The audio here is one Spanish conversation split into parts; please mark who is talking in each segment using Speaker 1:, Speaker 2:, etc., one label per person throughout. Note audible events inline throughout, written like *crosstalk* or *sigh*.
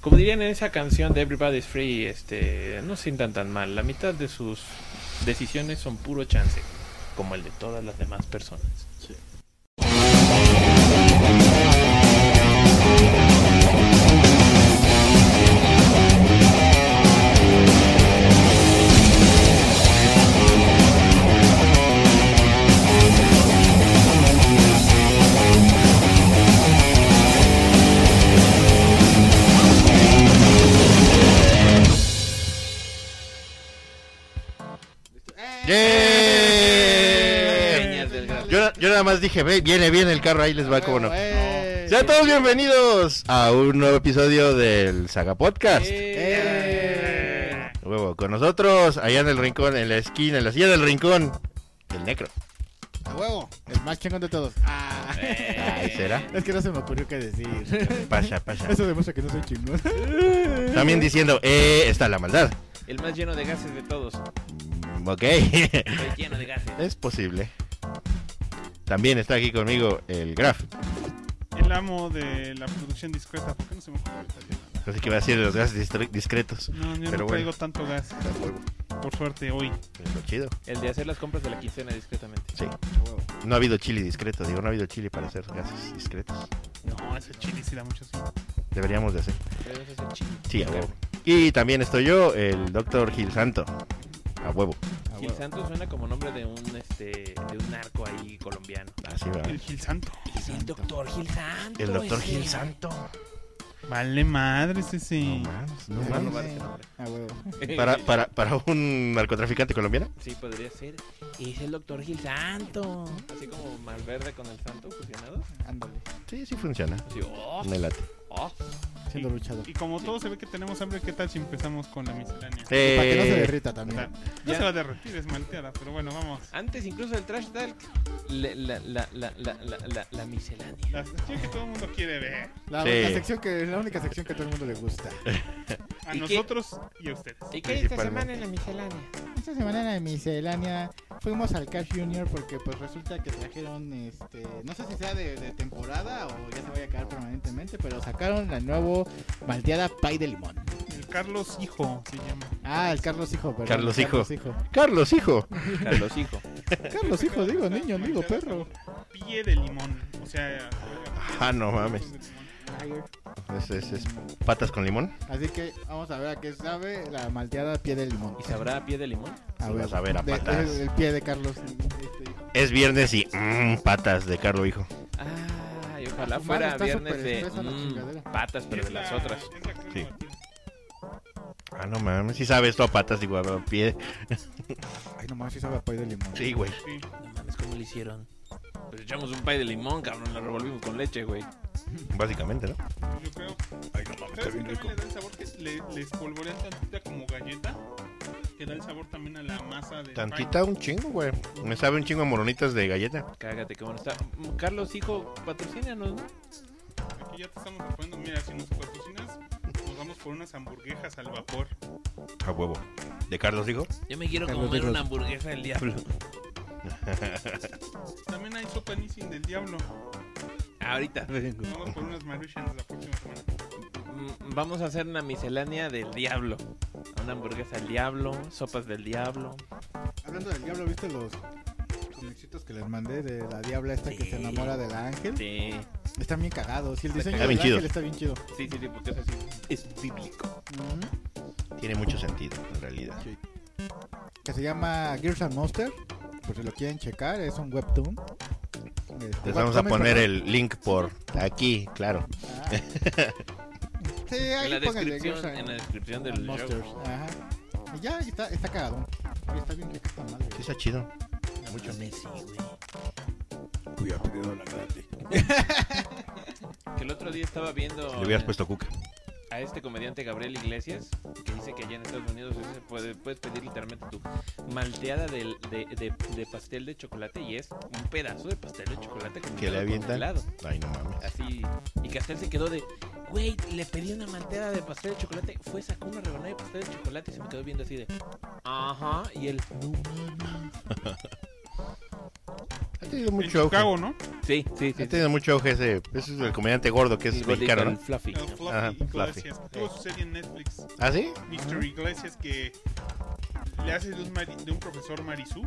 Speaker 1: como dirían en esa canción de Everybody's Free, este, no se sientan tan mal. La mitad de sus decisiones son puro chance, como el de todas las demás personas.
Speaker 2: Sí.
Speaker 3: ¡Bien!
Speaker 2: del gran-
Speaker 3: Yo, yo nada más dije, ve, viene, viene el carro, ahí les va, cómo no.
Speaker 2: ¡Eh!
Speaker 3: Sean todos bienvenidos a un nuevo episodio del Saga Podcast.
Speaker 2: ¡Eh!
Speaker 3: Huevo, con nosotros, allá en el rincón, en la esquina, en la silla del rincón, el necro.
Speaker 2: ¡A huevo! El más chingón de todos. Ah.
Speaker 3: Ahí será.
Speaker 2: Es que no se me ocurrió qué decir.
Speaker 3: Pasa, pasa.
Speaker 2: Eso demuestra que no soy
Speaker 3: *laughs*
Speaker 2: chingón.
Speaker 3: También diciendo, eh, está la maldad.
Speaker 1: El más lleno de gases de todos.
Speaker 3: Mm, Ok, *laughs*
Speaker 1: Estoy lleno de gases.
Speaker 3: es posible. También está aquí conmigo el Graf.
Speaker 4: El amo de la producción discreta. ¿Por qué no se me ocurre ahorita, Diana?
Speaker 3: Así que va a decir los gases distri- discretos.
Speaker 4: No, yo no
Speaker 3: Pero bueno.
Speaker 4: traigo tanto gas,
Speaker 3: Está huevo,
Speaker 4: por suerte, hoy.
Speaker 3: es lo chido.
Speaker 1: El de hacer las compras de la quincena discretamente.
Speaker 3: Sí.
Speaker 2: A huevo.
Speaker 3: No ha habido chile discreto, digo, no ha habido chile para hacer gases discretos.
Speaker 4: No, ese chile sí da mucho sí.
Speaker 3: Deberíamos de hacer.
Speaker 1: Debemos hacer chile.
Speaker 3: Sí, a huevo. Y también estoy yo, el doctor Gil Santo. A Ah, huevo.
Speaker 2: A
Speaker 1: Gil
Speaker 2: huevo.
Speaker 1: Santos suena como nombre de un este de un narco ahí colombiano.
Speaker 3: Así va.
Speaker 4: El Gil Santo.
Speaker 1: El doctor Gil Santos.
Speaker 3: El doctor Gil Santo.
Speaker 4: Vale madres ese.
Speaker 3: No mames, no
Speaker 1: Voy
Speaker 2: Sí.
Speaker 1: a
Speaker 3: mames.
Speaker 1: robar ese nombre.
Speaker 2: A huevo.
Speaker 1: *laughs*
Speaker 3: Para, para, para un narcotraficante colombiano.
Speaker 1: Sí, podría ser. Es el doctor Gil Santo. Así como Malverde con el Santo fusionados.
Speaker 2: Ándale.
Speaker 3: Sí, sí funciona.
Speaker 1: Así, oh,
Speaker 3: Me late.
Speaker 1: oh.
Speaker 2: Siendo luchador.
Speaker 4: Y como todo se ve que tenemos hambre, ¿qué tal si empezamos con la miscelánea?
Speaker 2: Para que no se
Speaker 3: Eh,
Speaker 2: derrita
Speaker 4: O sea,
Speaker 2: también.
Speaker 4: no
Speaker 1: Ya.
Speaker 4: se va a derretir, es malteada, pero bueno, vamos.
Speaker 1: Antes incluso del trash talk, la, la, la, la, la, la, la, la miscelánea.
Speaker 4: La sección que todo el mundo quiere ver.
Speaker 2: La,
Speaker 3: Sí.
Speaker 2: la sección que es la única sección que a todo el mundo le gusta.
Speaker 4: A
Speaker 1: ¿Y qué?
Speaker 4: nosotros y a ustedes.
Speaker 1: ¿Y
Speaker 3: qué hay esta semana
Speaker 1: en la miscelánea?
Speaker 2: Esta semana en la miscelánea fuimos al Cash Junior porque pues resulta que trajeron este, no sé si sea de, de temporada o ya se vaya a quedar permanentemente, pero sacaron la nuevo malteada pay de limón.
Speaker 4: El Carlos Hijo se llama.
Speaker 2: Ah, el Carlos Hijo, perdón.
Speaker 3: Carlos Eh, Carlos, hijo.
Speaker 1: Carlos Hijo.
Speaker 2: Carlos Hijo, digo niño, digo
Speaker 4: Malteada
Speaker 2: perro.
Speaker 4: con Pie de limón. O sea,
Speaker 3: Ah, no mames. Es, es- es patas con limón.
Speaker 2: Así que vamos a ver a qué sabe la malteada pie de limón.
Speaker 1: ¿Y sabrá a pie de limón?
Speaker 2: A
Speaker 3: Vas a ver a
Speaker 2: de-
Speaker 3: patas.
Speaker 2: es el pie de Carlos. este, hijo.
Speaker 3: Es viernes y mm, patas de Carlos, hijo.
Speaker 1: Ay, ojalá
Speaker 2: Mano,
Speaker 1: fuera
Speaker 2: está
Speaker 1: viernes
Speaker 2: súper
Speaker 1: de
Speaker 2: espesa la
Speaker 1: mm,
Speaker 2: chingadera.
Speaker 1: patas, pero de las otras.
Speaker 3: Sí.
Speaker 4: Sí.
Speaker 3: Ah, no mames. Si sabes tú a patas, digo, a pie.
Speaker 2: Ay, nomás sí sabe a pay de limón. *laughs*
Speaker 3: Sí, güey.
Speaker 4: Sí.
Speaker 1: No mames, ¿cómo le hicieron? Pues echamos un pay de limón, cabrón, lo revolvimos con leche, güey.
Speaker 3: Básicamente, ¿no?
Speaker 4: Yo creo.
Speaker 3: Ay, no mames,
Speaker 4: ¿Sabes qué también le da el sabor? Que es- le, le espolvorean tantita como galleta. Que da el sabor también a la masa de.
Speaker 3: Tantita un chingo, güey. Me sabe un chingo a moronitas de galleta.
Speaker 1: Cágate, qué bueno está. Mm, Carlos Hijo, patrocínanos, ¿no?
Speaker 4: Aquí ya te estamos proponiendo. Mira, si nos patrocinas, nos vamos por unas hamburguesas al vapor.
Speaker 3: A huevo. ¿De Carlos, hijo?
Speaker 1: Yo me quiero
Speaker 2: Carlos
Speaker 1: comer
Speaker 2: Hijo.
Speaker 1: una hamburguesa del *laughs* diablo.
Speaker 4: También hay sopa Nissin del diablo.
Speaker 1: Ahorita vengo.
Speaker 4: Nos vamos por unas maruchans la próxima semana.
Speaker 1: Mm, Vamos a hacer una miscelánea del diablo. Una hamburguesa del diablo, sopas del diablo.
Speaker 2: Hablando del diablo, ¿viste los comixitos que les mandé de la diabla esta que
Speaker 1: Sí.
Speaker 2: se enamora del ángel?
Speaker 1: Sí,
Speaker 2: Están bien cagados. Y el diseño
Speaker 3: Está bien
Speaker 2: del
Speaker 3: chido.
Speaker 2: ángel está bien chido.
Speaker 1: sí, sí, sí, porque es así. Es bíblico.
Speaker 2: Ujú.
Speaker 3: Tiene mucho sentido, en realidad.
Speaker 2: Que se llama Gears and Monster. Por si lo quieren checar, es un webtoon. Este,
Speaker 3: Les vamos a
Speaker 2: webcomic,
Speaker 3: poner
Speaker 2: perdón.
Speaker 3: el link por aquí, claro.
Speaker 2: Ah.
Speaker 3: *laughs*
Speaker 2: Sí, ahí
Speaker 1: En la
Speaker 2: pónganle
Speaker 1: descripción,
Speaker 2: Gears
Speaker 1: en
Speaker 2: and-
Speaker 1: la descripción
Speaker 2: and
Speaker 1: del show.
Speaker 2: Monsters. Ajá. Y ya está, está cagado. Oye, Está bien rica esta madre.
Speaker 3: Sí, está chido.
Speaker 1: Mucho. Sí, güey.
Speaker 2: Cuya pedido la grande.
Speaker 1: Que el otro día estaba viendo
Speaker 3: Le hubieras puesto cuca.
Speaker 1: a este comediante Gabriel Iglesias, que dice que allá en Estados Unidos se puede, puedes pedir literalmente tu malteada del- de, de- de pastel de chocolate y es un pedazo de pastel de chocolate con
Speaker 3: Que le avientan.
Speaker 1: helado.
Speaker 3: Ay, no mames.
Speaker 1: Así. Y Castel se quedó de, güey, le pedí una malteada de pastel de chocolate. Fue, sacó una rebanada de pastel de chocolate y se me quedó viendo así de, ajá. Y él, no mames.
Speaker 3: Ha tenido
Speaker 4: En
Speaker 3: mucho auge.
Speaker 4: Chicago, ¿no?
Speaker 1: Sí, sí, sí.
Speaker 3: Ha tenido mucho auge ese. Ese es el comediante gordo que es
Speaker 1: Gordito
Speaker 3: mexicano,
Speaker 1: and
Speaker 3: ¿no?
Speaker 1: Fluffy.
Speaker 4: El Fluffy
Speaker 3: Ajá,
Speaker 4: Iglesias. Tuvo su serie en Netflix.
Speaker 3: ¿Ah, sí?
Speaker 4: Mr. Iglesias que le hace de un, mari- de un profesor Marisú.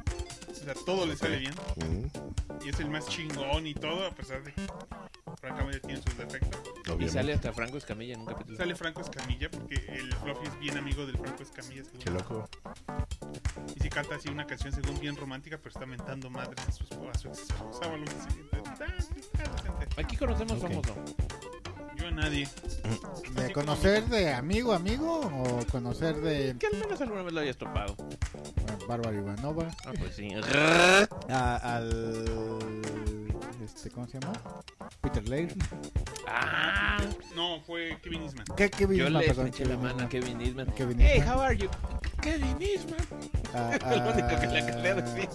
Speaker 4: O sea, todo le sale bien.
Speaker 3: Mm,
Speaker 4: Y es el más chingón y todo, a pesar de que francamente tiene sus defectos.
Speaker 1: Y
Speaker 3: obviamente.
Speaker 1: sale hasta Franco Escamilla en un capítulo.
Speaker 4: Sale Franco Escamilla porque el Fluffy es bien amigo del Franco Escamilla. según-
Speaker 3: Qué loco.
Speaker 4: Y si canta así una canción según bien romántica, pero está mentando madres a su esposa, a su ex esposa o algo así. Está- está decente.
Speaker 1: Aquí conocemos
Speaker 3: Ok.
Speaker 1: famoso.
Speaker 4: Yo a nadie.
Speaker 2: ¿De conocer de amigo a amigo o conocer de
Speaker 1: Que al menos alguna vez lo hayas topado.
Speaker 2: Bárbara Ivanova
Speaker 1: Ah, pues *laughs* sí.
Speaker 2: a- al. Este, ¿Cómo se llama? Peter Laird.
Speaker 1: Ah,
Speaker 4: No, fue Kevin Eastman.
Speaker 2: ¿Qué, qué
Speaker 1: yo
Speaker 2: Bismarck,
Speaker 1: le
Speaker 2: perdón,
Speaker 1: eché
Speaker 2: qué
Speaker 1: la mano a
Speaker 2: Bismarck?
Speaker 1: Kevin Eastman.
Speaker 2: Kevin
Speaker 1: hey,
Speaker 2: Eastman.
Speaker 1: how are you? Kevin Eastman.
Speaker 2: A,
Speaker 1: Es *laughs* lo único que le ha cambiado, sí.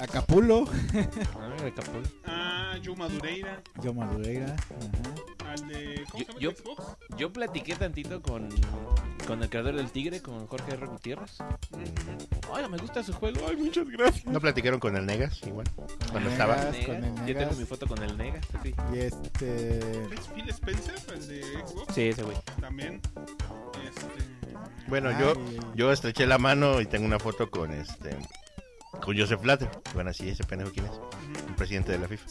Speaker 2: a Capulo.
Speaker 1: Ah, de Acapulco.
Speaker 4: Ah, Joe Madureira.
Speaker 2: Yo Madureira. ajá.
Speaker 4: Al de. ¿Cómo se llama?
Speaker 1: Yo-
Speaker 4: el de Xbox?
Speaker 1: Yo platiqué tantito con, con el creador del Tigre, con Jorge R. Gutiérrez. Ay, me gusta su juego. Ay, muchas gracias.
Speaker 3: Mm. ¿No platicaron con el Negas? Igual. Cuando estaba.
Speaker 2: Negas, con
Speaker 1: Yo
Speaker 2: el
Speaker 1: tengo
Speaker 2: Negas.
Speaker 1: mi foto con el Negas. Sí,
Speaker 2: Y este.
Speaker 4: ¿Es Phil Spencer? El de Xbox.
Speaker 1: sí ese güey.
Speaker 4: También. Este.
Speaker 2: Ah,
Speaker 3: Bueno,
Speaker 2: ay,
Speaker 3: yo,
Speaker 2: ay, ay.
Speaker 3: yo estreché la mano y tengo una foto con este. Con Joseph Blatter. Bueno, sí, ese pendejo, ¿quién es?
Speaker 4: ujú.
Speaker 3: El presidente de la FIFA.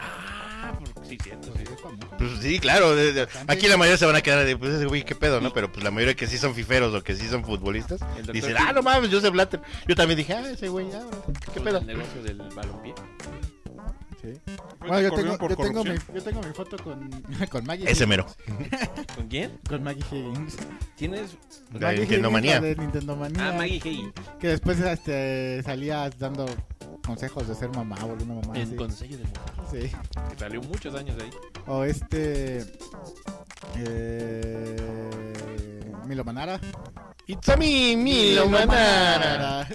Speaker 1: Ah, porque sí, cierto. Sí.
Speaker 2: Pues es famoso.
Speaker 3: Pues sí, claro. de- de- aquí la mayoría se van a quedar de, pues ese güey, qué pedo, ¿no? Pero pues la mayoría que sí son fiferos o que sí son futbolistas,
Speaker 1: El doctor
Speaker 3: dicen,
Speaker 1: Phil.
Speaker 3: ah, no mames, Joseph Blatter. Yo también dije, ah, ese güey, ah, qué
Speaker 1: Con
Speaker 3: pedo.
Speaker 1: El negocio del balompié.
Speaker 2: Sí.
Speaker 4: Fue
Speaker 2: Bueno, yo
Speaker 4: corrieron
Speaker 2: tengo,
Speaker 4: por
Speaker 2: yo, tengo mi,
Speaker 4: corrupción.
Speaker 2: yo tengo mi foto con,
Speaker 1: *laughs*
Speaker 2: con Maggie
Speaker 3: Ese
Speaker 2: Higgins.
Speaker 3: mero.
Speaker 1: ¿Con quién?
Speaker 2: Con Maggie Higgins.
Speaker 1: ¿Tienes?
Speaker 3: De
Speaker 2: Maggie
Speaker 3: Nintendo
Speaker 2: Higgins,
Speaker 3: Manía.
Speaker 2: la De Nintendo Manía.
Speaker 1: Ah, Maggie Hey.
Speaker 2: Que después este, salías dando consejos de ser mamá o una mamá.
Speaker 1: En
Speaker 2: así.
Speaker 1: Consejo de Mujeres.
Speaker 2: Sí.
Speaker 1: Que salió muchos años de ahí.
Speaker 2: O este. Eh, Milo Manara.
Speaker 3: It's a me, Milo Manara.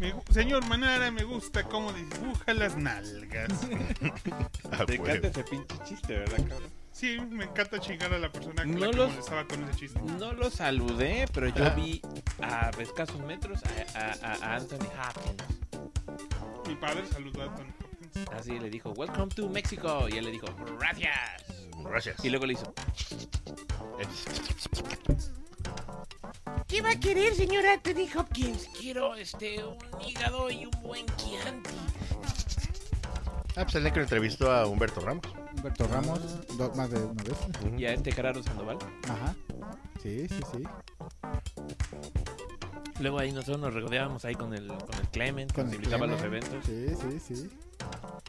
Speaker 4: Me gu- Señor Manara, me gusta cómo dibuja las nalgas.
Speaker 3: Ah,
Speaker 1: Te
Speaker 2: Pues.
Speaker 3: güey.
Speaker 1: encanta ese pinche chiste, ¿verdad, cabrón?
Speaker 4: Sí, me encanta chingar a la persona que
Speaker 1: No
Speaker 4: la que
Speaker 1: los-
Speaker 4: molestaba con ese chiste.
Speaker 1: No lo saludé, pero yo
Speaker 3: Ah.
Speaker 1: vi a escasos metros a, a- a- a Anthony Hopkins.
Speaker 4: Mi padre saludó a Anthony Hopkins.
Speaker 1: Así le dijo, Welcome to Mexico. Y él le dijo, Gracias.
Speaker 3: Ah, Gracias. Eh,
Speaker 1: Y luego le hizo,
Speaker 5: ¿Qué va a querer, señora Anthony Hopkins? Quiero este un hígado y un buen Chianti.
Speaker 3: Ah, pues el Necro entrevistó a Humberto Ramos.
Speaker 2: Humberto Ramos. dos- más de una vez.
Speaker 3: Ujú.
Speaker 1: y a este Gerardo Sandoval.
Speaker 2: Ajá. Sí, sí, sí.
Speaker 1: Luego ahí nosotros nos regodeábamos ahí con el, con el Clement, que
Speaker 2: Con
Speaker 1: nos
Speaker 2: el
Speaker 1: invitaba a los
Speaker 2: Clement.
Speaker 1: eventos.
Speaker 2: Sí, sí, sí.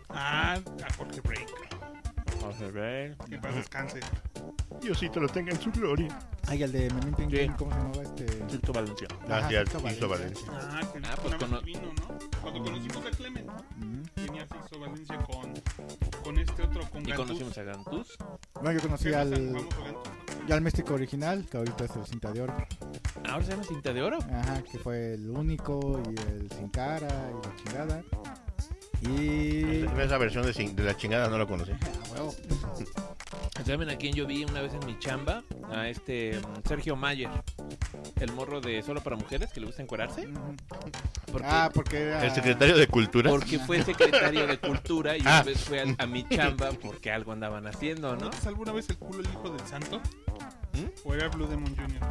Speaker 4: Ah, a Jorge Break.
Speaker 1: Jorge Bell.
Speaker 4: Que paz descanse.
Speaker 3: Diosito lo tenga en su gloria.
Speaker 2: Ay, el de Memín Ping
Speaker 1: Sí.
Speaker 2: Pong, ¿cómo se llamaba este?
Speaker 1: Chilto Valencia.
Speaker 3: Ah, sí,
Speaker 2: Ajá,
Speaker 3: al
Speaker 2: Sixto
Speaker 3: Sixto Valencia.
Speaker 4: Ah, que
Speaker 1: Ah,
Speaker 4: ah,
Speaker 1: pues cono-
Speaker 4: vino, ¿no? Cuando conocimos a Clement,
Speaker 2: Mm.
Speaker 4: venía Sixto Valencia con, con este otro, con
Speaker 1: Y
Speaker 4: Gantuz.
Speaker 1: conocimos a Gantus.
Speaker 2: Bueno, yo conocí
Speaker 4: Fuimos a-
Speaker 2: al,
Speaker 4: jugamos a Gantuz, ¿no?
Speaker 2: yo al místico original, que ahorita es el cinta de oro.
Speaker 1: Ahora se llama Cinta de Oro.
Speaker 2: Ajá, que fue el único y el sin cara y la chingada. Y.
Speaker 3: Esa versión de, sin- de la chingada no lo conocí.
Speaker 2: A huevo.
Speaker 1: ¿Saben a quién yo vi una vez en mi chamba? A este mm, Sergio Mayer. El morro de Solo para Mujeres, que le gusta encuerarse.
Speaker 2: Ujú.
Speaker 1: Porque,
Speaker 2: Ah, porque era.
Speaker 3: El secretario de Cultura.
Speaker 1: porque fue secretario de Cultura y
Speaker 3: Ah.
Speaker 1: una vez fue a, a mi
Speaker 5: *laughs*
Speaker 1: chamba porque algo andaban haciendo, ¿no?
Speaker 4: ¿No te salvó una vez el culo el hijo del santo?
Speaker 1: ¿Mm?
Speaker 4: ¿O era Blue Demon Jr.?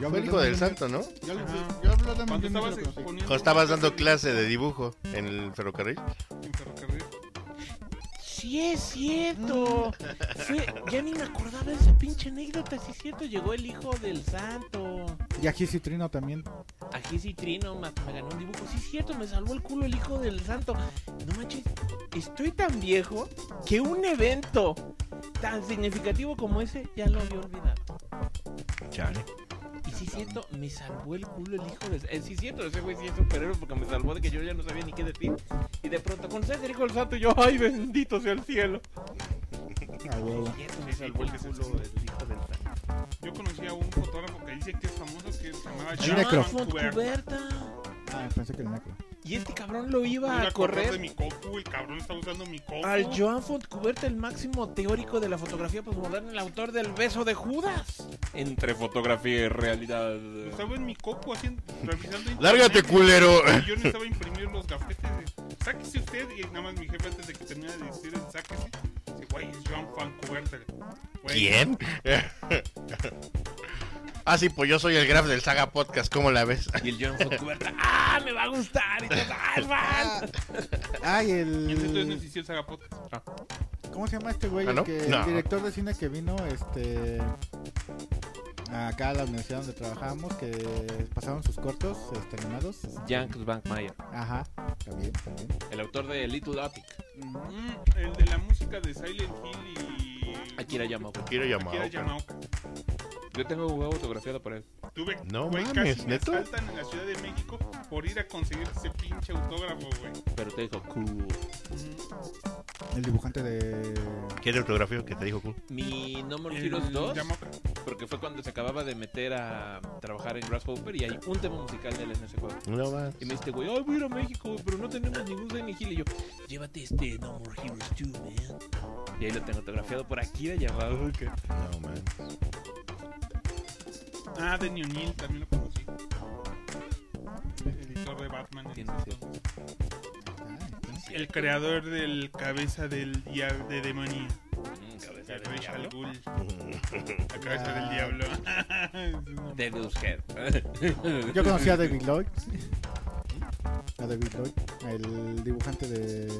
Speaker 2: Yo hablo
Speaker 3: Fue el hijo
Speaker 2: de
Speaker 3: del
Speaker 2: Memín-
Speaker 3: santo, ¿no?
Speaker 2: Yo, hablo-
Speaker 4: Ajá.
Speaker 2: yo hablo de
Speaker 4: Cuando
Speaker 2: Memín Ping
Speaker 4: estabas
Speaker 2: Pong, pero sí.
Speaker 4: exponiendo...
Speaker 3: Cuando estabas dando clase de dibujo en el ferrocarril.
Speaker 4: En ferrocarril.
Speaker 5: Sí es cierto.
Speaker 1: Mm.
Speaker 5: Fue- ya ni me acordaba de esa pinche anécdota, sí es cierto. Llegó el hijo del santo.
Speaker 2: Y aquí Citrino también.
Speaker 5: Aquí sí trino, ma- me ganó un dibujo. Sí es cierto, me salvó el culo el hijo del santo. No manches, estoy tan viejo que un evento tan significativo como ese ya lo había olvidado.
Speaker 3: Chale.
Speaker 5: Y sí es cierto, me salvó el culo el hijo del
Speaker 1: Eh, sí, es cierto, ese güey sí es superhéroe porque me salvó de que yo ya no sabía ni qué decir. Y de pronto, con César hijo del santo, y yo, ¡ay, bendito sea el cielo!
Speaker 2: A huevo.
Speaker 1: Y eso me salvó el culo el hijo del santo.
Speaker 4: Yo conocí a un fotógrafo que dice que es famoso, que se llamaba
Speaker 2: Hay una
Speaker 4: Charles
Speaker 5: santo.
Speaker 4: Vancouver.
Speaker 5: Cuberta.
Speaker 2: Ah, pensé que el necro.
Speaker 1: Y este cabrón lo
Speaker 4: Iba
Speaker 1: iba a
Speaker 4: de
Speaker 1: correr
Speaker 4: mi copu, el cabrón está usando mi copu.
Speaker 5: Al Joan Fontcuberta, el máximo teórico de la fotografía postmoderna, el autor del beso de Judas.
Speaker 1: entre fotografía y realidad.
Speaker 4: Estaba en mi coco haciendo, revisando
Speaker 3: *laughs*
Speaker 4: internet.
Speaker 3: Lárgate, culero.
Speaker 4: Y yo necesitaba imprimir los gafetes. de, Sáquese usted. Y nada más mi jefe antes de que termine de decir el sáquese. Dice, güey, es John Fancobertel.
Speaker 3: ¿Quién? ah, sí, pues yo soy el graf del Saga Podcast. ¿Cómo la ves?
Speaker 1: Y el John Foncuberta.
Speaker 5: *laughs* ¡Ah, me va a gustar! Y todo, ¡ah, es mal!
Speaker 2: Ay,
Speaker 4: Y ese entonces nos
Speaker 2: el.
Speaker 4: hizo el Saga Podcast.
Speaker 2: ¿Cómo se llama este güey?
Speaker 3: ¿Ah,
Speaker 2: El,
Speaker 3: no?
Speaker 2: que- el
Speaker 3: No.
Speaker 2: director de cine que vino este acá a la universidad donde trabajamos, que pasaron sus cortos este, animados.
Speaker 1: Jan Bankmeyer,
Speaker 2: Ajá, también, también.
Speaker 1: el autor de Little Epic.
Speaker 4: Mm, el de la música de Silent Hill y.
Speaker 1: Akira Yamaoka.
Speaker 3: Quiero
Speaker 4: Akira
Speaker 3: llamar.
Speaker 4: Yamaoka.
Speaker 1: Yo tengo un huevo autografiado por él.
Speaker 4: Tuve,
Speaker 3: No
Speaker 4: güey,
Speaker 3: mames,
Speaker 4: casi me
Speaker 3: ¿neta?
Speaker 4: asaltan en la Ciudad de México por ir a conseguir ese pinche autógrafo, güey.
Speaker 1: Pero te dijo, cool.
Speaker 2: El dibujante de.
Speaker 3: ¿Quiere autografía que te dijo cool?
Speaker 1: Mi No More
Speaker 4: El
Speaker 1: Heroes 2,
Speaker 4: Yamaoka.
Speaker 1: porque fue cuando se acababa de meter a trabajar en Grasshopper y hay un tema musical de él en ese juego.
Speaker 3: No más.
Speaker 1: Y me dice, este güey, ay, voy a ir a México, pero no tenemos ningún Silent Hill. Y yo, llévate este No More Heroes 2, man. Y ahí lo tengo autografiado por Akira Yamaoka.
Speaker 3: No man.
Speaker 4: Ah, de New Neil también lo conocí. Editor de Batman. en
Speaker 1: Tiene
Speaker 4: ese
Speaker 1: sentido.
Speaker 4: entonces.
Speaker 2: Ah, entonces,
Speaker 4: El creador del cabeza del diablo de demonía.
Speaker 1: Mm, cabeza de
Speaker 4: Ra's al
Speaker 1: diablo.
Speaker 4: Ghul. La cabeza del
Speaker 2: Ah.
Speaker 4: diablo. Es una-
Speaker 1: Devil's Head.
Speaker 2: *laughs* Yo
Speaker 1: *laughs*
Speaker 2: conocí a David Lloyd. A David Lloyd, el dibujante de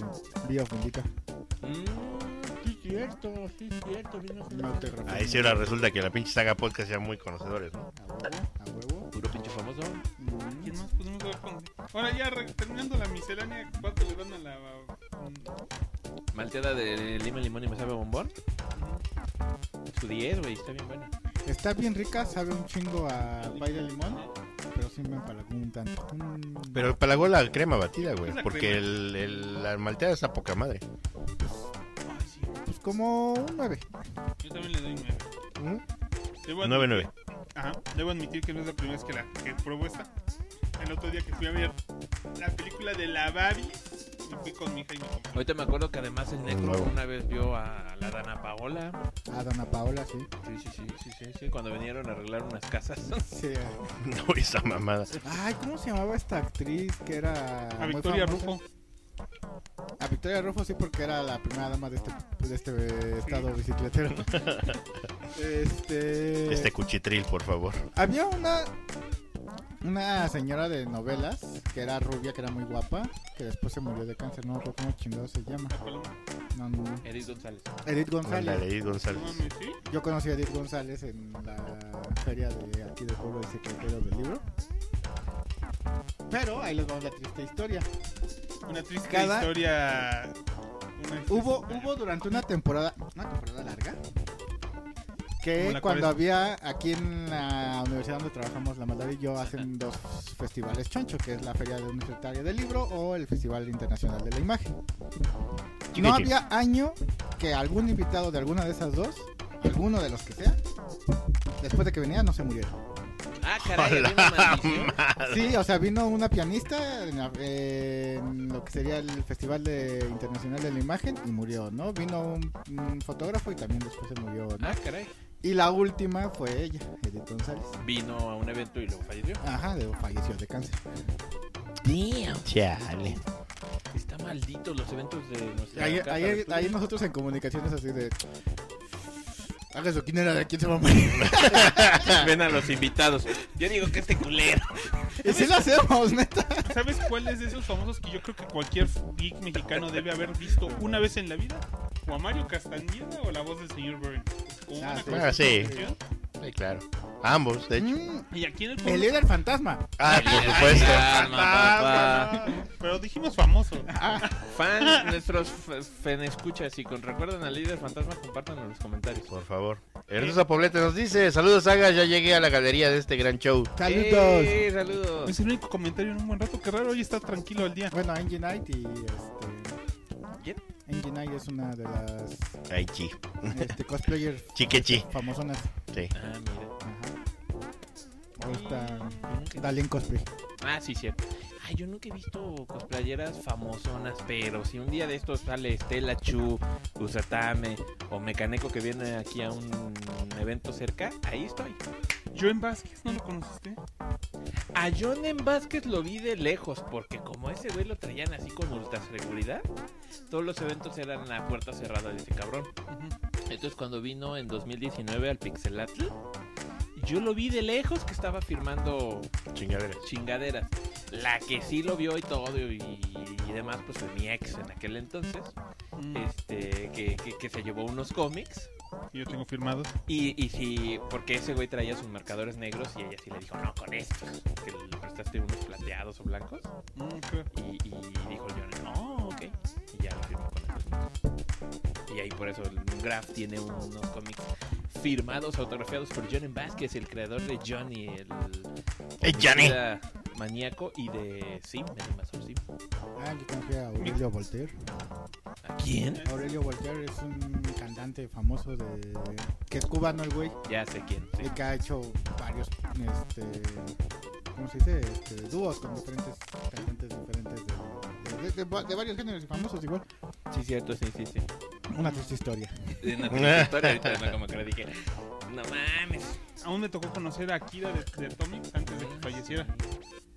Speaker 2: Vía Fundica.
Speaker 1: Mm,
Speaker 5: Sí, cierto, sí, cierto. Vino
Speaker 3: Ahí sí ahora resulta que la pinche Saga Podcast sean muy conocedores, ¿no?
Speaker 2: A huevo, a huevo.
Speaker 1: puro pinche famoso.
Speaker 2: Mm.
Speaker 4: *laughs* ¿Quién más Pues pudimos ver con.? Ahora ya re- terminando la miscelánea, ¿cuánto le dan a la.? mm,
Speaker 1: Malteada de lima, limón y me sabe a bombón. Su 10, güey, está bien buena.
Speaker 2: Está bien rica, sabe un chingo a baile de limón, pero sí me empalagó un tanto. Mm,
Speaker 3: Pero empalagó la crema batida, güey.
Speaker 4: Es la
Speaker 3: Porque
Speaker 4: crema.
Speaker 3: el, el, la malteada está poca madre.
Speaker 4: Ay, Ah, sí.
Speaker 2: pues como un 9.
Speaker 4: Yo también le doy nueve.
Speaker 2: ¿Mm?
Speaker 4: Debo admitir-
Speaker 3: 9-9.
Speaker 4: Ajá, debo admitir que no es la primera vez que la que pruebo esta. El otro día que fui a ver la película de la Babi, me fui con mi hija y mi compañero.
Speaker 1: Ahorita me acuerdo que además el negro
Speaker 3: Nuevo.
Speaker 1: una vez vio a la Dana Paola.
Speaker 2: A Dona Paola, sí.
Speaker 1: Sí, sí, sí, sí, sí, sí, Cuando vinieron a arreglar unas casas. *laughs*
Speaker 2: Sí.
Speaker 3: *laughs* No, esa mamada.
Speaker 2: Ay, ¿cómo se llamaba esta actriz que era.
Speaker 4: A
Speaker 2: muy
Speaker 4: Victoria
Speaker 2: famosa?
Speaker 4: Rufo.
Speaker 2: A Victoria Rufo, sí, porque era la primera dama de este, de este eh, estado bicicletero.
Speaker 3: *laughs*
Speaker 2: este.
Speaker 3: Este cuchitril, por favor.
Speaker 2: Había una. Una señora de novelas que era rubia, que era muy guapa, que después se murió de cáncer. No, me acuerdo ¿cómo chingados se llama?
Speaker 4: La paloma.
Speaker 2: No, no, no.
Speaker 1: Edith González.
Speaker 2: Edith
Speaker 3: La
Speaker 2: González.
Speaker 3: de Edith
Speaker 4: No
Speaker 3: González. *laughs*
Speaker 4: mames, ¿sí?
Speaker 2: Yo conocí a Edith González en la feria de aquí del pueblo de secretario del libro. Pero ahí les va la triste historia.
Speaker 4: Una triste
Speaker 2: Cada-
Speaker 4: historia. una triste
Speaker 2: Hubo,
Speaker 4: historia. *laughs*
Speaker 2: hubo durante una temporada, una temporada larga,
Speaker 4: Como
Speaker 2: que
Speaker 4: la
Speaker 2: cuando
Speaker 4: cuaresma.
Speaker 2: había aquí en la universidad donde trabajamos la maldad y yo hacen dos festivales choncho, que es la feria de universitaria del libro o el Festival Internacional de la Imagen. No
Speaker 3: Chiquitín.
Speaker 2: había año que algún invitado de alguna de esas dos, alguno de los que sea, después de que venía no se muriera.
Speaker 1: Ah, caray, había una
Speaker 3: Hola,
Speaker 2: *laughs*
Speaker 1: maldición.
Speaker 2: Sí, o sea, vino una pianista en, la- en lo que sería el Festival de Internacional de la Imagen y murió, ¿no? Vino un, un fotógrafo y también después se murió, ¿no?
Speaker 1: Ah, caray. *laughs* este
Speaker 2: Ah,
Speaker 4: Ah,
Speaker 2: Mm,
Speaker 3: Ah,
Speaker 1: Eh. pues.
Speaker 2: este, Este,
Speaker 3: este
Speaker 1: Ah, Ah, evento cerca, ahí estoy.
Speaker 4: Joan Vázquez, ¿no lo conociste?
Speaker 1: A John M. Vázquez lo vi de lejos, porque como ese güey lo traían así con ultra seguridad, todos los eventos eran a puerta cerrada de ese cabrón. Entonces cuando vino en 2019 al Pixelatl, yo lo vi de lejos que estaba firmando
Speaker 3: Chingadera.
Speaker 1: chingaderas. La que sí lo vio y todo y, y demás, pues fue mi ex en aquel entonces,
Speaker 4: Mm,
Speaker 1: este, que, que- que se llevó unos cómics.
Speaker 4: que yo tengo firmados.
Speaker 1: Y, y sí, porque ese güey traía sus marcadores negros y ella sí le dijo, no, con estos, que le prestaste unos plateados o blancos.
Speaker 4: Mm, ok.
Speaker 1: Y, y dijo el John, no, ok. Y ya lo firmó con esos mismos. Y ahí por eso el Graf tiene unos cómics firmados, autografiados por John M. Vázquez, el creador de Johnny, el
Speaker 3: ¡Eh, Johnny!
Speaker 1: homicida maníaco y de Sim, el invasor Sim.
Speaker 2: Ah, yo conocía a Aurelio Voltaire.
Speaker 1: ¿A quién?
Speaker 2: Aurelio Voltaire es un cantante famoso de... que es cubano el güey.
Speaker 1: Ya sé quién. sí.
Speaker 2: Y que ha hecho varios, este... ¿Cómo se dice? Este, dúos con diferentes cantantes diferentes de, de- de- de- de varios géneros y famosos igual.
Speaker 1: Sí, cierto, sí, sí, sí.
Speaker 2: Una triste historia.
Speaker 1: De *laughs* una triste historia, ahorita no, como que le dije, no mames.
Speaker 4: Aún me tocó conocer a Akira de, de Atomics antes de que falleciera.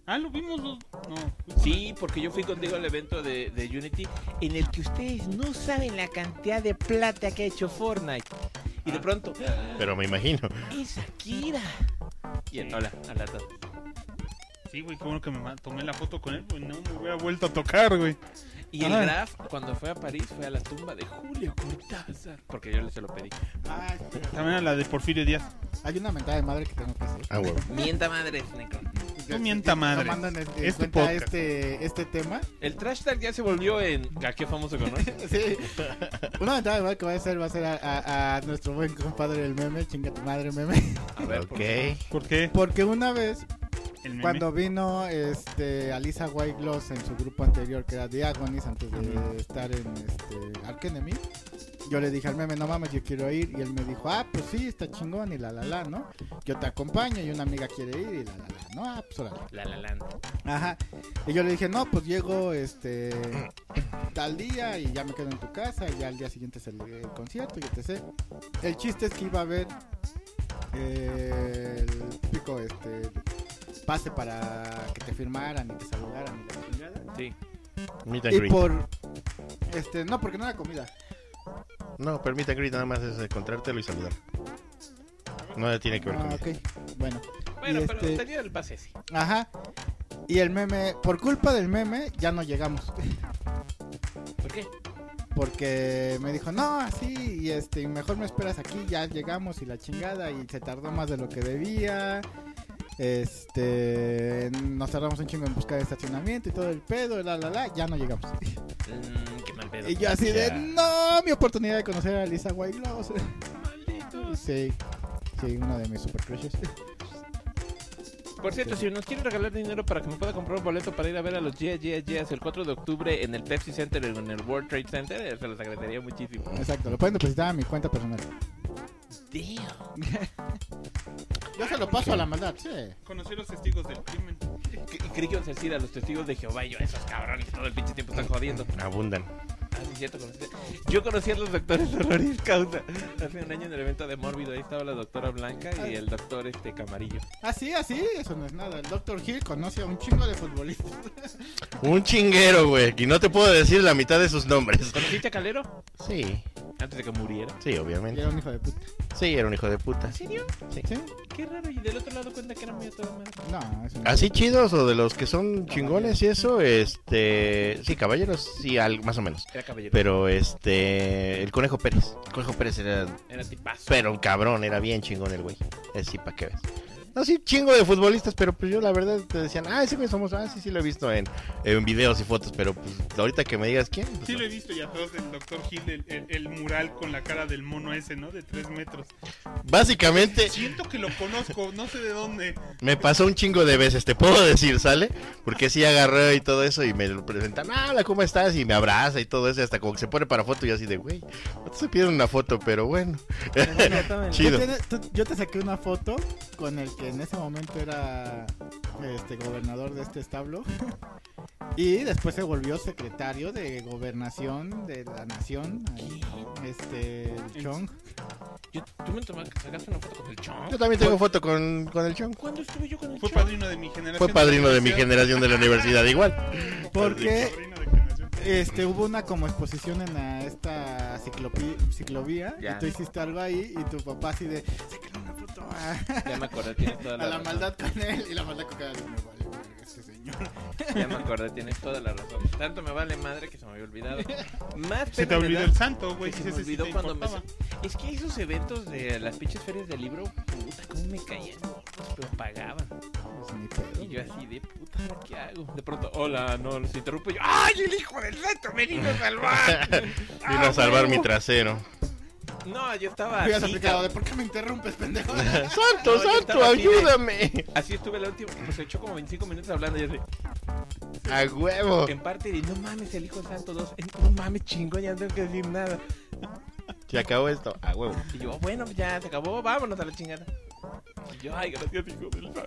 Speaker 4: Ah, lo vimos los. No. fui con
Speaker 1: Sí, porque yo fui contigo al evento de, de Unity en el que ustedes no saben la cantidad de plata que ha hecho Fortnite. Y de pronto,
Speaker 3: Pero me imagino.
Speaker 1: ¡es Akira! Y el hola, al lado.
Speaker 4: el- Sí, güey, qué bueno que me ma- tomé la foto con él, güey. No me hubiera vuelto a tocar, güey.
Speaker 1: Y el
Speaker 4: Ah.
Speaker 1: Graf, cuando fue a París, fue a la tumba de Julio Cortázar. Porque yo le se lo pedí.
Speaker 2: Ah, espera.
Speaker 4: También a la de Porfirio Díaz.
Speaker 2: Hay una mentada de madre que tengo que hacer.
Speaker 3: Ah, huevo.
Speaker 1: Mienta madres, Necro.
Speaker 4: No mienta madre.
Speaker 2: Tomando en, en
Speaker 4: Es tu
Speaker 2: cuenta
Speaker 4: podcast.
Speaker 2: este, este tema.
Speaker 1: El trash tag ya se volvió en. ¿A qué famoso conoce?
Speaker 2: Sí. Una mentada de madre que va a hacer va a ser a, a- a nuestro buen compadre el meme, chinga tu madre meme. *laughs*
Speaker 1: A ver,
Speaker 3: ok.
Speaker 1: por favor.
Speaker 4: ¿Por qué?
Speaker 2: Porque una vez,
Speaker 4: El meme.
Speaker 2: cuando vino este Alisa Whitegloss en su grupo anterior, que era The Agonies, antes
Speaker 4: Ah,
Speaker 2: de estar en este Ark Enemy, yo le dije al meme, no mames, yo quiero ir. Y él me dijo, ah, pues sí, está chingón y la la la, ¿no? Yo te acompaño y una amiga quiere ir y la la la, ¿no? Ah, pues órale.
Speaker 1: La La Land.
Speaker 2: Ajá. Y yo le dije, no, pues llego este tal día y ya me quedo en tu casa y ya al día siguiente es el, el concierto y etc. El chiste es que iba a haber eh, el típico este pase para que te firmaran y te saludaran y la chingada.
Speaker 1: Sí.
Speaker 3: Meet and
Speaker 2: Y
Speaker 3: greet.
Speaker 2: por este, no, porque no era comida.
Speaker 3: No, pero meet and greet nada más es encontrártelo y saludar. No tiene que ver
Speaker 2: Ah,
Speaker 3: con
Speaker 2: ok. Bueno.
Speaker 1: Bueno,
Speaker 2: Y
Speaker 1: pero
Speaker 2: este-
Speaker 1: tenía el pase sí.
Speaker 2: Ajá. Y el meme, por culpa del meme, ya no llegamos.
Speaker 1: ¿Por qué?
Speaker 2: porque me dijo, no, así, y este, mejor me esperas aquí, ya llegamos y la chingada, y se tardó más de lo que debía, este, nos tardamos un chingo en buscar estacionamiento y todo el pedo, la, la, la, ya no llegamos.
Speaker 1: Mm, qué mal pedo.
Speaker 2: *laughs* Y yo así de,
Speaker 3: Ya.
Speaker 2: no, mi oportunidad de conocer a Lisa White Gloss.
Speaker 1: Malditos.
Speaker 2: *laughs* Sí, sí, una de mis super crushes.
Speaker 1: Por cierto, si nos quieren regalar dinero para que me pueda comprar un boleto para ir a ver a los Yeah Yeah Yeahs el 4 de octubre en el Pepsi Center, en el World Trade Center, eh, se los agradecería muchísimo.
Speaker 2: Exacto, lo pueden depositar a mi cuenta personal.
Speaker 1: Damn.
Speaker 2: Yo se lo paso a la maldad, sí.
Speaker 4: Conocí a los testigos del crimen.
Speaker 1: Cre- Creí que ibas a decir a los testigos de Jehová y yo, esos cabrones, todo el pinche tiempo están jodiendo.
Speaker 3: Abundan.
Speaker 1: Ah, sí, cierto, conociste- Yo conocí a los doctores honoris causa. Hace un año en el evento de Mórbido, ahí estaba la doctora Blanca y el doctor este Camarillo.
Speaker 2: Así, así, ah, eso no es nada. El Dr. Hill conoce a un chingo de futbolistas.
Speaker 3: Un chinguero, güey. Y no te puedo decir la mitad de sus nombres.
Speaker 1: ¿Conociste a Calero?
Speaker 3: Sí,
Speaker 1: Antes de que muriera.
Speaker 3: sí,
Speaker 2: Y
Speaker 3: obviamente.
Speaker 2: era un hijo de puta.
Speaker 3: Sí, era un hijo de puta.
Speaker 1: ¿En serio?
Speaker 2: ¿Sí?
Speaker 1: Qué raro, y del otro lado cuenta que era muy a toda madre.
Speaker 2: No, eso no.
Speaker 3: Así chidos o de los que son chingones y eso, este, sí, caballeros, sí, al- más o menos.
Speaker 1: Era caballero.
Speaker 3: Pero este, el conejo Pérez. El conejo Pérez era,
Speaker 1: Era tipazo.
Speaker 3: pero un cabrón, era bien chingón el güey. Así para que ves. No, sí, chingo de futbolistas, pero pues yo la verdad te decían, ah, ese güey somos, ah, sí, sí lo he visto en, en videos y fotos, pero pues ahorita que me digas quién. pues,
Speaker 4: Sí
Speaker 3: no.
Speaker 4: lo he visto ya todos el Dr. Hill, el, el- el mural con la cara del mono ese, ¿no? De tres metros.
Speaker 3: Básicamente,
Speaker 4: Siento que lo conozco, no sé de dónde.
Speaker 3: Me pasó un chingo de veces, te puedo decir, ¿sale? Porque sí agarré y todo eso y me lo presentan, "Ah, hola, ¿cómo estás? Y me abraza y todo eso, y hasta como que se pone para foto y yo así de, güey, no te se piden una foto, pero bueno.
Speaker 2: Tú
Speaker 3: Chido.
Speaker 2: tienes- tú- yo te saqué una foto con el que en ese momento era este gobernador de este establo y después se volvió secretario de gobernación de la nación ahí, este el
Speaker 4: El-
Speaker 2: Chong
Speaker 1: Yo- ¿Tú me tomaste, sacaste una foto con el chon?
Speaker 3: Yo también tengo foto con, con el Chon.
Speaker 1: ¿Cuándo estuve yo con el
Speaker 4: Fue
Speaker 1: chon?
Speaker 4: padrino de mi generación.
Speaker 3: Fue padrino de mi generación de la universidad igual.
Speaker 2: Porque
Speaker 4: Padrino de generación.
Speaker 2: este, hubo una como exposición en la- esta ciclopi- ciclovía
Speaker 1: Ya.
Speaker 2: y tú hiciste algo ahí y tu papá así de, sácale una foto a,
Speaker 1: Ya me acordé, tienes toda
Speaker 2: a
Speaker 1: la,
Speaker 2: la
Speaker 1: razón.
Speaker 2: maldad con él y la maldad con cada uno. Me vale, verga este señor. *laughs*
Speaker 1: Ya me acordé, tienes toda la razón. Tanto me vale madre que se me había
Speaker 2: *laughs*
Speaker 1: olvidado. Más
Speaker 4: Se te
Speaker 1: pena me
Speaker 4: olvidó
Speaker 1: da
Speaker 4: el santo,
Speaker 1: que
Speaker 4: güey.
Speaker 1: se
Speaker 4: si
Speaker 1: me
Speaker 4: ese sí
Speaker 1: olvidó
Speaker 4: te
Speaker 1: cuando me...
Speaker 4: importaba.
Speaker 1: Es que esos eventos de las pinches ferias del libro, puta, cómo me caían gordos, pero pagaban.
Speaker 2: Pues, ni pedo.
Speaker 1: Y yo así de puta, ¿ahora ¿qué hago? De pronto, hola, no, los interrumpo. y yo, ¡ay, el hijo del reto me vino a salvar!
Speaker 4: *laughs*
Speaker 3: Vino a salvar mi trasero.
Speaker 1: No, yo estaba
Speaker 2: Hubieras
Speaker 1: así,
Speaker 2: aplicado
Speaker 1: cabrón.
Speaker 2: de, ¿por qué me interrumpes, pendejo?
Speaker 3: *laughs* ¡Santo,
Speaker 1: No, yo
Speaker 3: santo,
Speaker 1: estaba así de-
Speaker 3: ayúdame!
Speaker 1: Así estuve la última, pues se echó como 25 minutos hablando y yo así,
Speaker 3: ¡A huevo!
Speaker 1: en parte de, no mames, el hijo santo 2, no mames, chingón, ya no tengo que decir nada.
Speaker 3: Se acabó esto. ¡A huevo!
Speaker 1: Y yo, bueno, pues ya se acabó, vámonos a la chingada. Y yo, ay, gracias, hijo del santo.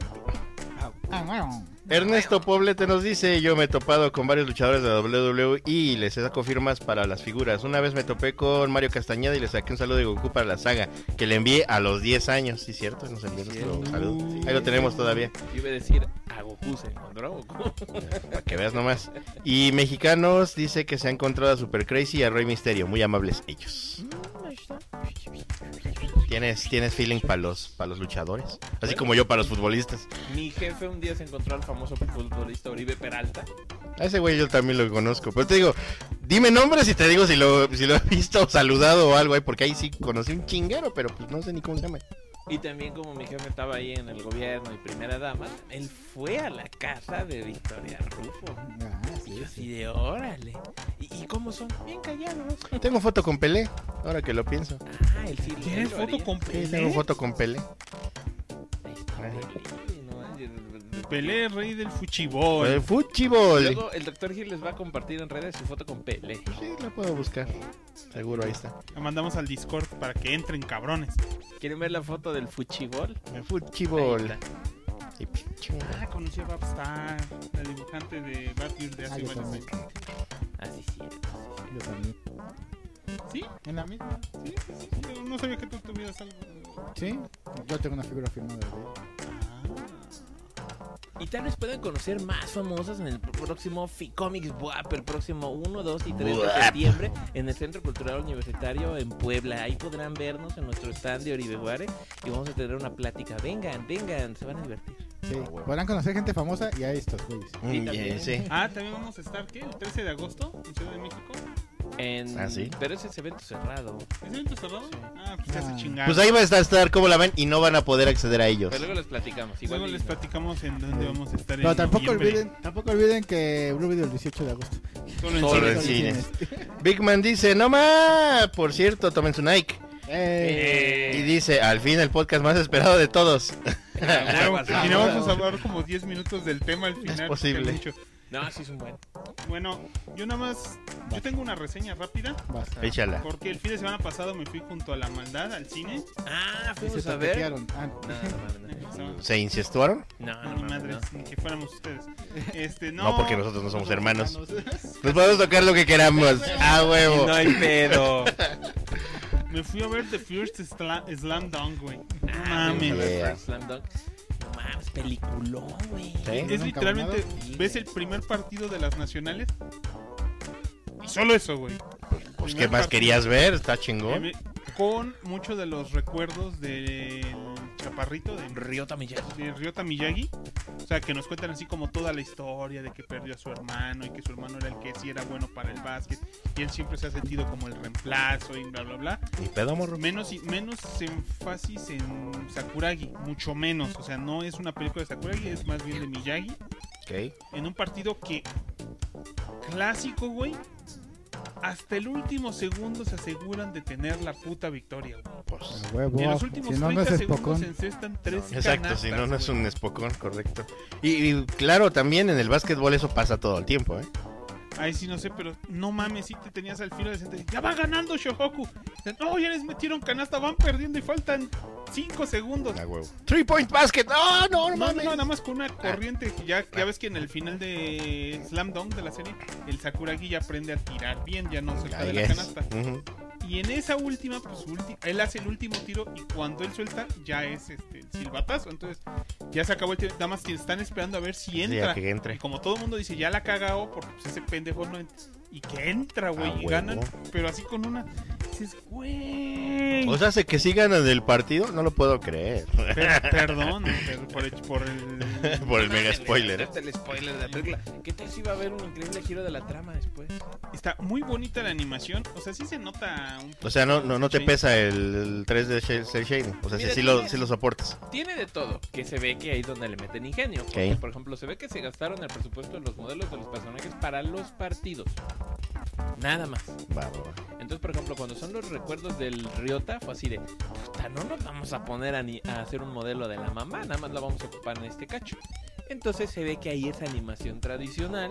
Speaker 2: Ah, bueno.
Speaker 3: Ernesto Poblete nos dice, yo me he topado con varios luchadores de la WWE y les saco firmas para las figuras. Una vez me topé con Mario Castañeda y le saqué un saludo de Goku para la saga, que le envié a los 10 años, sí cierto, nos envió nuestro saludo. Ahí lo tenemos todavía,
Speaker 1: Yo iba a decir, a Goku se encontró a Goku.
Speaker 3: para que veas nomás. Y mexicanos dice que se ha encontrado a Super Crazy y a Rey Misterio, muy amables ellos. ¿Tienes, tienes feeling para los, para los luchadores? Así como yo para los futbolistas.
Speaker 1: Mi jefe un día se encontró al famoso futbolista Oribe Peralta.
Speaker 3: A ese güey yo también lo conozco. Pero te digo, dime nombres y te digo si lo, si lo he visto o saludado o algo ahí, porque ahí sí conocí un chinguero, pero pues no sé ni cómo se llama.
Speaker 1: Y también como mi jefe estaba ahí en el gobierno y primera dama, él fue a la casa de Victoria Rufo.
Speaker 2: Ah,
Speaker 1: Y
Speaker 2: sí,
Speaker 1: yo
Speaker 2: sí.
Speaker 1: así de órale. ¿Y, y cómo son? Bien callados.
Speaker 3: Tengo foto con Pelé, ahora que lo pienso.
Speaker 1: Ah, el sí.
Speaker 4: ¿Tienes foto con
Speaker 3: Sí, tengo
Speaker 4: Pelé?
Speaker 3: foto con Pelé.
Speaker 4: Pelé, rey del fuchibol.
Speaker 3: El fútbol.
Speaker 1: Luego el doctor Gil les va a compartir en redes su foto con Pele.
Speaker 3: Sí, la puedo buscar. Seguro ahí está.
Speaker 4: La mandamos al Discord para que entren cabrones.
Speaker 1: ¿Quieren ver la foto del fuchibol?
Speaker 3: El
Speaker 1: Ahí
Speaker 3: fútbol.
Speaker 1: está.
Speaker 3: Y pinche-
Speaker 4: Ah, conocí a Babstar, la dibujante de Batgirl de
Speaker 2: Ah,
Speaker 4: hace
Speaker 2: yo
Speaker 4: varios
Speaker 2: también.
Speaker 4: años.
Speaker 1: Así sí.
Speaker 2: Yo también.
Speaker 4: ¿Sí?
Speaker 2: ¿En la misma?
Speaker 4: Sí, sí, sí, sí, yo No sabía que tú tuvieras algo.
Speaker 2: Sí. Yo tengo una figura firmada de él.
Speaker 4: Ah.
Speaker 1: Y tal vez puedan conocer más famosas en el próximo Fi- Comics WAP, el próximo 1, 2 y 3 de
Speaker 3: Buap.
Speaker 1: septiembre en el Centro Cultural Universitario en Puebla. Ahí podrán vernos en nuestro stand de Oribe Juárez y vamos a tener una plática. Vengan, vengan, se van a divertir.
Speaker 2: Sí. Podrán conocer gente famosa y a estos güeyes.
Speaker 3: Mm,
Speaker 1: también.
Speaker 3: sí.
Speaker 4: Ah, también vamos a estar, ¿qué? El 13 de agosto en Ciudad de México.
Speaker 1: En...
Speaker 3: Ah, ¿sí?
Speaker 1: Pero ese es evento cerrado.
Speaker 4: ¿Es evento cerrado? Ah, pues ya
Speaker 2: Ah.
Speaker 4: se chingaron.
Speaker 3: Pues ahí va a estar, estar como la ven y no van a poder acceder a ellos.
Speaker 1: Pero luego les platicamos. Igual
Speaker 4: Luego
Speaker 1: y-
Speaker 4: les platicamos en dónde
Speaker 2: Sí.
Speaker 4: vamos a estar
Speaker 2: Pero
Speaker 4: en
Speaker 2: tampoco
Speaker 4: noviembre.
Speaker 2: olviden, tampoco olviden que Blue Video el 18 de agosto.
Speaker 4: Solo en
Speaker 1: Solo
Speaker 4: cine.
Speaker 3: en cines. Big Man dice, no más. Por cierto, tomen su Nike.
Speaker 2: Eh,
Speaker 1: Eh, *laughs*
Speaker 3: Y dice, al fin el podcast más esperado de todos. *laughs*
Speaker 4: Claro,
Speaker 1: aguas,
Speaker 4: y no
Speaker 1: aguas.
Speaker 4: vamos a hablar como 10 minutos del tema al final.
Speaker 3: posible.
Speaker 4: que mucho.
Speaker 1: No, sí es un buen.
Speaker 4: Bueno, yo nada más, yo tengo una reseña rápida,
Speaker 2: basta.
Speaker 3: Échala.
Speaker 4: porque el fin de semana pasado me fui junto a la maldad al cine.
Speaker 1: Ah,
Speaker 2: Sí,
Speaker 1: fuimos
Speaker 2: se
Speaker 1: a ver.
Speaker 2: toquetearon. Ah,
Speaker 1: No, no, mames, no.
Speaker 3: ¿Se incestuaron?
Speaker 1: No,
Speaker 4: No,
Speaker 1: no,
Speaker 4: ni
Speaker 1: mames,
Speaker 4: madres,
Speaker 1: no.
Speaker 4: ni que fuéramos ustedes. Este,
Speaker 3: *laughs*
Speaker 4: no,
Speaker 3: No, porque nosotros no somos hermanos. Nos podemos tocar lo que queramos. Ah,
Speaker 1: Y
Speaker 3: huevo.
Speaker 1: No hay pedo.
Speaker 4: *laughs* Me fui a ver The First Sla- Slam Dunk, güey. No
Speaker 1: Ah, güey,
Speaker 4: mames.
Speaker 1: para
Speaker 3: Yeah.
Speaker 1: el Slam Dunk. No mames, peliculón, güey.
Speaker 3: Sí.
Speaker 4: Es literalmente, ves el primer partido de las nacionales. Y solo eso, güey.
Speaker 3: Pues,
Speaker 4: Primer
Speaker 3: ¿qué más
Speaker 4: partido.
Speaker 3: querías ver? Está chingón.
Speaker 4: Eh, Con muchos de los recuerdos del chaparrito de
Speaker 1: Ryota Miyagi.
Speaker 4: de Ryota Miyagi. O sea, que nos cuentan así como toda la historia de que perdió a su hermano y que su hermano era el que sí era bueno para el básquet. Y él siempre se ha sentido como el reemplazo y bla, bla, bla.
Speaker 3: Ni pedo, morro.
Speaker 4: Menos, y- menos énfasis en Sakuragi, mucho menos. O sea, no es una película de Sakuragi, es más bien de Miyagi.
Speaker 3: Ok.
Speaker 4: En un partido que, clásico, güey. Hasta el último segundo se aseguran de tener la puta victoria, güey.
Speaker 3: Pues,
Speaker 2: A huevo.
Speaker 4: Y en los últimos
Speaker 2: Si no, no
Speaker 4: 30
Speaker 2: es
Speaker 4: segundos
Speaker 2: espocón.
Speaker 4: encestan tres
Speaker 3: Exacto, si no, no
Speaker 4: canastas,
Speaker 3: es un
Speaker 4: güey.
Speaker 3: espocón, correcto. Y, y claro, también en el básquetbol eso pasa todo el tiempo, ¿eh?
Speaker 4: Ahí sí no sé, pero no mames, si te tenías al filo de sentar. Ya va ganando Shohoku. No, ya les metieron canasta, van perdiendo y faltan 5 segundos.
Speaker 3: Ah, huevo. Three point basket. ¡Ah, no, no
Speaker 4: Pues, No, no,
Speaker 3: mames!
Speaker 4: no, nada más con una corriente. que Ya, ya ves que en el final de Slam Dunk de la serie, el Sakuragi ya aprende a tirar bien, ya no se
Speaker 3: Ahí
Speaker 4: de la
Speaker 3: es.
Speaker 4: canasta.
Speaker 3: Ujú.
Speaker 4: Y Y en esa última, pues ulti- él hace el último tiro y cuando él suelta ya es este, el silbatazo. Entonces ya se acabó el tiro. Nada más que están esperando a ver si
Speaker 3: Sí,
Speaker 4: entra.
Speaker 3: a que entre.
Speaker 4: Y como todo el mundo dice, ya la cagao porque pues, ese pendejo no entra. Y que entra, güey.
Speaker 3: Ah,
Speaker 4: y
Speaker 3: huevo.
Speaker 4: ganan, pero así con una. Dices, güey.
Speaker 3: O sea, hace que sí ganan el partido, no lo puedo creer.
Speaker 4: Per- perdón per- por el, por el-
Speaker 3: *laughs* Por el mega spoiler, ¿eh?
Speaker 1: Date el spoiler de la película. ¿Qué tal si va a haber un increíble giro de la trama después?
Speaker 4: Está muy bonita la animación. O sea, sí se nota un
Speaker 3: O sea, no, no, no te
Speaker 4: Sí.
Speaker 3: pesa el, 3 de Cell cel Shading. O sea, sí,
Speaker 1: Mira,
Speaker 3: sí lo,
Speaker 1: tiene-
Speaker 3: sí lo soportas.
Speaker 1: Tiene de todo, que se ve que ahí es donde le meten ingenio. Porque, por ejemplo, se ve que se gastaron el presupuesto de los modelos de los personajes para los partidos. Nada más.
Speaker 3: Va, va, va.
Speaker 1: Entonces, por ejemplo, cuando son los recuerdos del Ryota, fue así de, puta, no nos vamos a poner a, ni- a hacer un modelo de la mamá, nada más la vamos a ocupar en este cacho. Entonces se ve que ahí es animación tradicional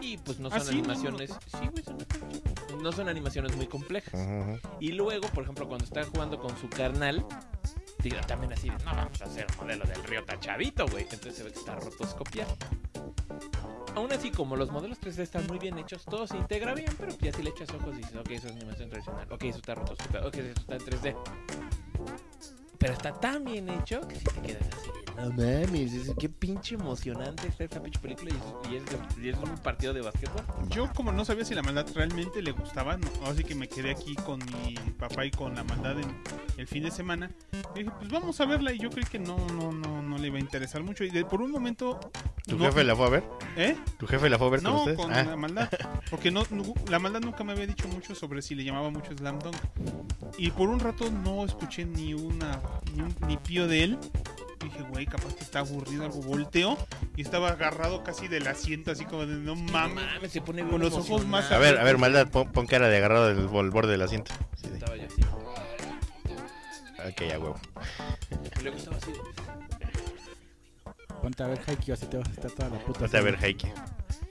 Speaker 1: y pues no
Speaker 4: Ah,
Speaker 1: son
Speaker 4: sí, no,
Speaker 1: animaciones, sí, güey, son animaciones- no son animaciones muy complejas.
Speaker 3: Ujú, ujú.
Speaker 1: Y luego, por ejemplo, cuando están jugando con su carnal, digo, también así de, no vamos a hacer un modelo del río tachavito, güey. Entonces se ve que está rotoscopiado. Aún así, como los modelos 3D están muy bien hechos, todo se integra bien, pero ya si le echas ojos y dices, ok, eso es animación tradicional, ok, eso está rotoscopiado, ok, eso está en 3D. Pero está tan bien hecho que si te quedas así, de, no mames, es- qué pinche emocionante está esta pinche película y es, y es de- y es un partido de básquetbol.
Speaker 4: Yo como no sabía si la maldad realmente le gustaba, no, así que me quedé aquí con mi papá y con la maldad en el fin de semana. Y dije, pues vamos a verla y yo creí que no, no, no, no le iba a interesar mucho. Y de, por un momento...
Speaker 3: ¿Tu
Speaker 4: no-
Speaker 3: jefe la fue a ver?
Speaker 4: ¿Eh?
Speaker 3: ¿Tu jefe la fue a ver con
Speaker 4: No,
Speaker 3: ustedes?
Speaker 4: con
Speaker 3: Ah, *laughs*
Speaker 4: la maldad. Porque no, nu- la maldad nunca me había dicho mucho sobre si le llamaba mucho Slam Dunk. Y por un rato no escuché ni una ni, un- ni pío de él. Dije, güey, capaz que está aburrido algo. Volteo y estaba agarrado casi del asiento, así como de no
Speaker 1: No
Speaker 4: mames.
Speaker 1: mames, se pone
Speaker 4: Con los ojos más
Speaker 3: a ver, a ver, maldad, pon, pon cara de agarrado del bol- borde del asiento. Sí, sí.
Speaker 1: Estaba yo así.
Speaker 3: Ok, a huevo.
Speaker 1: Y luego estaba así de,
Speaker 2: Ponte a ver Haikyuu, así te vas a estar toda la puta.
Speaker 3: Ponte a ver
Speaker 2: serie.
Speaker 3: Heike.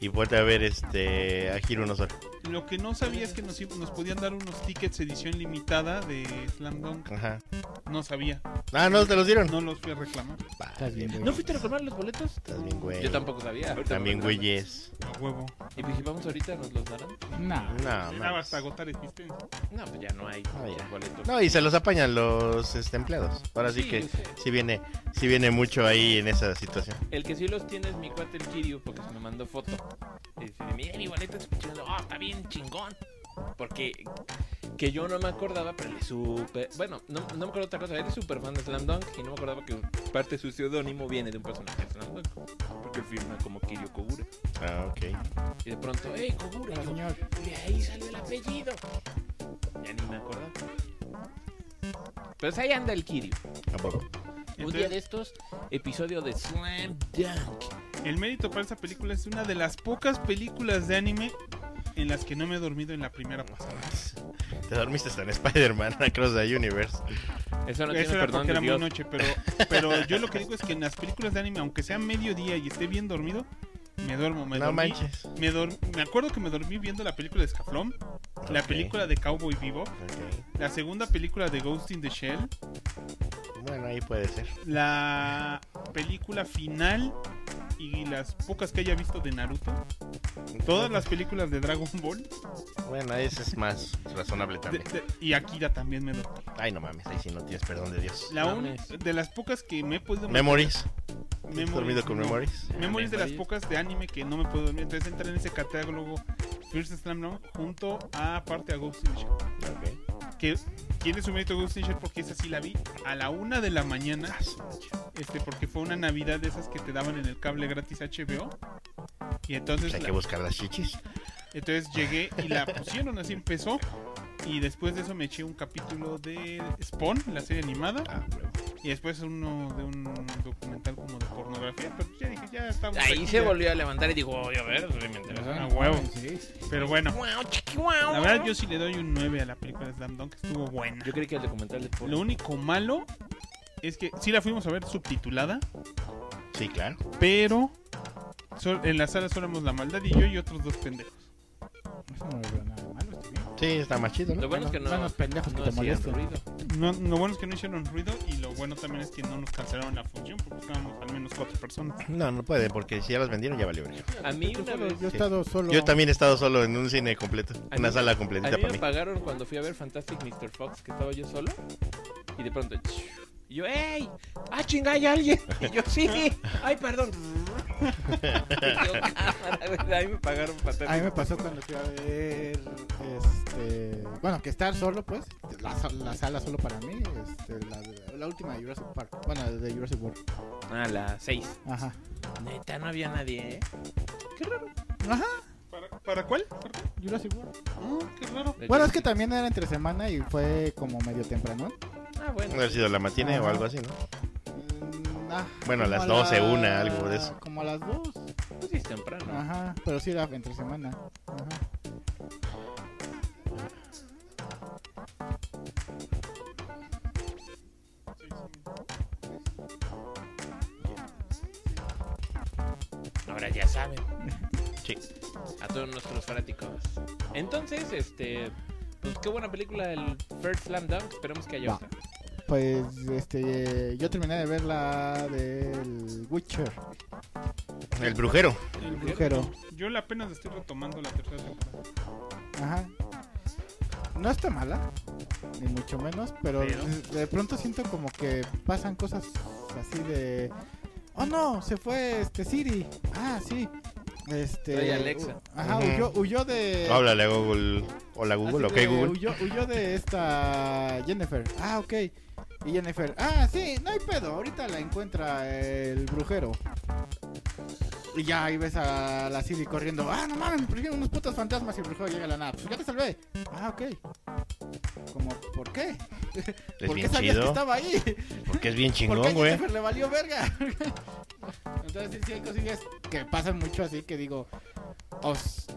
Speaker 3: Y ponte a ver este, a Hiro Nozora.
Speaker 4: Lo que no sabía es que nos, i- nos podían dar unos tickets edición limitada de Slam Dunk.
Speaker 3: Ajá.
Speaker 4: No sabía.
Speaker 3: Ah, no, te los dieron.
Speaker 4: No los fui a reclamar.
Speaker 2: Estás bien, güey.
Speaker 1: ¿No fuiste a reclamar los boletos?
Speaker 3: Estás bien, güey.
Speaker 1: Yo tampoco sabía. ahorita
Speaker 3: También
Speaker 1: me acuerdo.
Speaker 3: güeyes.
Speaker 4: A huevo.
Speaker 1: Y dije, vamos ahorita, ¿nos los darán?
Speaker 2: No.
Speaker 3: No,
Speaker 4: Era
Speaker 3: Ah, mames.
Speaker 4: hasta agotar existencia.
Speaker 1: No, pues ya no hay
Speaker 3: Ah, ya.
Speaker 1: boletos.
Speaker 3: No, y se los apañan los este, empleados. Ahora sí,
Speaker 1: Sí,
Speaker 3: que
Speaker 1: yo sé.
Speaker 3: sí viene, sí viene mucho ahí en esa situación.
Speaker 1: El que sí los tiene es mi cuate el Kiryu, porque me mandó foto. Y dice, mira mi boleto, está chingón". "Ah, está bien chingón. Porque que yo no me acordaba, pero le super... Bueno, no, no me acuerdo otra cosa, él es súper fan de Slam Dunk y no me acordaba que parte de su seudónimo viene de un personaje de Slam Dunk. Porque firma como Kiryu Kogura.
Speaker 3: Ah, ok.
Speaker 1: Y de pronto, ¡Ey, Kogura!
Speaker 2: Hola,
Speaker 1: Y yo,
Speaker 2: señor.
Speaker 1: De ahí salió el apellido. Ya ni me acuerdo. Pues ahí anda el Kiryu.
Speaker 3: ¿A poco? *laughs*
Speaker 1: Un día de estos,
Speaker 4: Entonces,
Speaker 1: episodio de Slam Dunk.
Speaker 4: el mérito para esta película es una de las pocas películas de anime en las que no me he dormido en la primera pasada.
Speaker 3: Te dormiste hasta en Spider-Man *laughs* Across the Universe.
Speaker 1: Eso no
Speaker 4: Eso
Speaker 1: tiene
Speaker 4: era
Speaker 1: perdón
Speaker 4: porque
Speaker 1: de
Speaker 4: era muy
Speaker 1: Dios.
Speaker 4: noche, pero, pero yo lo que digo es que en las películas de anime, aunque sea mediodía y esté bien dormido, me duermo. Me
Speaker 3: no
Speaker 4: dormí-
Speaker 3: manches.
Speaker 4: Me, dor- me acuerdo que me dormí viendo la película de Escaflón, la
Speaker 3: Ok,
Speaker 4: película de Cowboy Vivo,
Speaker 3: ok.
Speaker 4: la segunda película de Ghost in the Shell,
Speaker 3: Bueno, ahí puede ser.
Speaker 4: la película final y las pocas que haya visto de Naruto, todas las películas de Dragon Ball
Speaker 3: Bueno, ese es más razonable
Speaker 4: de-
Speaker 3: también.
Speaker 4: de- y Akira también me dormí.
Speaker 3: Ay, no mames, ahí sí no tienes perdón de Dios.
Speaker 4: La un-
Speaker 1: Mames.
Speaker 4: de las pocas que me he podido
Speaker 3: *laughs* Memories. ¿Has
Speaker 4: Memories,
Speaker 3: dormido con
Speaker 4: no.
Speaker 3: Memories?
Speaker 4: Memories de las
Speaker 1: Memories.
Speaker 4: pocas de anime que no me puedo dormir. Entonces entra en ese catálogo First Slam Dunk junto a aparte a Ghost in the Shell.
Speaker 3: Ok.
Speaker 4: que tiene su mérito Ghost in the Shell porque esa sí la vi a la una de la mañana,
Speaker 3: Ah, su madre.
Speaker 4: este, porque fue una navidad de esas que te daban en el cable gratis HBO. Y entonces,
Speaker 3: Pues hay
Speaker 4: la-
Speaker 3: que buscar las chichis.
Speaker 4: entonces llegué y la pusieron, así empezó. Y después de eso me eché un capítulo de Spawn, la serie animada,
Speaker 3: Ah, huevo.
Speaker 4: y después uno de un documental como de pornografía, pero pues ya dije, ya estamos
Speaker 1: Ahí
Speaker 4: aquí,
Speaker 1: se
Speaker 4: ya.
Speaker 1: volvió a levantar y dijo, voy a ver, eso sí me interesa".
Speaker 2: Ah,
Speaker 4: a huevo.
Speaker 2: Sí.
Speaker 4: Pero bueno,
Speaker 1: Guau, chiqui, guau,
Speaker 4: la verdad
Speaker 1: guau.
Speaker 4: yo sí le doy un 9 a la película de Slam Dunk, estuvo buena.
Speaker 1: Yo creí que el documental de
Speaker 4: Lo único malo es que sí la fuimos a ver subtitulada,
Speaker 3: Sí, claro.
Speaker 4: pero sol- en la sala solo éramos la maldad y yo y otros dos pendejos.
Speaker 2: Eso no lo veo nada malo, está bien.
Speaker 3: Sí, está más chido, ¿no?
Speaker 1: Lo bueno es que no,
Speaker 2: Son los pendejos
Speaker 1: no
Speaker 2: que te
Speaker 1: hacían
Speaker 2: molestan.
Speaker 1: ruido.
Speaker 4: No- lo bueno es que no hicieron ruido y lo bueno también es que no nos cancelaron la función porque estábamos al menos cuatro personas.
Speaker 3: No, no puede, porque si ya las vendieron, ya valió. verga.
Speaker 1: A mí
Speaker 2: Yo,
Speaker 1: una
Speaker 2: solo-
Speaker 1: vez.
Speaker 2: yo he estado solo.
Speaker 3: Yo también he estado solo en un cine completo,
Speaker 1: A
Speaker 3: una
Speaker 1: mí-
Speaker 3: sala
Speaker 1: A
Speaker 3: completita
Speaker 1: mí
Speaker 3: para
Speaker 1: me
Speaker 3: mí.
Speaker 1: pagaron cuando fui a ver Fantastic Mr. Fox, que estaba yo solo. Y de pronto, ch- y yo, ¡ey! ¡Ah, chinga, hay alguien! *laughs* Y yo, sí, ¡ay, perdón! *laughs* Y yo, "Cámara, güey". a mí me pagaron
Speaker 2: A mí
Speaker 1: Fantastic
Speaker 2: me pasó cuando fui a ver. Este. Bueno, que estar solo, pues. La, sa- la sala solo para mí. Este, la, de- la última de Jurassic Park. Bueno, de Jurassic World.
Speaker 1: A las 6.
Speaker 2: Ajá.
Speaker 1: Neta, no había nadie, ¿eh?
Speaker 4: ¿Para, para cuál?
Speaker 2: Jurassic World.
Speaker 4: Ah, qué raro.
Speaker 1: De
Speaker 2: Bueno,
Speaker 1: hecho,
Speaker 2: es que
Speaker 1: sí.
Speaker 2: también era entre semana y fue como medio temprano.
Speaker 1: Ah, bueno.
Speaker 3: No haber sido la matina o
Speaker 2: Ajá.
Speaker 3: algo así, ¿no?
Speaker 2: Mm, ah,
Speaker 3: Bueno, a
Speaker 2: como
Speaker 3: las 12, una, algo de eso.
Speaker 2: Como a las 2.
Speaker 1: Pues sí, es temprano.
Speaker 2: Ajá. Pero sí era entre semana. Ajá.
Speaker 1: Ahora ya saben.
Speaker 3: Sí.
Speaker 1: A todos nuestros fanáticos. Entonces, este. Pues qué buena película el First Slam Dunk. Esperemos que haya
Speaker 2: Va.
Speaker 1: otra.
Speaker 2: Pues este. Yo terminé de ver la del Witcher.
Speaker 3: El brujero.
Speaker 4: El
Speaker 2: brujero.
Speaker 4: Eh, Yo la apenas estoy retomando la tercera temporada.
Speaker 2: Ajá. No está mala, ni mucho menos, pero
Speaker 4: Pero.
Speaker 2: de- de pronto siento como que pasan cosas así de... Oh no, se fue este Siri. Ah, sí. Este...
Speaker 1: Soy Alexa.
Speaker 2: hu- Ajá,
Speaker 3: Ujú.
Speaker 2: huyó, huyó
Speaker 4: Eh.
Speaker 2: de...
Speaker 3: Háblale a Google. Hola
Speaker 2: así
Speaker 3: Google, ok
Speaker 2: de,
Speaker 3: Google.
Speaker 2: Huyó, huyó de esta Jennifer. Ah, ok. Y Jennifer, ah, sí, no hay pedo, ahorita la encuentra el brujero. Y ya ahí ves a la Siri corriendo. Ah, no mames, me persiguieron unos putos fantasmas y el brujero llega a la nada. Pues ya te salvé. Ah, ok. Como, ¿por qué?
Speaker 3: Es
Speaker 2: ¿Por qué
Speaker 3: bien
Speaker 2: sabías que
Speaker 3: chido.
Speaker 2: estaba ahí?
Speaker 3: Porque es bien
Speaker 2: ¿Por
Speaker 3: chingón,
Speaker 2: qué este a
Speaker 3: güey.
Speaker 2: Jennifer le valió verga? *laughs* Entonces sí, sí hay cosillas que pasan mucho así que digo, os-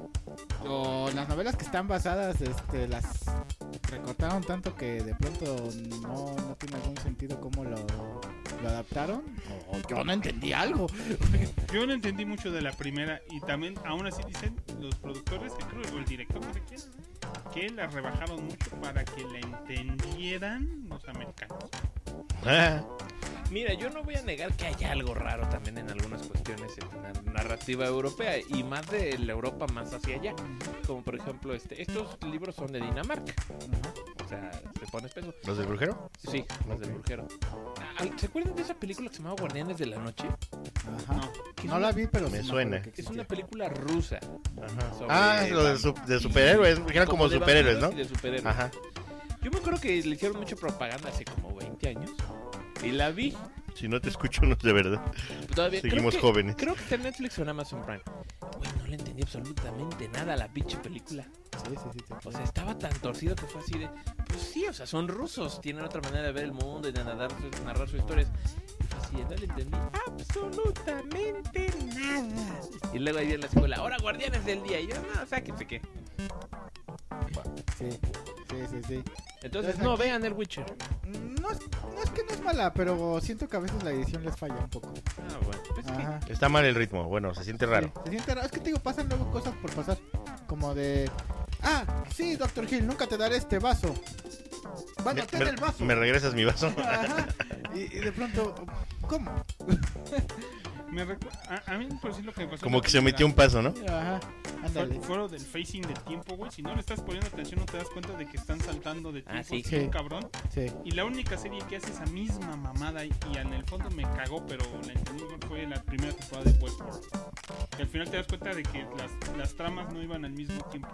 Speaker 2: o las novelas que están basadas, este, las recortaron tanto que de pronto no, no tiene algún sentido cómo lo, lo adaptaron. O o yo no entendí algo.
Speaker 4: Yo no entendí mucho de la primera y también aún así dicen los productores, que creo, o el director, no sé quién, que la rebajaron mucho para que la entendieran los americanos.
Speaker 3: Ah,
Speaker 1: Mira, yo no voy a negar que hay algo raro también en algunas cuestiones en la narrativa europea y más de la Europa más hacia allá. Como por ejemplo, este, estos libros son de Dinamarca. O sea, se pone espeso.
Speaker 3: ¿Los del brujero?
Speaker 1: Sí, los del
Speaker 3: Ok.
Speaker 1: brujero. Ah, ¿Se acuerdan de esa película que se llamaba Guardianes de la Noche?
Speaker 2: Ajá.
Speaker 4: No.
Speaker 1: Que es
Speaker 2: No
Speaker 1: una-
Speaker 2: la vi, pero
Speaker 3: Me
Speaker 2: sí
Speaker 3: suena.
Speaker 2: acuerdo que
Speaker 1: Es una
Speaker 2: existía.
Speaker 1: película rusa.
Speaker 3: Ajá.
Speaker 1: sobre
Speaker 3: Ah, lo de,
Speaker 1: vampiros
Speaker 3: su- de superhéroes.
Speaker 1: y-
Speaker 3: Eran como,
Speaker 1: de
Speaker 3: superhéroes, ¿no?
Speaker 1: vampiros y de superhéroes.
Speaker 3: Ajá.
Speaker 1: Yo me acuerdo que le hicieron mucha propaganda hace como 20 años. Y la vi.
Speaker 3: Si no te escucho, no es de verdad.
Speaker 1: Todavía creo
Speaker 3: Seguimos
Speaker 1: que-
Speaker 3: jóvenes.
Speaker 1: Creo que está en Netflix o en Amazon Prime. Güey, no le entendí absolutamente nada a la pinche película.
Speaker 2: Sí, sí, sí. sí.
Speaker 1: O sea, estaba tan torcido que fue así de. Pues sí, o sea, son rusos. Tienen otra manera de ver el mundo y de narrar, sus- narrar sus historias. Y fue así de, no le entendí absolutamente nada. Y luego ahí viene la escuela. Ahora guardianes del día. Y yo, no, sáquense qué.
Speaker 2: Sí, sí, sí, sí.
Speaker 1: Entonces, no, vean el Witcher.
Speaker 2: No es, no es que no es mala, pero siento que a veces la edición les falla un poco.
Speaker 1: Ah, bueno. Pues que-
Speaker 2: Ajá.
Speaker 3: Está mal el ritmo. Bueno, se siente raro.
Speaker 2: Sí, se siente raro. Es que te digo, pasan luego cosas por pasar. Como de. Ah, sí, Dr. Hill, nunca te daré este vaso. Van a
Speaker 3: Me-
Speaker 2: tener
Speaker 3: me-
Speaker 2: el vaso.
Speaker 3: me regresas mi *laughs* vaso.
Speaker 2: Ajá. Y, y de pronto, ¿cómo?
Speaker 4: Me recu- a, a mí, por decir lo que me pasó.
Speaker 3: Como que se metió un paso, ¿no?
Speaker 2: Ajá. Ándale.
Speaker 4: Fuera del facing del tiempo, güey. Si no le estás poniendo atención, no te das cuenta de que están saltando de tiempo.
Speaker 1: Ah, sí.
Speaker 4: así,
Speaker 2: Sí.
Speaker 4: cabrón.
Speaker 2: Sí.
Speaker 4: Y la única serie que hace esa misma mamada y y en el fondo me cagó, pero la entendí mejor fue la primera temporada de Westworld. Que al final te das cuenta de que las, las tramas no iban al mismo tiempo.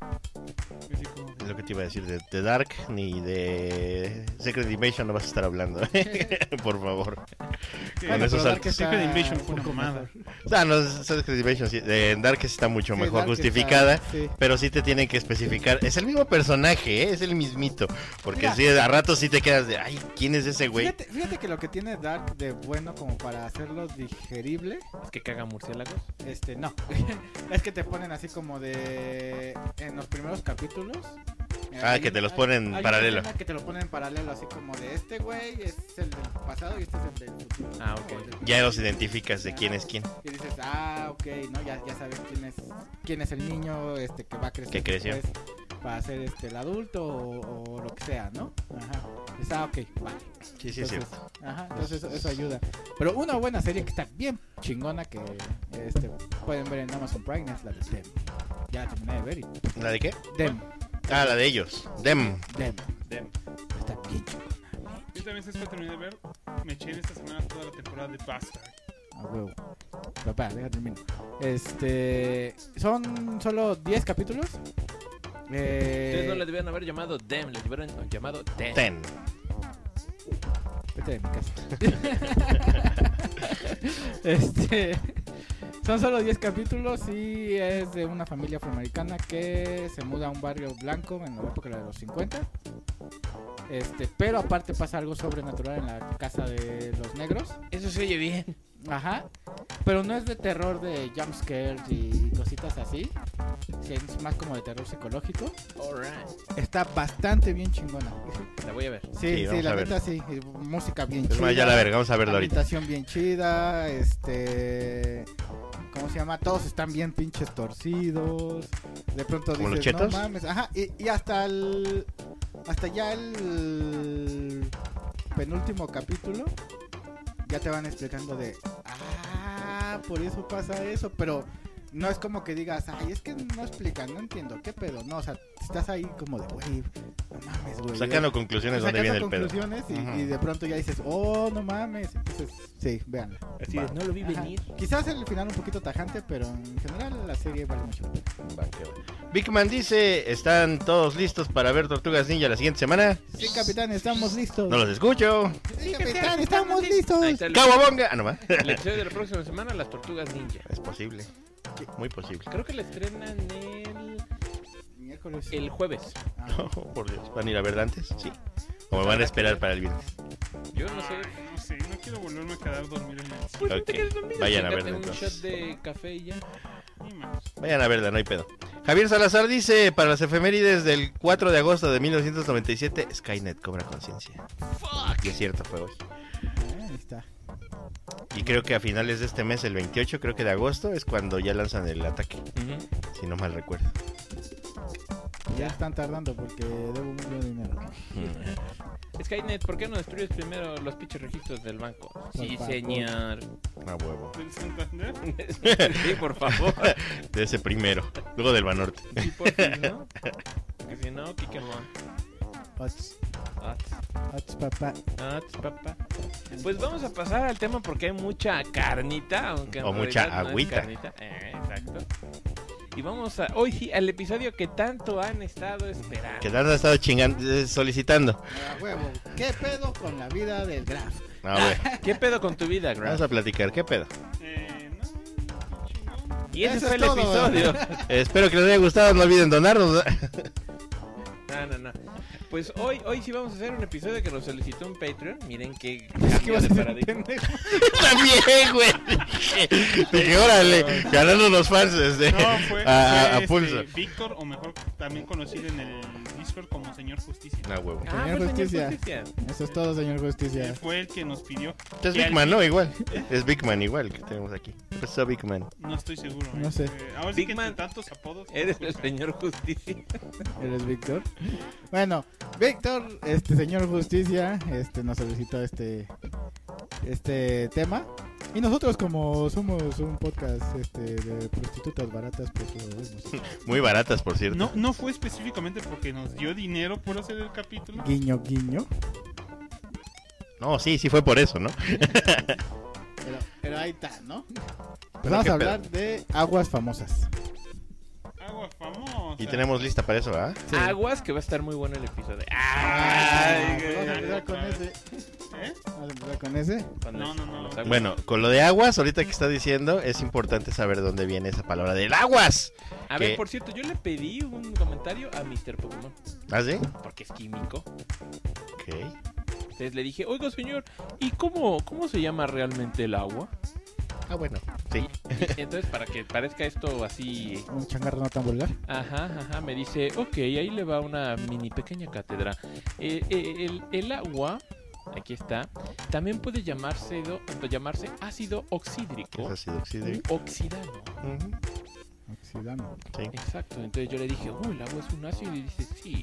Speaker 4: Así como
Speaker 3: Es
Speaker 4: de-
Speaker 3: lo que te iba a decir. De, de Dark ni de Secret Dimension no vas a estar hablando. *laughs* Por favor.
Speaker 4: Sí,
Speaker 3: Con
Speaker 2: Bueno,
Speaker 3: esos
Speaker 2: pero Dark
Speaker 3: saltos.
Speaker 2: está
Speaker 4: Secret Invasion fue
Speaker 2: un
Speaker 4: una
Speaker 2: poco
Speaker 4: mamada.
Speaker 2: mejor.
Speaker 3: Ah, no, Secret Dimension. sí, de Dark sí está mucho
Speaker 2: Sí,
Speaker 3: mejor
Speaker 2: Dark está-
Speaker 3: justificada.
Speaker 2: sí.
Speaker 3: Pero sí te tienen que especificar. Es el mismo personaje, ¿eh? es el mismito. Porque
Speaker 2: Mira.
Speaker 3: sí, a rato sí te quedas de, ay, ¿quién es ese güey?
Speaker 2: Fíjate, fíjate que lo que tiene Dark de bueno como para hacerlo digerible
Speaker 1: Es que caga murciélagos.
Speaker 2: Este, no. *laughs* es que te ponen así como de. En los primeros capítulos. eh,
Speaker 3: Ah,
Speaker 2: hay
Speaker 3: que
Speaker 2: un-
Speaker 3: te los
Speaker 2: hay-
Speaker 3: ponen
Speaker 2: hay una
Speaker 3: paralelo.
Speaker 2: escena Que te lo ponen en paralelo, así como de este güey es el del pasado y este es el del futuro.
Speaker 1: Ah,
Speaker 2: ¿no?
Speaker 1: ok.
Speaker 2: O el del-
Speaker 3: Ya los identificas de quién es quién,
Speaker 2: Y dices, ah, ok, ¿no? Ya, ya sabes quién es, quién es el niño este, que va a crecer.
Speaker 3: Que creció.
Speaker 2: después para ser este, el adulto o, o lo que sea, ¿no? Ajá. Está ok, vale.
Speaker 3: Sí, sí, es
Speaker 2: Entonces,
Speaker 3: cierto.
Speaker 2: Ajá, entonces eso, eso ayuda. Pero una buena serie que está bien chingona que este, pueden ver en Amazon Prime es la de Dem. Ya la terminé de ver y
Speaker 3: ¿La de qué?
Speaker 2: Dem,
Speaker 3: Ah, la de ellos. Dem.
Speaker 2: Dem.
Speaker 4: Dem.
Speaker 2: Está bien chingona.
Speaker 4: Yo también se que terminé de ver. Me eché en esta semana toda la temporada de Bastard.
Speaker 2: A huevo. Papá, déjame terminar. Este. Son solo 10 capítulos. Eh,
Speaker 1: Ustedes no le debieron haber llamado Dem, le debieron llamado Ten.
Speaker 3: Ten.
Speaker 2: Vete de mi casa. *laughs* este. Son solo 10 capítulos y es de una familia afroamericana que se muda a un barrio blanco en la época de los 50. Este, pero aparte pasa algo sobrenatural en la casa de los negros.
Speaker 1: Eso se oye bien.
Speaker 2: Ajá. Pero no es de terror de jumpscares y cositas así. sí, Es más como de terror psicológico.
Speaker 1: Alright.
Speaker 2: Está bastante bien chingona.
Speaker 1: La voy a ver.
Speaker 3: Sí,
Speaker 2: Sí, sí,
Speaker 3: vamos
Speaker 2: la
Speaker 3: a ver.
Speaker 2: neta sí. Y Música bien
Speaker 3: Es más, ya la verga, vamos a verla ahorita.
Speaker 2: Ambientación bien chida, este... ¿Cómo se llama? Todos están bien pinches torcidos. De pronto
Speaker 3: ¿Como
Speaker 2: dices,
Speaker 3: los
Speaker 2: no
Speaker 3: chetos?
Speaker 2: mames. Ajá, y, y hasta el... Hasta ya el penúltimo capítulo, ya te van explicando de... Ah, por eso pasa eso, pero... No es como que digas, ay, es que no explican, no entiendo, qué pedo. No, o sea, estás ahí como de, güey, no mames, güey.
Speaker 3: Sacando conclusiones donde viene
Speaker 2: Sacando
Speaker 3: el pedo.
Speaker 2: conclusiones y,
Speaker 3: Ajá.
Speaker 2: y de pronto ya dices, oh, no mames. Entonces, sí, vean.
Speaker 4: Así es.
Speaker 1: No lo vi venir.
Speaker 2: Quizás el final un poquito tajante, pero en general la serie vale mucho. la pena.
Speaker 3: Big Man dice, ¿están todos listos para ver Tortugas Ninja la siguiente semana?
Speaker 2: Sí, capitán, estamos listos.
Speaker 3: No los escucho.
Speaker 2: Sí, capitán, estamos listos.
Speaker 1: Ahí está el,
Speaker 3: ¡Cababonga! Ah, no *laughs* va.
Speaker 1: el episodio de la próxima semana, Las Tortugas Ninja.
Speaker 3: Es posible. Muy posible. *laughs*
Speaker 1: Creo que la estrenan el,
Speaker 2: Miércoles.
Speaker 1: el jueves.
Speaker 2: Ah,
Speaker 3: Oh, por Dios. ¿Van a ir a verla antes? Sí. ¿O me van a esperar para el viernes?
Speaker 1: Yo no sé.
Speaker 4: Ay, no sé, no quiero volverme a quedar a dormir en el
Speaker 1: Pues
Speaker 4: cine.
Speaker 1: no te
Speaker 3: Ok,
Speaker 1: quedes dormido.
Speaker 3: vayan a
Speaker 1: chingate
Speaker 3: verla,
Speaker 1: un
Speaker 3: entonces.
Speaker 1: shot de café y ya.
Speaker 4: Ni más.
Speaker 3: Vayan a verla, no hay pedo. Javier Salazar dice, para las efemérides del 4 de agosto de 1997, Skynet cobra conciencia. Y es cierto, fue hoy.
Speaker 2: ahí está.
Speaker 3: Y creo que a finales de este mes, el 28, creo que de agosto, es cuando ya lanzan el ataque, si no mal recuerdo.
Speaker 2: Ya están tardando porque debo mucho dinero.
Speaker 4: Mm.
Speaker 1: Skynet, ¿por qué no destruyes primero los pinches registros del banco? Sí,
Speaker 2: favor.
Speaker 1: señor. *laughs*
Speaker 3: A huevo.
Speaker 4: Del Santander.
Speaker 1: sí, por favor.
Speaker 3: De ese primero, luego del Banorte.
Speaker 1: Sí, por fin, ¿no? Porque si no, Kike Mon.
Speaker 2: Ots,
Speaker 1: Ats,
Speaker 2: ots, papá.
Speaker 1: ats, papá. Ah, Pues vamos a pasar al tema porque hay mucha carnita, aunque en
Speaker 3: O mucha
Speaker 1: realidad no es
Speaker 3: agüita.
Speaker 1: carnita. Eh, exacto. Y vamos a hoy sí al episodio que tanto han estado esperando.
Speaker 3: Que tanto ha estado chingando, eh, solicitando.
Speaker 2: Ah, huevo. ¿Qué pedo con la vida del Graf?
Speaker 3: A ver,
Speaker 1: ¿Qué pedo con tu vida,
Speaker 3: vamos
Speaker 1: Grant?
Speaker 3: a platicar, ¿qué pedo?
Speaker 4: Eh,
Speaker 3: *laughs*
Speaker 4: no, qué chingón.
Speaker 1: Y ese
Speaker 2: Eso
Speaker 1: fue
Speaker 2: es
Speaker 1: el
Speaker 2: todo.
Speaker 1: episodio.
Speaker 3: Espero que les haya gustado, no *laughs* olviden donarnos.
Speaker 1: No, no, no. Pues hoy, hoy sí vamos a hacer un episodio que nos solicitó un Patreon. Miren qué
Speaker 2: ¿Qué
Speaker 1: cambio
Speaker 2: vas a
Speaker 1: de
Speaker 2: hacer,
Speaker 1: paradigma.
Speaker 2: pendejo?
Speaker 3: También, güey. Dije, dije, órale, ganando los fans desde
Speaker 4: No, fue,
Speaker 3: a, a-
Speaker 4: fue,
Speaker 3: a
Speaker 4: este,
Speaker 3: pulso.
Speaker 4: Víctor, o mejor también conocido en el Discord como Señor Justicia.
Speaker 3: No, huevo.
Speaker 1: Ah,
Speaker 2: Señor
Speaker 1: fue el
Speaker 2: Justicia.
Speaker 1: señor Justicia.
Speaker 2: Eso es todo, señor
Speaker 4: Él
Speaker 2: Justicia.
Speaker 4: fue el que nos pidió.
Speaker 3: Es
Speaker 4: Y
Speaker 3: Big
Speaker 4: al-
Speaker 3: Man, ¿no? Igual. Es Big Man, igual que tenemos aquí. Empezó Big Man.
Speaker 4: No estoy seguro.
Speaker 2: No
Speaker 4: eh.
Speaker 2: sé.
Speaker 4: Eh, ahora sí
Speaker 1: Big
Speaker 4: que
Speaker 1: Man,
Speaker 4: entre tantos apodos. pues,
Speaker 1: Eres el
Speaker 4: disculpa.
Speaker 1: señor Justicia.
Speaker 2: ¿Eres Víctor? Bueno, Víctor, este señor Justicia, este nos solicitó este este tema y nosotros como somos un podcast este, de prostitutas baratas, pues lo vemos.
Speaker 1: *laughs*
Speaker 3: Muy baratas, por cierto.
Speaker 4: No, no fue específicamente porque nos dio dinero por hacer el capítulo.
Speaker 2: Guiño, guiño.
Speaker 3: No, sí, sí fue por eso, ¿no?
Speaker 2: Pero, ahí está, ¿no?
Speaker 3: Pero
Speaker 2: Pues vamos
Speaker 3: qué
Speaker 2: a hablar de aguas famosas.
Speaker 4: Agua famosa.
Speaker 3: Y tenemos lista para eso, ¿ah?
Speaker 1: Aguas, que va a estar muy bueno el episodio.
Speaker 2: Ah,
Speaker 1: Ay,
Speaker 2: pues vamos a
Speaker 1: güey.
Speaker 2: empezar con ese.
Speaker 4: ¿Eh?
Speaker 2: Vamos a empezar con ese.
Speaker 1: Cuando
Speaker 4: No, no, no.
Speaker 1: los aguas-
Speaker 3: Bueno, con lo de aguas, ahorita que está diciendo, es importante saber dónde viene esa palabra del aguas.
Speaker 1: a ver,
Speaker 3: que-
Speaker 1: por cierto, yo le pedí un comentario a Mr. Pokémon,
Speaker 3: ¿Ah, sí?
Speaker 1: porque es químico.
Speaker 3: Ok.
Speaker 1: Entonces le dije, oiga señor, ¿y cómo, cómo se llama realmente el agua?
Speaker 3: Ah, bueno. Sí. *laughs*
Speaker 1: Y entonces, para que parezca esto así
Speaker 2: Un changarro no tan vulgar.
Speaker 1: Ajá, ajá, me dice, ok, ahí le va una mini pequeña cátedra. Eh, eh, el, el agua, aquí está, también puede llamarse, do- llamarse ácido
Speaker 3: Es
Speaker 1: oxídrico,
Speaker 3: ácido oxídrico.
Speaker 1: oxidano.
Speaker 3: Ujú,
Speaker 2: Oxidano.
Speaker 3: Sí.
Speaker 1: Exacto, entonces yo le dije, uy, el agua es un ácido, y dice, sí.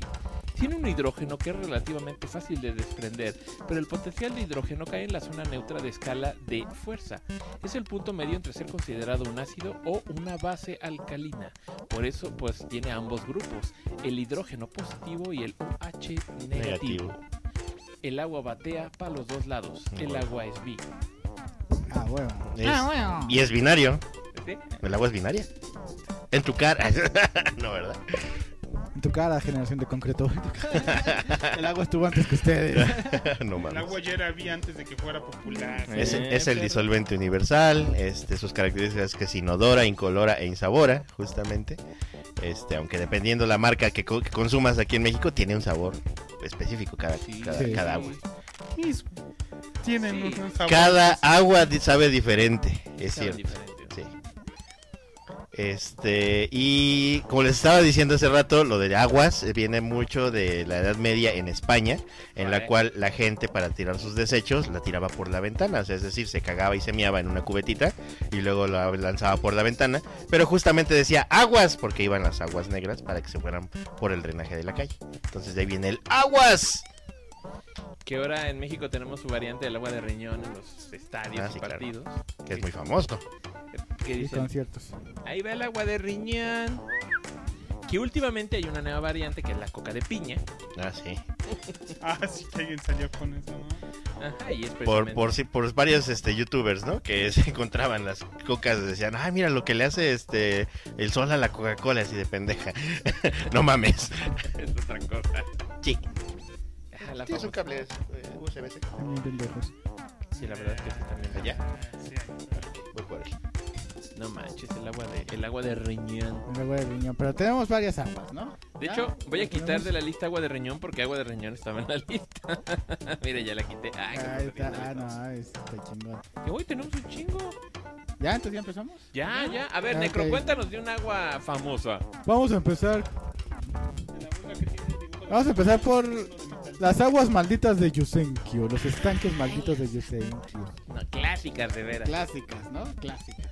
Speaker 1: Tiene un hidrógeno que es relativamente fácil de desprender, pero el potencial de hidrógeno cae en la zona neutra de escala de fuerza. Es el punto medio entre ser considerado un ácido o una base alcalina. Por eso, pues tiene ambos grupos, el hidrógeno positivo y el OH negativo.
Speaker 3: Negativo.
Speaker 1: El agua batea para los dos lados. El
Speaker 3: Bueno.
Speaker 1: agua es bi.
Speaker 2: Ah, huevo.
Speaker 3: Es- Y es binario.
Speaker 1: ¿Sí?
Speaker 3: ¿El agua es binaria? En tu cara. *laughs* no, ¿verdad? *laughs*
Speaker 2: En tu cara, generación de *laughs* concreto. En tu cara. El agua estuvo antes que ustedes.
Speaker 3: no
Speaker 4: El
Speaker 3: mames.
Speaker 4: agua ya era vi antes de que fuera popular.
Speaker 3: Es,
Speaker 1: Eh,
Speaker 3: es el
Speaker 1: pero-
Speaker 3: disolvente universal, este, sus características es que es inodora, incolora e insabora, justamente. Este, aunque dependiendo la marca que, co- que consumas aquí en México, tiene un sabor específico cada, cada,
Speaker 2: Sí.
Speaker 3: cada agua.
Speaker 4: Mis- Tienen
Speaker 1: Sí.
Speaker 4: un sabor.
Speaker 3: Cada agua di- sabe diferente, es
Speaker 1: Sabe
Speaker 3: cierto.
Speaker 1: diferente.
Speaker 3: Sí. Este, y como les estaba diciendo hace rato, lo de aguas eh, viene mucho de la Edad Media en España, en la
Speaker 1: Vale.
Speaker 3: cual la gente para tirar sus desechos la tiraba por la ventana, o sea, es decir, se cagaba y se meaba en una cubetita y luego la lanzaba por la ventana, pero justamente decía aguas porque iban las aguas negras para que se fueran por el drenaje de la calle. Entonces de ahí viene el aguas.
Speaker 1: Que ahora en México tenemos su variante del agua de riñón en los estadios
Speaker 3: Ah, sí,
Speaker 1: y
Speaker 3: claro.
Speaker 1: partidos.
Speaker 3: Que es muy famoso.
Speaker 1: Que
Speaker 2: Y
Speaker 1: dicen,
Speaker 2: conciertos.
Speaker 1: ahí va el agua de riñón. Que últimamente hay una nueva variante que es la coca de piña.
Speaker 3: Ah, sí.
Speaker 4: Ah, sí que alguien salió con eso, ¿no?
Speaker 1: Ajá, y es
Speaker 3: por,
Speaker 1: precisamente-
Speaker 3: por, sí- por varios este, youtubers, ¿no? Que se *laughs* encontraban las cocas y decían, ay, mira lo que le hace este el sol a la Coca-Cola, así de pendeja. *laughs* no mames.
Speaker 1: *laughs* es otra cosa.
Speaker 3: Sí.
Speaker 1: Ajá, la famosa-
Speaker 3: Ah, cable eh, USB-C.
Speaker 2: Están bien pendejos.
Speaker 1: Sí, la verdad es que sí también.
Speaker 3: Allá,
Speaker 4: Ah, sí, ahí.
Speaker 3: voy por él.
Speaker 1: No manches, el agua de, el agua de riñón.
Speaker 2: El agua de riñón. Pero tenemos varias aguas, ¿no?
Speaker 1: De
Speaker 2: Ya,
Speaker 1: hecho, voy a
Speaker 2: Ah, ya
Speaker 1: quitar
Speaker 2: tenemos.
Speaker 1: de la lista agua de riñón porque agua de riñón estaba en la *laughs* lista. Mira, ya la quité. Ay, cómo
Speaker 2: Ahí
Speaker 1: se
Speaker 2: está.
Speaker 1: tiene la
Speaker 2: Ah,
Speaker 1: lista.
Speaker 2: no, está chingón.
Speaker 1: Que hoy tenemos un chingo.
Speaker 2: ¿Ya? ¿Entonces ya empezamos?
Speaker 1: Ya, ya. A ver,
Speaker 2: Ah,
Speaker 1: Necro,
Speaker 2: ok.
Speaker 1: cuéntanos de un agua famosa.
Speaker 2: Vamos a empezar.
Speaker 4: La bolsa que tiene el dibujo de-
Speaker 2: Vamos a empezar por
Speaker 4: de metal.
Speaker 2: las aguas malditas de Yusenkyo. Los estanques malditos de Yusenkyo.
Speaker 1: No, clásicas, de veras.
Speaker 2: Clásicas, ¿no? Clásicas.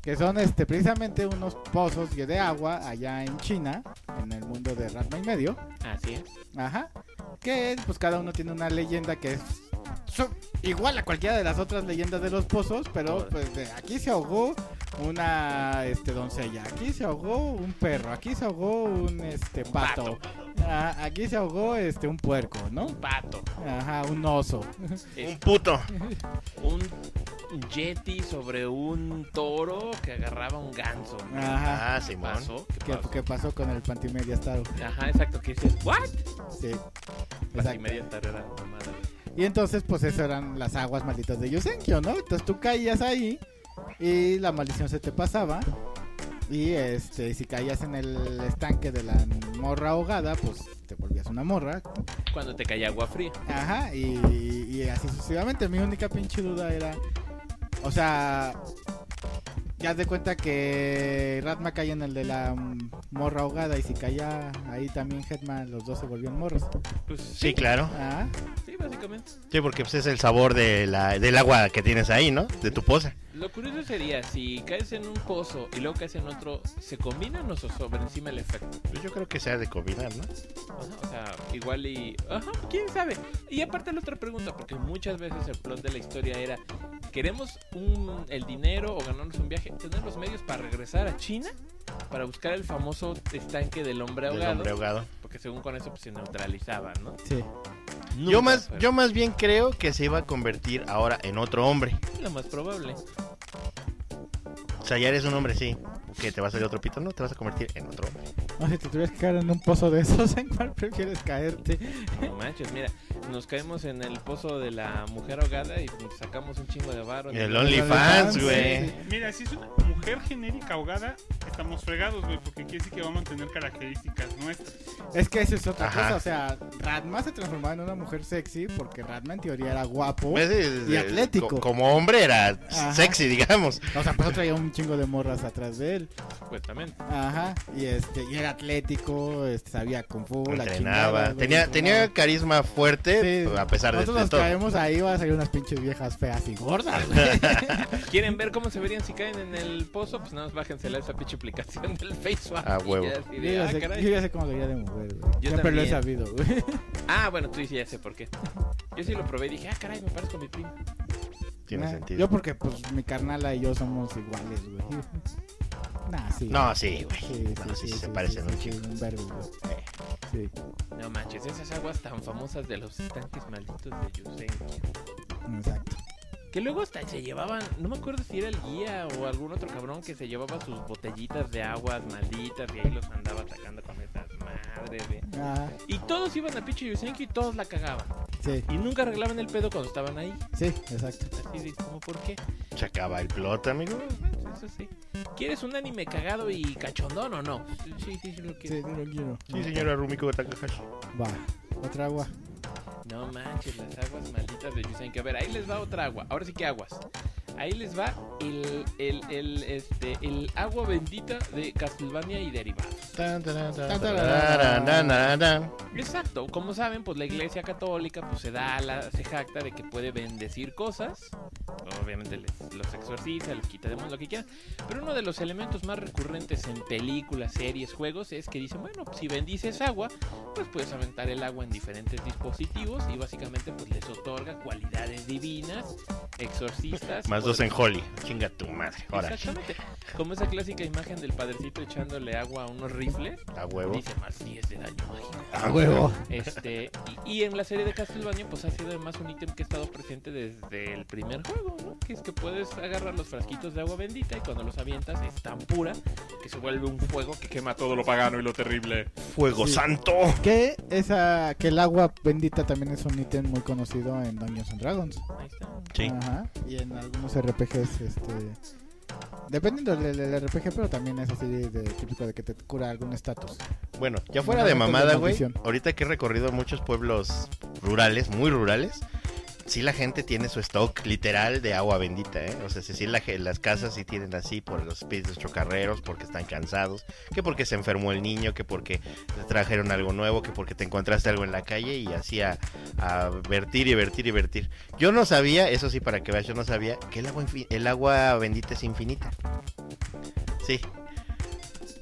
Speaker 2: Que son este precisamente unos pozos que de agua allá en China, en el mundo de Ratma y medio.
Speaker 1: Así es.
Speaker 2: Ajá. Que pues cada uno tiene una leyenda que es su- igual a cualquiera de las otras leyendas de los pozos, pero
Speaker 1: Todas.
Speaker 2: pues de aquí se ahogó una este doncella, aquí se ahogó un perro, aquí se ahogó un este pato, ah, aquí se ahogó este un puerco, ¿no?
Speaker 1: Un pato.
Speaker 2: Ajá, un oso.
Speaker 1: Es
Speaker 3: Un puto.
Speaker 1: un yeti sobre un toro que agarraba un ganso. ¿no?
Speaker 2: Ajá.
Speaker 3: Ah,
Speaker 1: ¿Qué
Speaker 3: Simón.
Speaker 1: pasó? ¿Qué
Speaker 2: ¿Qué,
Speaker 1: pasó?
Speaker 2: qué pasó con el Pantimedia Star?
Speaker 1: Ajá, exacto. ¿Qué dices? ¿What?
Speaker 2: Sí.
Speaker 1: Así
Speaker 2: exacto.
Speaker 1: media tarde tomada.
Speaker 2: Y entonces, pues eso eran las aguas malditas de Yusenkyo, ¿no? Entonces tú caías ahí y la maldición se te pasaba. Y este, si caías en el estanque de la morra ahogada, pues te volvías una morra.
Speaker 1: Cuando te caía agua fría.
Speaker 2: Ajá, y, y así sucesivamente. Mi única pinche duda era. O sea. Ya haz de cuenta que Ratma caía en el de la mm, morra ahogada. Y si caía ahí también Hetman, los dos se volvían morros.
Speaker 1: Pues
Speaker 3: Sí, claro.
Speaker 2: Ajá.
Speaker 1: Sí, básicamente.
Speaker 3: Sí, porque pues, es el sabor de la, del agua que tienes ahí, ¿no? De tu poza.
Speaker 1: Lo curioso sería si caes en un pozo y luego caes en otro, ¿se combinan o so- sobre encima el efecto?
Speaker 3: Pues yo creo que sea de combinar, ¿no?
Speaker 1: Ajá, o sea, igual y. Ajá, quién sabe. Y aparte la otra pregunta, porque muchas veces el plot de la historia era: ¿queremos un, el dinero o ganarnos un viaje? ¿Tener los medios para regresar a China? Para buscar el famoso estanque del hombre
Speaker 3: Del
Speaker 1: ahogado.
Speaker 3: hombre ahogado.
Speaker 1: Porque según con eso pues, se neutralizaban, ¿no?
Speaker 2: Sí.
Speaker 1: Nunca
Speaker 3: Yo más,
Speaker 1: fue.
Speaker 3: yo más bien creo que se iba a convertir ahora en otro hombre.
Speaker 1: Lo más probable.
Speaker 3: O sea, ya eres un hombre, sí. Que te va a salir otro pito, ¿no? Te vas a convertir en otro hombre.
Speaker 2: O si te tuvieras que caer en un pozo de esos, *laughs* ¿en cuál prefieres caerte?
Speaker 1: No manches, mira, nos caemos en el pozo de la mujer ahogada y sacamos un chingo de varo. en
Speaker 3: El
Speaker 2: OnlyFans,
Speaker 3: OnlyFans, güey.
Speaker 2: sí,
Speaker 4: Mira, si es una mujer genérica ahogada, estamos fregados, güey, porque quiere decir que va a mantener características nuestras.
Speaker 2: Es que eso es otra
Speaker 3: Ajá.
Speaker 2: cosa, o sea, Ratma se transformaba en una mujer sexy porque Ratma en teoría era guapo.
Speaker 3: Pues, eh,
Speaker 2: Y
Speaker 3: eh,
Speaker 2: atlético.
Speaker 3: co- como hombre era
Speaker 2: Ajá.
Speaker 3: sexy, digamos.
Speaker 2: O sea, pues traía un chingo de morras atrás de él.
Speaker 1: Supuestamente.
Speaker 2: Ajá. Y este, y era atlético, este, sabía Kung Fu, la chingada,
Speaker 3: Entrenaba.
Speaker 2: güey,
Speaker 3: Tenía,
Speaker 2: entrenaba.
Speaker 3: tenía carisma fuerte, pues,
Speaker 2: Sí.
Speaker 3: a pesar de,
Speaker 2: Nosotros
Speaker 3: de
Speaker 2: nos
Speaker 3: todo.
Speaker 2: caemos ahí, van a salir unas pinches viejas feas y gordas, güey.
Speaker 1: *laughs* ¿Quieren ver cómo se verían si caen en el pozo? Pues nada más bájensela a esa pinche aplicación del Facebook.
Speaker 3: A huevo.
Speaker 2: Yo ya, sé, yo ya sé cómo debería de mover, güey.
Speaker 1: "Ah, Yo
Speaker 2: Siempre lo he
Speaker 1: también.
Speaker 2: sabido, güey.
Speaker 1: Ah, bueno, tú dices, ya sé por qué. Yo sí lo probé y dije, ah, caray, me parezco a mi primo.
Speaker 3: Tiene
Speaker 2: Nah,
Speaker 3: sentido.
Speaker 2: Yo porque, pues, mi carnala y yo somos iguales, güey. Nah, sí.
Speaker 3: No, sí, güey.
Speaker 2: Sí,
Speaker 3: No, sí, sí, se parecen un chingo.
Speaker 2: sí, un verbo, güey. Sí.
Speaker 1: No manches, esas aguas tan famosas de los estanques malditos de Yusenki.
Speaker 2: Exacto.
Speaker 1: Que luego hasta se llevaban, no me acuerdo si era el guía o algún otro cabrón que se llevaba sus botellitas de aguas malditas y ahí los andaba atacando con esas madres. de-
Speaker 2: Ah,
Speaker 1: Y todos iban a pinche Yusenki y todos la cagaban.
Speaker 2: sí,
Speaker 1: Y nunca arreglaban el pedo cuando estaban ahí.
Speaker 2: sí, exacto.
Speaker 1: Pues Así de, como, ¿por qué?
Speaker 3: Se acaba el plot, amigo.
Speaker 1: Eso sí. ¿Quieres un anime cagado y cachondón o no? Sí, sí, sí, lo quiero.
Speaker 2: Sí, no lo quiero.
Speaker 3: Sí, señora Rumiko Takahashi.
Speaker 2: Va, otra agua.
Speaker 1: No manches, las aguas malditas de Yusenki. A ver, ahí les va otra agua. Ahora sí que aguas. Ahí les va el, el, el, este, el agua bendita de Castlevania y derivados.
Speaker 3: Tan, taran,
Speaker 2: Tan,
Speaker 3: tan,
Speaker 2: taran.
Speaker 3: taran, tan, taran, tan.
Speaker 1: Exacto. Como saben, pues la iglesia católica pues se da, la, se jacta de que puede bendecir cosas. Obviamente les, los exorciza, les quita demonios, lo que quieran. Pero uno de los elementos más recurrentes en películas, series, juegos es que dicen, bueno, si bendices agua, pues puedes aventar el agua en diferentes dispositivos y básicamente pues les otorga cualidades divinas, exorcistas.
Speaker 3: Más dos
Speaker 1: poder-
Speaker 3: en Holly. Chinga tu madre. Ahora,
Speaker 1: Exactamente. Como esa clásica imagen del padrecito echándole agua a unos rifles,
Speaker 3: a huevo.
Speaker 1: dice más 10 de daño mágico.
Speaker 3: A huevo.
Speaker 1: Este, y, y en la serie de Castlevania, pues ha sido además un ítem que ha estado presente desde el primer juego, ¿no? Que es que puedes agarrar los frasquitos de agua bendita y cuando los avientas es tan pura que se vuelve un fuego que quema todo lo pagano y lo terrible.
Speaker 3: Fuego
Speaker 2: Sí.
Speaker 3: santo.
Speaker 2: Que esa, que el agua bendita también es un ítem muy conocido en Dungeons and Dragons.
Speaker 1: Ahí está.
Speaker 3: Sí.
Speaker 2: Ajá. Y en algunos RPGs, este. Dependiendo del, del RPG, pero también es así de típico de que te cura algún estatus.
Speaker 3: Bueno, ya fuera de
Speaker 2: Momento de
Speaker 3: mamada, güey.
Speaker 2: maldición.
Speaker 3: Ahorita que he recorrido muchos pueblos rurales, muy rurales, sí la gente tiene su stock literal de agua bendita, ¿eh? O sea, sí, sí la ge- las casas sí tienen así por los espíritus chocarreros, porque están cansados, que porque se enfermó el niño, que porque te trajeron algo nuevo, que porque te encontraste algo en la calle y así a, a vertir y vertir y vertir. Yo no sabía, eso sí, para que veas, yo no sabía que el agua, infi- el agua bendita es infinita. Sí.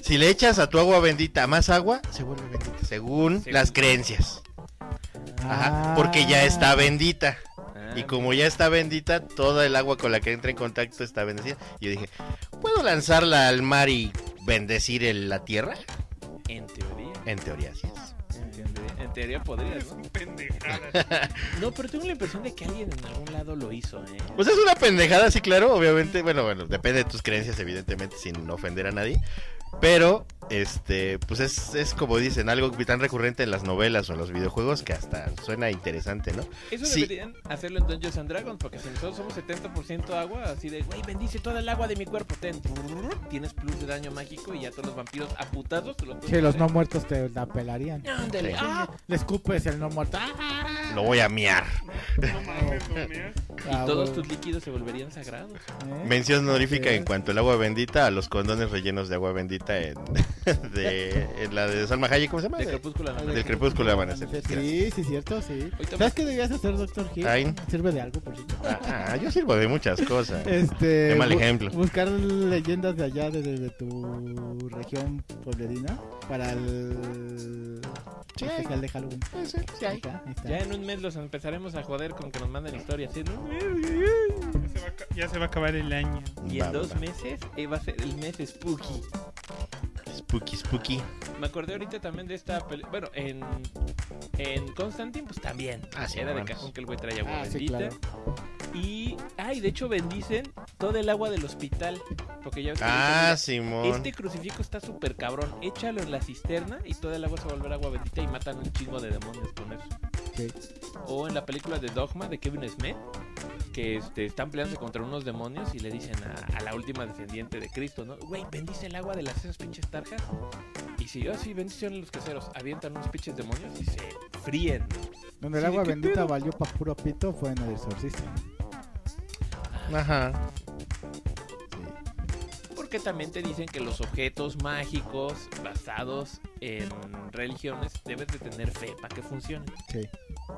Speaker 3: Si le echas a tu agua bendita más agua, se vuelve bendita, según
Speaker 1: Según.
Speaker 3: las creencias. Ajá, porque
Speaker 2: Ah.
Speaker 3: ya está bendita.
Speaker 1: Ah,
Speaker 3: Y como ya está bendita, toda el agua con la que entra en contacto está bendecida. Y Yo dije, ¿puedo lanzarla al mar y bendecir el- la tierra?
Speaker 1: En teoría.
Speaker 3: En teoría, sí es.
Speaker 1: En teoría, en teoría podrías,
Speaker 4: Es
Speaker 1: ¿no?
Speaker 4: un pendejada.
Speaker 1: No, pero tengo la impresión de que alguien en algún lado lo hizo, ¿eh?
Speaker 3: Pues es una pendejada, sí, claro, obviamente. Bueno, bueno, depende de tus creencias, evidentemente, sin ofender a nadie. Pero, este, pues es, es como dicen, algo tan recurrente en las novelas o en los videojuegos que hasta suena interesante, ¿no?
Speaker 1: Eso
Speaker 3: Sí.
Speaker 1: deberían hacerlo en Dungeons and Dragons, porque si nosotros somos 70% agua, así de, güey, bendice toda el agua de mi cuerpo, ten. Tienes plus de daño mágico y ya todos los vampiros aputados te los puedes
Speaker 2: Sí, los no
Speaker 1: hacer.
Speaker 2: muertos te la pelarían.
Speaker 1: Ándale,
Speaker 3: Sí.
Speaker 1: ah,
Speaker 2: Le escupes el no muerto. ¡Ah!
Speaker 3: Lo voy a miar.
Speaker 4: No mames, no meas.
Speaker 2: Ah,
Speaker 1: Y todos
Speaker 2: güey.
Speaker 1: tus líquidos se volverían sagrados.
Speaker 2: ¿Eh?
Speaker 3: Mención honorífica en cuanto al agua bendita, a los condones rellenos de agua bendita en, *laughs* de, en la de Salma Hayek, ¿cómo se llama?
Speaker 1: De crepúsculo a la
Speaker 2: Ay,
Speaker 1: noche.
Speaker 3: Del crepúsculo amanecer.
Speaker 2: Sí, sí, cierto, sí.
Speaker 1: Ahorita
Speaker 2: ¿Sabes qué debías hacer, Doctor Hill?
Speaker 3: Ay.
Speaker 2: Sirve de algo, por cierto.
Speaker 3: Ah, yo sirvo de muchas cosas.
Speaker 2: Este,
Speaker 3: Qué mal
Speaker 2: bu-
Speaker 3: ejemplo.
Speaker 2: Buscar leyendas de allá, de, de- de tu región pueblerina, para el
Speaker 3: Sí.
Speaker 2: especial de Halloween. Ahí está, ahí está.
Speaker 1: Ya en un mes los empezaremos a joder con que nos manden historias. ¿eh? En un mes,
Speaker 4: Ya se va a ca- Ya se va a acabar el año.
Speaker 1: Y
Speaker 3: Va,
Speaker 1: en
Speaker 3: va,
Speaker 1: dos
Speaker 3: va.
Speaker 1: meses eh, va a ser el mes spooky.
Speaker 3: Spooky, spooky.
Speaker 1: Me acordé ahorita también de esta peli- Bueno, en, en Constantine, pues también.
Speaker 3: Ah, sí,
Speaker 1: Era de
Speaker 3: mames.
Speaker 1: cajón que el güey traía agua
Speaker 2: Ah, sí,
Speaker 1: bendita.
Speaker 2: claro.
Speaker 1: Y. Ay, de hecho bendicen todo el agua del hospital. Porque ya ves que
Speaker 3: Ah,
Speaker 1: dicen, "Mira,
Speaker 3: Simón.
Speaker 1: Este crucifijo está súper cabrón. Échalo en la cisterna y todo el agua se va a volver agua bendita y matan un chingo de demonios con eso.
Speaker 2: Sí.
Speaker 1: O en la película de Dogma de Kevin Smith, que este, están peleándose contra unos demonios y le dicen a, a la última descendiente de Cristo, ¿no? Güey, bendice el agua de las esas pinches tarjas. Y si yo sí, bendición los caseros, avientan unos pinches demonios y se fríen.
Speaker 2: Donde el
Speaker 1: Sí,
Speaker 2: agua
Speaker 1: ¿qué
Speaker 2: bendita
Speaker 1: pedo?
Speaker 2: valió para puro pito fue en el exorcista.
Speaker 3: Ajá.
Speaker 2: Sí.
Speaker 1: ¿Por coquetamente dicen que los objetos mágicos basados en religiones debes de tener fe para que funcionen.
Speaker 2: Sí.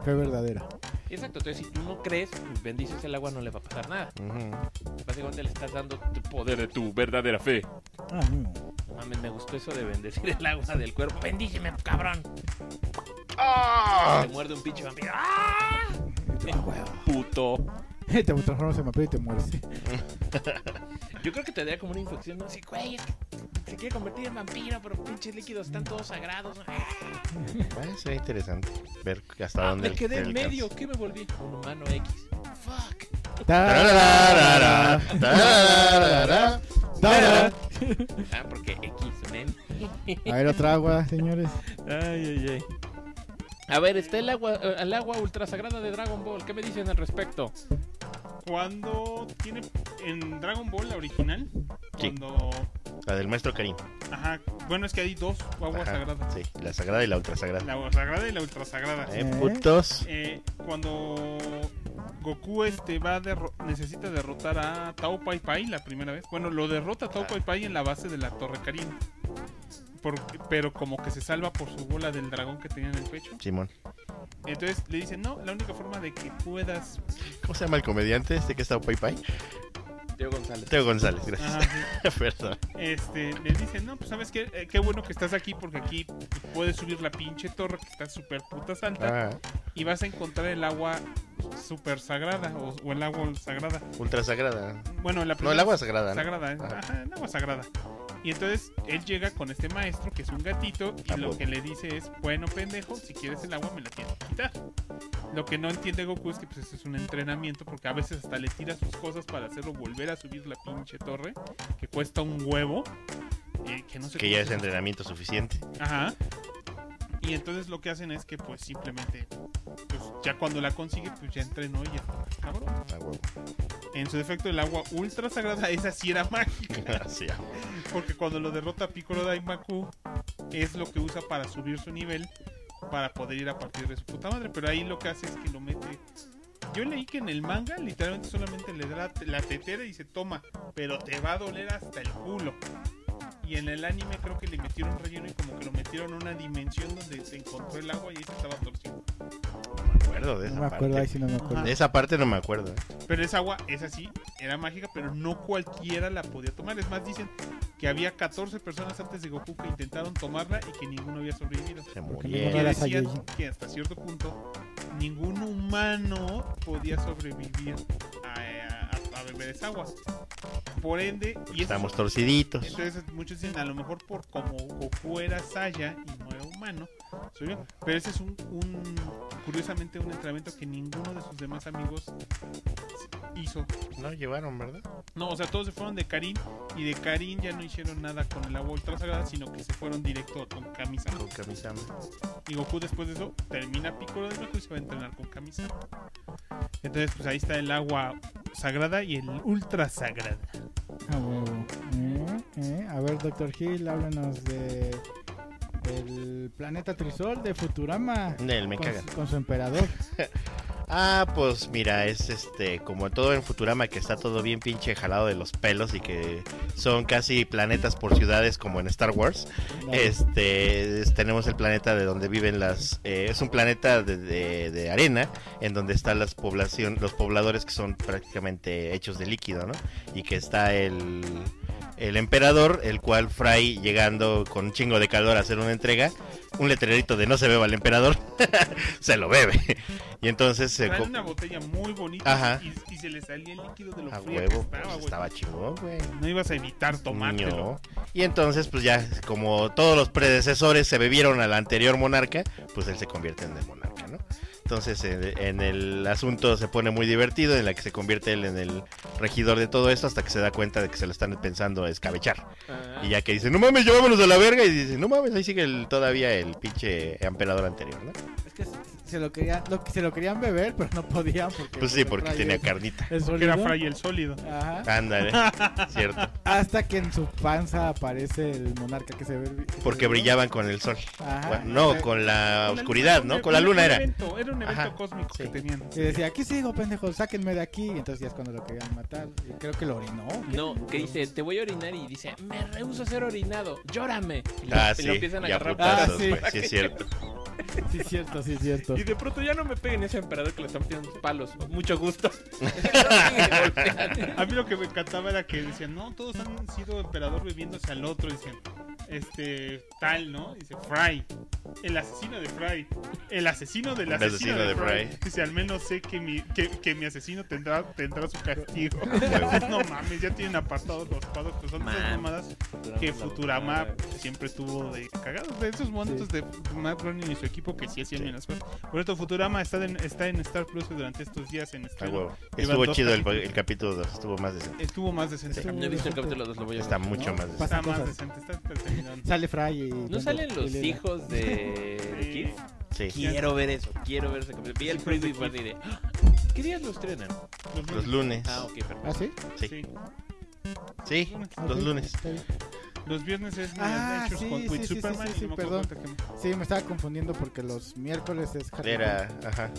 Speaker 2: Fue verdadera.
Speaker 1: Exacto, entonces si tú no crees, pues bendices el agua, no le va a pasar nada. Básicamente le estás dando tu poder de tu verdadera fe.
Speaker 2: Ah, no.
Speaker 1: No Mames, me gustó eso de bendecir el agua del cuerpo. Bendíceme, cabrón.
Speaker 3: Ah,
Speaker 1: Te muerde un pinche vampiro. ¡Ah!
Speaker 2: Y tú, ah, huevo.
Speaker 1: Puto.
Speaker 2: *laughs* Te transformas en vampiro y te mueres.
Speaker 1: Yo creo que te daría como una infección, ¿no? Así, güey, es que se quiere convertir en vampiro, pero pinches líquidos están todos sagrados. ¿no?
Speaker 3: Puede ser interesante ver hasta
Speaker 1: Ah,
Speaker 3: dónde.
Speaker 1: me quedé
Speaker 3: el-
Speaker 1: en
Speaker 3: el
Speaker 1: medio,
Speaker 3: alcance.
Speaker 1: ¿qué me volví? Un humano X. Fuck.
Speaker 3: Tararara, tararara, tararara.
Speaker 1: *laughs* Ah, porque X, men.
Speaker 2: A ver, otra agua, señores.
Speaker 1: Ay, ay, ay. A ver, está el agua, eh, el agua ultrasagrada de Dragon Ball. ¿Qué me dicen al respecto?
Speaker 4: Cuando tiene en Dragon Ball la original,
Speaker 3: Sí.
Speaker 4: cuando
Speaker 3: La del maestro Karim.
Speaker 4: ajá, bueno es que hay dos aguas
Speaker 3: Ajá,
Speaker 4: sagradas,
Speaker 3: Sí, la sagrada y la ultrasagrada.
Speaker 4: la agua sagrada y la ultrasagrada.
Speaker 3: Eh, putos.
Speaker 4: Eh, cuando Goku este va a derro- necesita derrotar a Tao Pai Pai la primera vez. Bueno, lo derrota a Tao
Speaker 3: Ah.
Speaker 4: Pai Pai en la base de la Torre Karin. Por- pero como que se salva por su bola del dragón que tenía en el pecho.
Speaker 3: Simón.
Speaker 4: Entonces le dicen, no, la única forma de que puedas...
Speaker 3: ¿Cómo se llama el comediante este que está Pai Pai?
Speaker 1: Teo González.
Speaker 3: Teo González, gracias.
Speaker 4: Ajá, sí.
Speaker 3: *laughs* Perdón.
Speaker 4: este, les dicen, no, pues sabes qué, Eh, qué bueno que estás aquí porque aquí puedes subir la pinche torre que está súper putas alta
Speaker 3: Ah,
Speaker 4: y vas a encontrar el agua súper sagrada o, o el agua sagrada.
Speaker 3: ultrasagrada.
Speaker 4: Bueno, la
Speaker 3: No, el
Speaker 4: primera
Speaker 3: agua sagrada. ¿no?
Speaker 4: Pues
Speaker 3: Ah.
Speaker 4: sagrada, ¿eh?
Speaker 3: Ajá.
Speaker 4: Ajá, el agua sagrada. Y entonces él llega con este maestro que es un gatito y
Speaker 3: Ah,
Speaker 4: lo
Speaker 3: bueno.
Speaker 4: que le dice es, bueno pendejo, si quieres el agua me la tienes que quitar. Lo que no entiende Goku es que pues eso es un entrenamiento porque a veces hasta le tira sus cosas para hacerlo volver a subir la pinche torre que cuesta un huevo. eh, que no sé
Speaker 3: Que ya
Speaker 4: cómo se
Speaker 3: es
Speaker 4: llama.
Speaker 3: entrenamiento suficiente.
Speaker 4: Ajá. Y entonces lo que hacen es que pues simplemente, pues ya cuando la consigue, pues ya entrenó y ya está más cabrón.
Speaker 3: Ah, huevo.
Speaker 4: En su defecto el agua ultra sagrada, *laughs* esa sí era mágica.
Speaker 3: *laughs* Sí, ah.
Speaker 4: Porque cuando lo derrota Piccolo Daimaku, es lo que usa para subir su nivel, para poder ir a partir de su puta madre. Pero ahí lo que hace es que lo mete. Yo leí que en el manga literalmente solamente le da la, la tetera y dice, toma, pero te va a doler hasta el culo. Y en el anime creo que le metieron relleno y como que lo metieron en una dimensión donde se encontró el agua y ahí se estaba torciendo.
Speaker 3: No me acuerdo de
Speaker 2: No
Speaker 3: esa
Speaker 2: me acuerdo, ahí
Speaker 3: parte.
Speaker 2: sí no me acuerdo.
Speaker 4: Ajá.
Speaker 3: De esa parte no me acuerdo. ¿eh?
Speaker 4: Pero esa agua, es así, era mágica, pero no cualquiera la podía tomar. Es más, dicen que había 14 personas antes de Goku que intentaron tomarla y que ninguno había sobrevivido.
Speaker 3: Se
Speaker 2: Porque
Speaker 3: murieron.
Speaker 2: no
Speaker 4: que
Speaker 2: era
Speaker 4: decían
Speaker 2: Saiyajin.
Speaker 4: que hasta cierto punto ningún humano podía sobrevivir a, a- a beber esa agua. Por ende, y eso-
Speaker 3: Estamos torciditos.
Speaker 4: entonces muchos dicen, a lo mejor por como Goku era Saya y no era humano, subió. Pero ese es un, un- curiosamente un entrenamiento que ninguno de sus demás amigos hizo.
Speaker 3: No llevaron, ¿verdad?
Speaker 4: No, o sea, todos se fueron de Karin y de Karin ya no hicieron nada con el agua ultrasagrada, sino que se fueron directo con camisa.
Speaker 3: Con camisama.
Speaker 4: Y Goku después de eso termina Piccolo de Goku y se va a entrenar con camisa. Entonces, pues ahí está el agua sagrada y el ultra sagrada.
Speaker 2: Ah, huevo. Eh, eh. A ver, Doctor Hill, háblanos de. El planeta Trisol de Futurama.
Speaker 3: Nel, me
Speaker 2: con,
Speaker 3: cagan.
Speaker 2: su- con su
Speaker 3: *laughs*
Speaker 2: emperador.
Speaker 3: Ah, pues mira, es este, como todo en Futurama, que está todo bien pinche jalado de los pelos y que son casi planetas por ciudades como en Star Wars. Este, es- tenemos el planeta de donde viven las, eh, es un planeta de, de- de arena en donde están las población, los pobladores que son prácticamente hechos de líquido, ¿no? Y que está el, el emperador, el cual Fry llegando con un chingo de calor a hacer una entrega, un letrerito de no se beba el emperador, *laughs* se lo bebe. Y entonces se
Speaker 4: Traen
Speaker 3: co-
Speaker 4: una botella muy bonita
Speaker 3: Ajá.
Speaker 4: y, y se le salía el líquido de lo
Speaker 3: a
Speaker 4: fría
Speaker 3: huevo,
Speaker 4: que estaba,
Speaker 3: pues,
Speaker 4: güey.
Speaker 3: estaba chingón, güey.
Speaker 4: No ibas a evitar tomártelo.
Speaker 3: No. Y entonces, pues ya, como todos los predecesores se bebieron al anterior monarca, pues él se convierte en el monarca, ¿no? Entonces, en, en el asunto se pone muy divertido, en la que se convierte él en el regidor de todo esto, hasta que se da cuenta de que se lo están pensando escabechar. Y ya que dice, no mames, llevámonos a la verga, y dice, no mames, ahí sigue el- todavía el pinche emperador anterior, ¿no?
Speaker 1: Es que
Speaker 2: se lo querían, lo, se lo querían beber, pero no podían porque
Speaker 3: Pues sí, porque tenía
Speaker 2: carne
Speaker 3: carnita.
Speaker 4: Que era Fry el sólido.
Speaker 2: Ajá.
Speaker 3: *laughs* Ándale, cierto.
Speaker 2: Hasta que en su panza aparece el monarca que se ve. que se
Speaker 3: Porque
Speaker 2: ve-
Speaker 3: brillaban con el sol.
Speaker 2: Ajá.
Speaker 3: Bueno, no, Ah, con la oscuridad, ¿no? Con la luna
Speaker 4: Era un
Speaker 3: era.
Speaker 4: evento, era un evento
Speaker 3: Ajá.
Speaker 4: cósmico que
Speaker 2: Sí.
Speaker 4: tenían.
Speaker 2: Y decía, aquí sigo, pendejo, sáquenme de aquí. Y entonces ya es cuando lo querían matar. Y creo que lo orinó.
Speaker 1: No, que dice, te voy a orinar y dice, me rehuso a ser orinado, llórame. Y lo-
Speaker 3: Ah,
Speaker 1: y
Speaker 3: sí.
Speaker 1: lo empiezan a
Speaker 3: ya
Speaker 1: agarrar.
Speaker 3: putazos,
Speaker 2: Ah, sí.
Speaker 3: güey, sí.
Speaker 1: *laughs*
Speaker 3: es cierto.
Speaker 2: Sí, es cierto, sí, es cierto.
Speaker 1: Ah, Y de pronto ya no me peguen ese emperador que le están metiendo palos. Mucho *laughs* gusto. Golpean.
Speaker 4: A mí lo que me encantaba era que decían, no, todos han sido emperador bebiéndose al otro. Dicen, este, tal, ¿no? Dice, Fry. El asesino de Fry. El asesino del
Speaker 3: El
Speaker 4: asesino,
Speaker 3: asesino
Speaker 4: de,
Speaker 3: de
Speaker 4: Fry.
Speaker 3: Fry.
Speaker 4: Dice, al menos sé que mi, que, que mi asesino tendrá, tendrá su castigo. *laughs*
Speaker 3: huevo.
Speaker 4: no mames, ya tienen apartados los cuadros, pero son esas
Speaker 1: Man.
Speaker 4: mamadas que Futurama siempre estuvo de cagados. De esos momentos de Matt Groening y su equipo que sí hacían bien las cosas. Por esto, Futurama está en, está en Star Plus durante estos días en
Speaker 3: Ah,
Speaker 4: estreno.
Speaker 3: huevo.
Speaker 4: Iban
Speaker 3: Estuvo
Speaker 4: dos
Speaker 3: chido el,
Speaker 4: capítulos.
Speaker 3: el capítulo 2, estuvo más decente.
Speaker 4: Estuvo más decente.
Speaker 2: Estuvo-
Speaker 1: No he visto el capítulo 2, lo voy a
Speaker 3: Está
Speaker 1: ver.
Speaker 3: mucho
Speaker 2: No,
Speaker 3: más decente.
Speaker 2: pasa-
Speaker 4: Está más
Speaker 2: cosas.
Speaker 4: decente, está terminando.
Speaker 2: Sale Fry y.
Speaker 1: ¿No salen los
Speaker 2: y Lila.
Speaker 1: hijos de, de
Speaker 4: Sí.
Speaker 1: Keith?
Speaker 3: Sí.
Speaker 1: Quiero ver eso, quiero ver ese capítulo. Vi el
Speaker 4: Sí,
Speaker 1: preview y
Speaker 4: sí.
Speaker 1: fue así de, "Ah, ¿Qué días los estrenan?
Speaker 4: Los
Speaker 3: Los
Speaker 4: lunes.
Speaker 3: lunes.
Speaker 1: Ah, ok, perfecto.
Speaker 2: ¿Ah, sí?
Speaker 3: sí.
Speaker 4: Sí.
Speaker 3: Sí,
Speaker 2: Ah,
Speaker 3: los
Speaker 2: sí,
Speaker 3: lunes.
Speaker 2: está bien.
Speaker 4: Los viernes es mi
Speaker 2: Ah,
Speaker 4: Adventures
Speaker 2: sí,
Speaker 4: con
Speaker 2: sí,
Speaker 4: with
Speaker 2: sí, sí,
Speaker 4: Superman
Speaker 2: sí,
Speaker 4: y
Speaker 2: sí,
Speaker 4: no me
Speaker 2: perdón.
Speaker 4: acuerdo cuánto que-
Speaker 2: Sí, me estaba confundiendo porque los miércoles es Harry
Speaker 3: Era, ajá.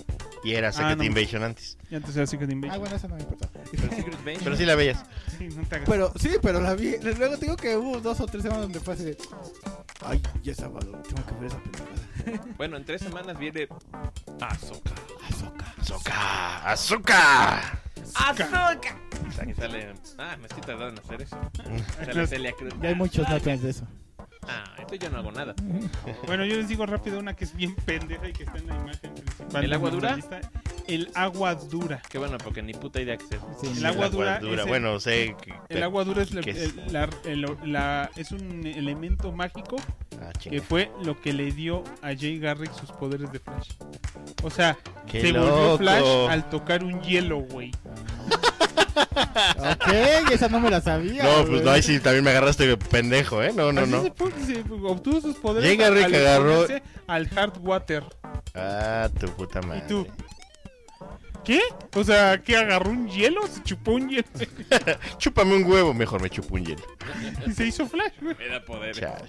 Speaker 3: Y era Secret
Speaker 4: Ah, no.
Speaker 3: Invasion antes.
Speaker 4: Y antes era Secret
Speaker 2: Potter. Ah,
Speaker 4: Invasion.
Speaker 2: bueno, eso no me importa.
Speaker 1: Pero Secret Invasion-
Speaker 3: Pero sí la veías.
Speaker 4: Sí, no te hagas.
Speaker 2: Pero sí, pero la vi. Luego te digo que hubo dos o tres semanas donde fue así de. Ay, ya es sábado, tengo que ver esa película.
Speaker 1: Bueno, en tres semanas viene Azoka.
Speaker 2: Azoka.
Speaker 3: ¡Azúcar! ¡Azúcar!
Speaker 1: ¡Azoka! Y sale. Ah, me estoy tardando en hacer eso. Sale Celia Cruz.
Speaker 2: Ya hay muchos notas de eso.
Speaker 1: Ah, entonces yo no hago nada.
Speaker 4: Bueno, yo les digo rápido una que es bien pendeja y que está en la imagen principal.
Speaker 1: ¿El
Speaker 4: de
Speaker 1: agua dura?
Speaker 4: nuestra lista. El agua dura.
Speaker 1: Qué bueno, porque ni puta idea que sea.
Speaker 2: Sí,
Speaker 4: El
Speaker 2: no.
Speaker 4: agua dura es el-
Speaker 3: Bueno, sé. que-
Speaker 4: El agua dura es, la-
Speaker 3: ¿Qué es?
Speaker 4: el- la- el- la- es un elemento mágico
Speaker 3: Ah,
Speaker 4: que
Speaker 3: chinga.
Speaker 4: fue lo que le dio a Jay Garrick sus poderes de Flash. O sea,
Speaker 3: ¡Qué
Speaker 4: se volvió
Speaker 3: loco!
Speaker 4: Flash al tocar un hielo, güey.
Speaker 2: Ah. *laughs* ok, esa no me la sabía.
Speaker 3: No, pues
Speaker 2: güey.
Speaker 3: no, ahí sí también me agarraste de pendejo, ¿eh? No, no,
Speaker 4: Así
Speaker 3: no.
Speaker 4: Se, pu- se obtuvo sus poderes.
Speaker 3: Jay Garrick
Speaker 4: al
Speaker 3: agarró-
Speaker 4: exponerse Al hard water.
Speaker 3: Ah, tu puta madre.
Speaker 4: ¿Y tú? ¿Qué? O sea, ¿qué agarró un hielo? Se chupó un hielo *laughs*
Speaker 3: Chúpame un huevo, mejor me chupo un hielo.
Speaker 4: y se hizo Flash, güey.
Speaker 1: Me da poder.
Speaker 3: Chale.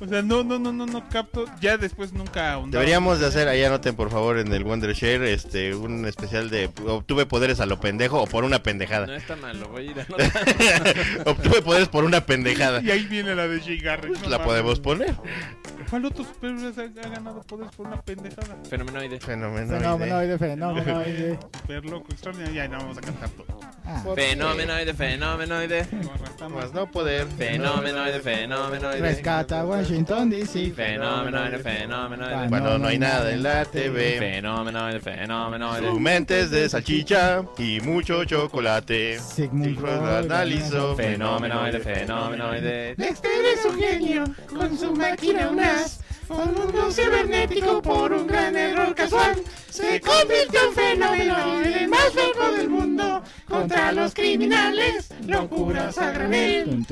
Speaker 4: O sea, no, no, no, no, no capto. Ya después nunca ahondaba.
Speaker 3: Deberíamos de hacer, ahí anoten por favor en el Wonder Share, este, un especial de obtuve poderes a lo pendejo o por una
Speaker 1: No
Speaker 3: pendejada.
Speaker 1: está malo, voy a ir a anotar.
Speaker 3: obtuve poderes por una
Speaker 4: *laughs*
Speaker 3: pendejada.
Speaker 4: Y ahí viene la de Jay Garrick.
Speaker 3: Pues
Speaker 4: no
Speaker 3: la
Speaker 4: mames,
Speaker 3: podemos
Speaker 4: güey.
Speaker 3: poner.
Speaker 4: ¿Cuál otro superhéroe ha, ha ganado poderes por una pendejada?
Speaker 1: Fenomenoide.
Speaker 3: Fenomenal.
Speaker 2: Fenomenoide, fenomenoide.
Speaker 4: Super loco, extraordinario. Ya, no vamos a cantar todo.
Speaker 2: Ah.
Speaker 1: Fenomenoide, fenomenoide.
Speaker 4: Lo arrastramos.
Speaker 3: Más no poder.
Speaker 1: Fenomenoide, fenomenoide.
Speaker 2: Rescata Washington DC.
Speaker 1: Fenomenoide, fenomenoide.
Speaker 3: Cuando no hay nada en la TV.
Speaker 1: Fenomenoide,
Speaker 3: Su
Speaker 1: fenomenoide.
Speaker 3: mente es de salchicha y mucho chocolate.
Speaker 2: Sigmund
Speaker 3: Sigmund Freud
Speaker 2: Freud.
Speaker 3: analizó.
Speaker 1: Fenomenoide, fenomenoide.
Speaker 2: Dexter Este es un genio con su máquina UNAS. Un mundo cibernético por un gran error casual. Se convirtió en fenómeno en el más loco del mundo. Contra los criminales, locuras a granel.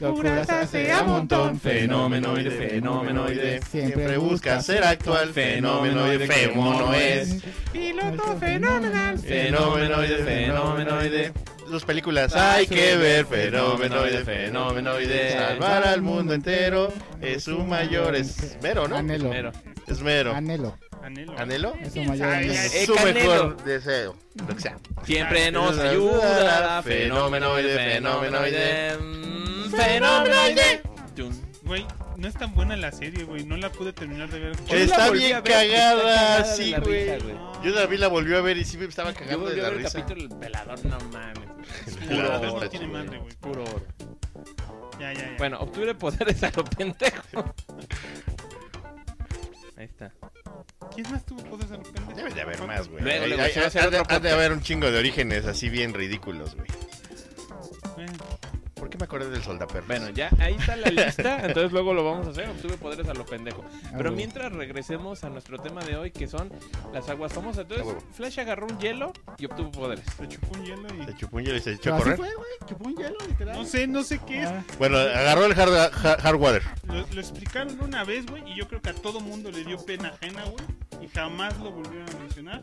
Speaker 2: Locuras hace a montón.
Speaker 3: Fenomenoide, fenomenoide. Siempre
Speaker 2: Siempre
Speaker 3: busca
Speaker 2: busca
Speaker 3: ser actual. Fenomenoide, femono es.
Speaker 2: Piloto fenomenal.
Speaker 3: Fenomenoide, fenomenoide. Dos películas hay que ver. Fenomenoide, fenomenoide. Salvar al mundo entero es su mayor esmero, ¿no?
Speaker 2: Anhelo.
Speaker 1: Pero,
Speaker 3: Esmero.
Speaker 2: Anhelo.
Speaker 4: Anhelo.
Speaker 3: ¿Anhelo?
Speaker 2: Es su mayor
Speaker 4: Ay,
Speaker 2: anhelo.
Speaker 3: Es
Speaker 1: Eh,
Speaker 3: su
Speaker 1: Canelo.
Speaker 3: mejor deseo. Lo que sea.
Speaker 1: siempre nos ayuda. Fenomenoide, fenomenoide. mm, Fenomenoide. Tun.
Speaker 4: Güey, no es tan buena la serie, güey. No la pude terminar de ver.
Speaker 1: Yo la
Speaker 3: Está
Speaker 1: volví
Speaker 3: bien
Speaker 1: a ver, está
Speaker 3: cagada,
Speaker 1: cagada de
Speaker 3: sí,
Speaker 1: la
Speaker 3: güey.
Speaker 1: risa, güey.
Speaker 3: Yo David la volvió a ver y sí me estaba
Speaker 1: Yo
Speaker 3: cagando
Speaker 1: volví
Speaker 3: de
Speaker 1: a
Speaker 3: la
Speaker 1: ver el
Speaker 3: risa.
Speaker 1: capítulo del pelador, no mames. güey. Es
Speaker 3: El
Speaker 1: puro
Speaker 3: pelador
Speaker 1: oro,
Speaker 4: no
Speaker 3: está
Speaker 4: tiene
Speaker 3: chido,
Speaker 1: güey.
Speaker 4: madre, güey.
Speaker 1: Puro oro.
Speaker 4: Ya, ya, ya.
Speaker 1: Bueno, obtuve poderes a lo pendejo. Ahí está.
Speaker 4: ¿Quién más tuvo poderes de repente?
Speaker 3: Debe de haber más, güey.
Speaker 1: Luego,
Speaker 3: Hay-
Speaker 1: luego,
Speaker 3: hay-
Speaker 1: se va a hacer
Speaker 3: ha de-
Speaker 1: otro
Speaker 3: ha de haber un chingo de orígenes así bien ridículos, güey.
Speaker 4: Bueno,
Speaker 3: ¿Por qué me acordé del soldaperros.
Speaker 1: Bueno, ya ahí está la lista, entonces luego lo vamos a hacer. Obtuve poderes a lo pendejo. Pero
Speaker 2: huevo.
Speaker 1: mientras regresemos a nuestro tema de hoy, que son las aguas famosas.
Speaker 3: A
Speaker 1: Entonces,
Speaker 3: Ah, huevo.
Speaker 1: Flash agarró un hielo y obtuvo poderes.
Speaker 4: Se chupó un hielo
Speaker 3: Se
Speaker 4: y.
Speaker 3: chupó un hielo y se echó
Speaker 2: Pero
Speaker 3: a
Speaker 2: así
Speaker 3: correr.
Speaker 2: fue, güey. Chupó un hielo, literal.
Speaker 4: No sé, no sé qué es.
Speaker 2: Ah,
Speaker 3: Bueno, agarró el hard, hard- hard water.
Speaker 4: Lo, lo explicaron una vez, güey, y yo creo que a todo mundo le dio pena ajena, güey, y jamás lo volvieron a mencionar.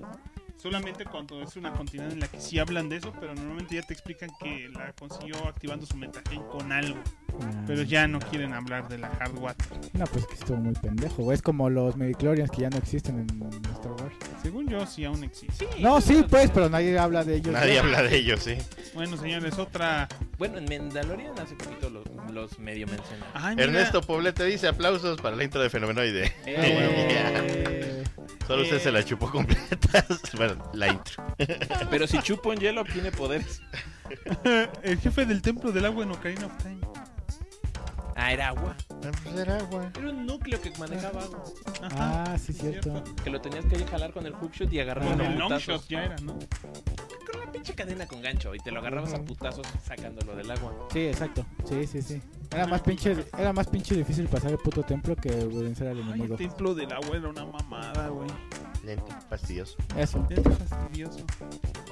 Speaker 4: Solamente cuando es una continuidad en la que sí hablan de eso, pero normalmente ya te explican que la consiguió activando su metagen con algo.
Speaker 2: ah.
Speaker 4: Pero ya no quieren hablar de la hard water.
Speaker 2: No, pues que estuvo muy pendejo, güey. Es como los Mediclorians que ya no existen en Star Wars.
Speaker 4: Según yo, sí aún existe.
Speaker 2: No, sí, pues, pero nadie habla de ellos.
Speaker 3: Nadie
Speaker 2: güey.
Speaker 3: habla de ellos, sí.
Speaker 4: Bueno, señores, otra.
Speaker 1: Bueno, en Mandalorian hace poquito los, los medio mencionaron.
Speaker 4: Ay, mira,
Speaker 3: Ernesto Poblete dice aplausos para la intro de Fenomenoide.
Speaker 2: Eh,
Speaker 3: Solo usted
Speaker 1: Eh.
Speaker 3: se la chupó completa. *laughs* bueno, la intro.
Speaker 1: *laughs* Pero si chupa un hielo, obtiene poderes.
Speaker 4: *laughs* El jefe del templo del agua en Ocarina of Time.
Speaker 1: Ah, era agua.
Speaker 3: pues era agua.
Speaker 1: Era un núcleo que manejaba agua.
Speaker 4: Ajá.
Speaker 2: Ah, sí,
Speaker 4: sí,
Speaker 2: cierto.
Speaker 1: Que lo tenías que jalar con el hookshot y agarrar
Speaker 4: Con
Speaker 1: a
Speaker 4: el long
Speaker 1: putazos.
Speaker 4: shot ya era, ¿no?
Speaker 1: Con la pinche cadena con gancho y te lo agarrabas a putazos sacándolo del agua.
Speaker 2: Sí, exacto. Sí, sí, sí. Era más pinche, era más pinche difícil pasar el puto templo que vencer al
Speaker 4: Ay, el
Speaker 2: enemigo.
Speaker 4: templo del agua era una mamada, güey.
Speaker 3: Lento, fastidioso.
Speaker 2: Eso.
Speaker 4: Ya está fastidioso.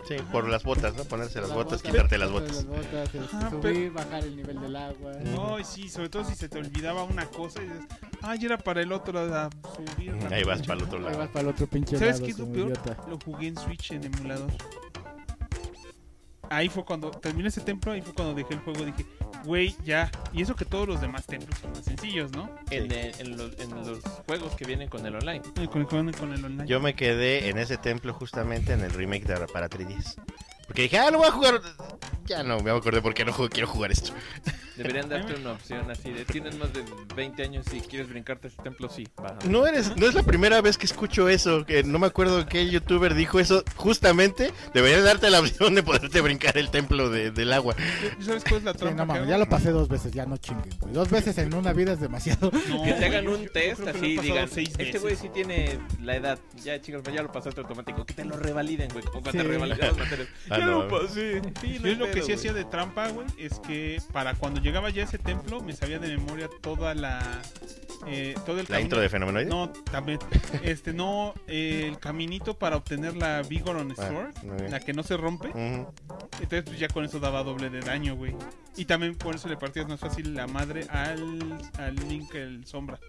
Speaker 3: Sí, por las botas, ¿no? Ponerse las,
Speaker 2: botas,
Speaker 3: botas, quitarte las
Speaker 2: quitarte
Speaker 3: botas.
Speaker 2: las botas, este,
Speaker 4: Ajá,
Speaker 2: subir, bajar el nivel del agua.
Speaker 4: No, y sí, sobre todo si se te olvidaba una cosa y dices, ay, era para el otro, a subir.
Speaker 3: Ahí vas para el otro
Speaker 2: Ahí vas
Speaker 3: lado.
Speaker 2: para el otro pinche
Speaker 4: ¿Sabes
Speaker 2: lado,
Speaker 4: qué es lo
Speaker 2: como
Speaker 4: peor?
Speaker 2: idiota.
Speaker 4: Lo jugué en Switch en emulador. Ahí fue cuando terminé ese templo, ahí fue cuando dejé el juego, dije, güey, ya. Y eso que todos los demás templos son más sencillos, ¿no?
Speaker 1: En, el- en los, en los juegos que vienen con el online.
Speaker 4: Eh, Con el, con el- con el online.
Speaker 3: Yo me quedé en ese templo justamente en el remake de para 3DS. Porque dije, ah, lo voy a jugar. Ya no, me acordé porque no juego- quiero jugar esto.
Speaker 1: Deberían darte una opción así de tienes más de 20 años y quieres brincarte ese templo, sí. baja.
Speaker 3: No eres, no es la primera vez que escucho eso, que no me acuerdo qué youtuber dijo eso. Justamente deberías darte la opción de poderte brincar el templo de- del agua.
Speaker 4: ¿Y ¿Sabes cuál es la
Speaker 2: Sí, no
Speaker 4: trampa? que
Speaker 2: mames,
Speaker 4: hago?
Speaker 2: ya lo pasé dos veces, ya no chinguen, güey. Dos veces en una vida es demasiado. *laughs*
Speaker 4: No,
Speaker 1: Que te
Speaker 4: güey,
Speaker 1: hagan
Speaker 4: yo-
Speaker 1: un
Speaker 4: yo
Speaker 1: test
Speaker 4: creo que lo he
Speaker 1: así y
Speaker 4: pasado
Speaker 1: digan,
Speaker 4: seis
Speaker 1: este
Speaker 4: veces.
Speaker 1: güey sí tiene la edad. Ya, chicos, ya lo pasaste automático. Que te lo revaliden, güey. Como cuando
Speaker 2: Sí.
Speaker 1: te revalidan las materias.
Speaker 3: Ah,
Speaker 1: ya
Speaker 3: no,
Speaker 1: lo
Speaker 3: güey.
Speaker 1: pasé. Sí, no
Speaker 4: Yo
Speaker 1: hay
Speaker 4: lo que
Speaker 1: pedo,
Speaker 4: sí hacía de trampa, güey, es que para cuando llegaba ya a ese templo me sabía de memoria toda la... eh, todo el
Speaker 3: La intro
Speaker 4: camino-
Speaker 3: de Fenomenoide.
Speaker 4: No, también. Este, no, eh, el caminito para obtener la Vigor on
Speaker 3: Bueno,
Speaker 4: Sword,
Speaker 3: Ah, muy bien.
Speaker 4: la que no se rompe.
Speaker 3: Ujú.
Speaker 4: Entonces, pues, ya con eso daba doble de daño, güey. Y también por eso le partías más fácil la madre al, al Link, el Sombra.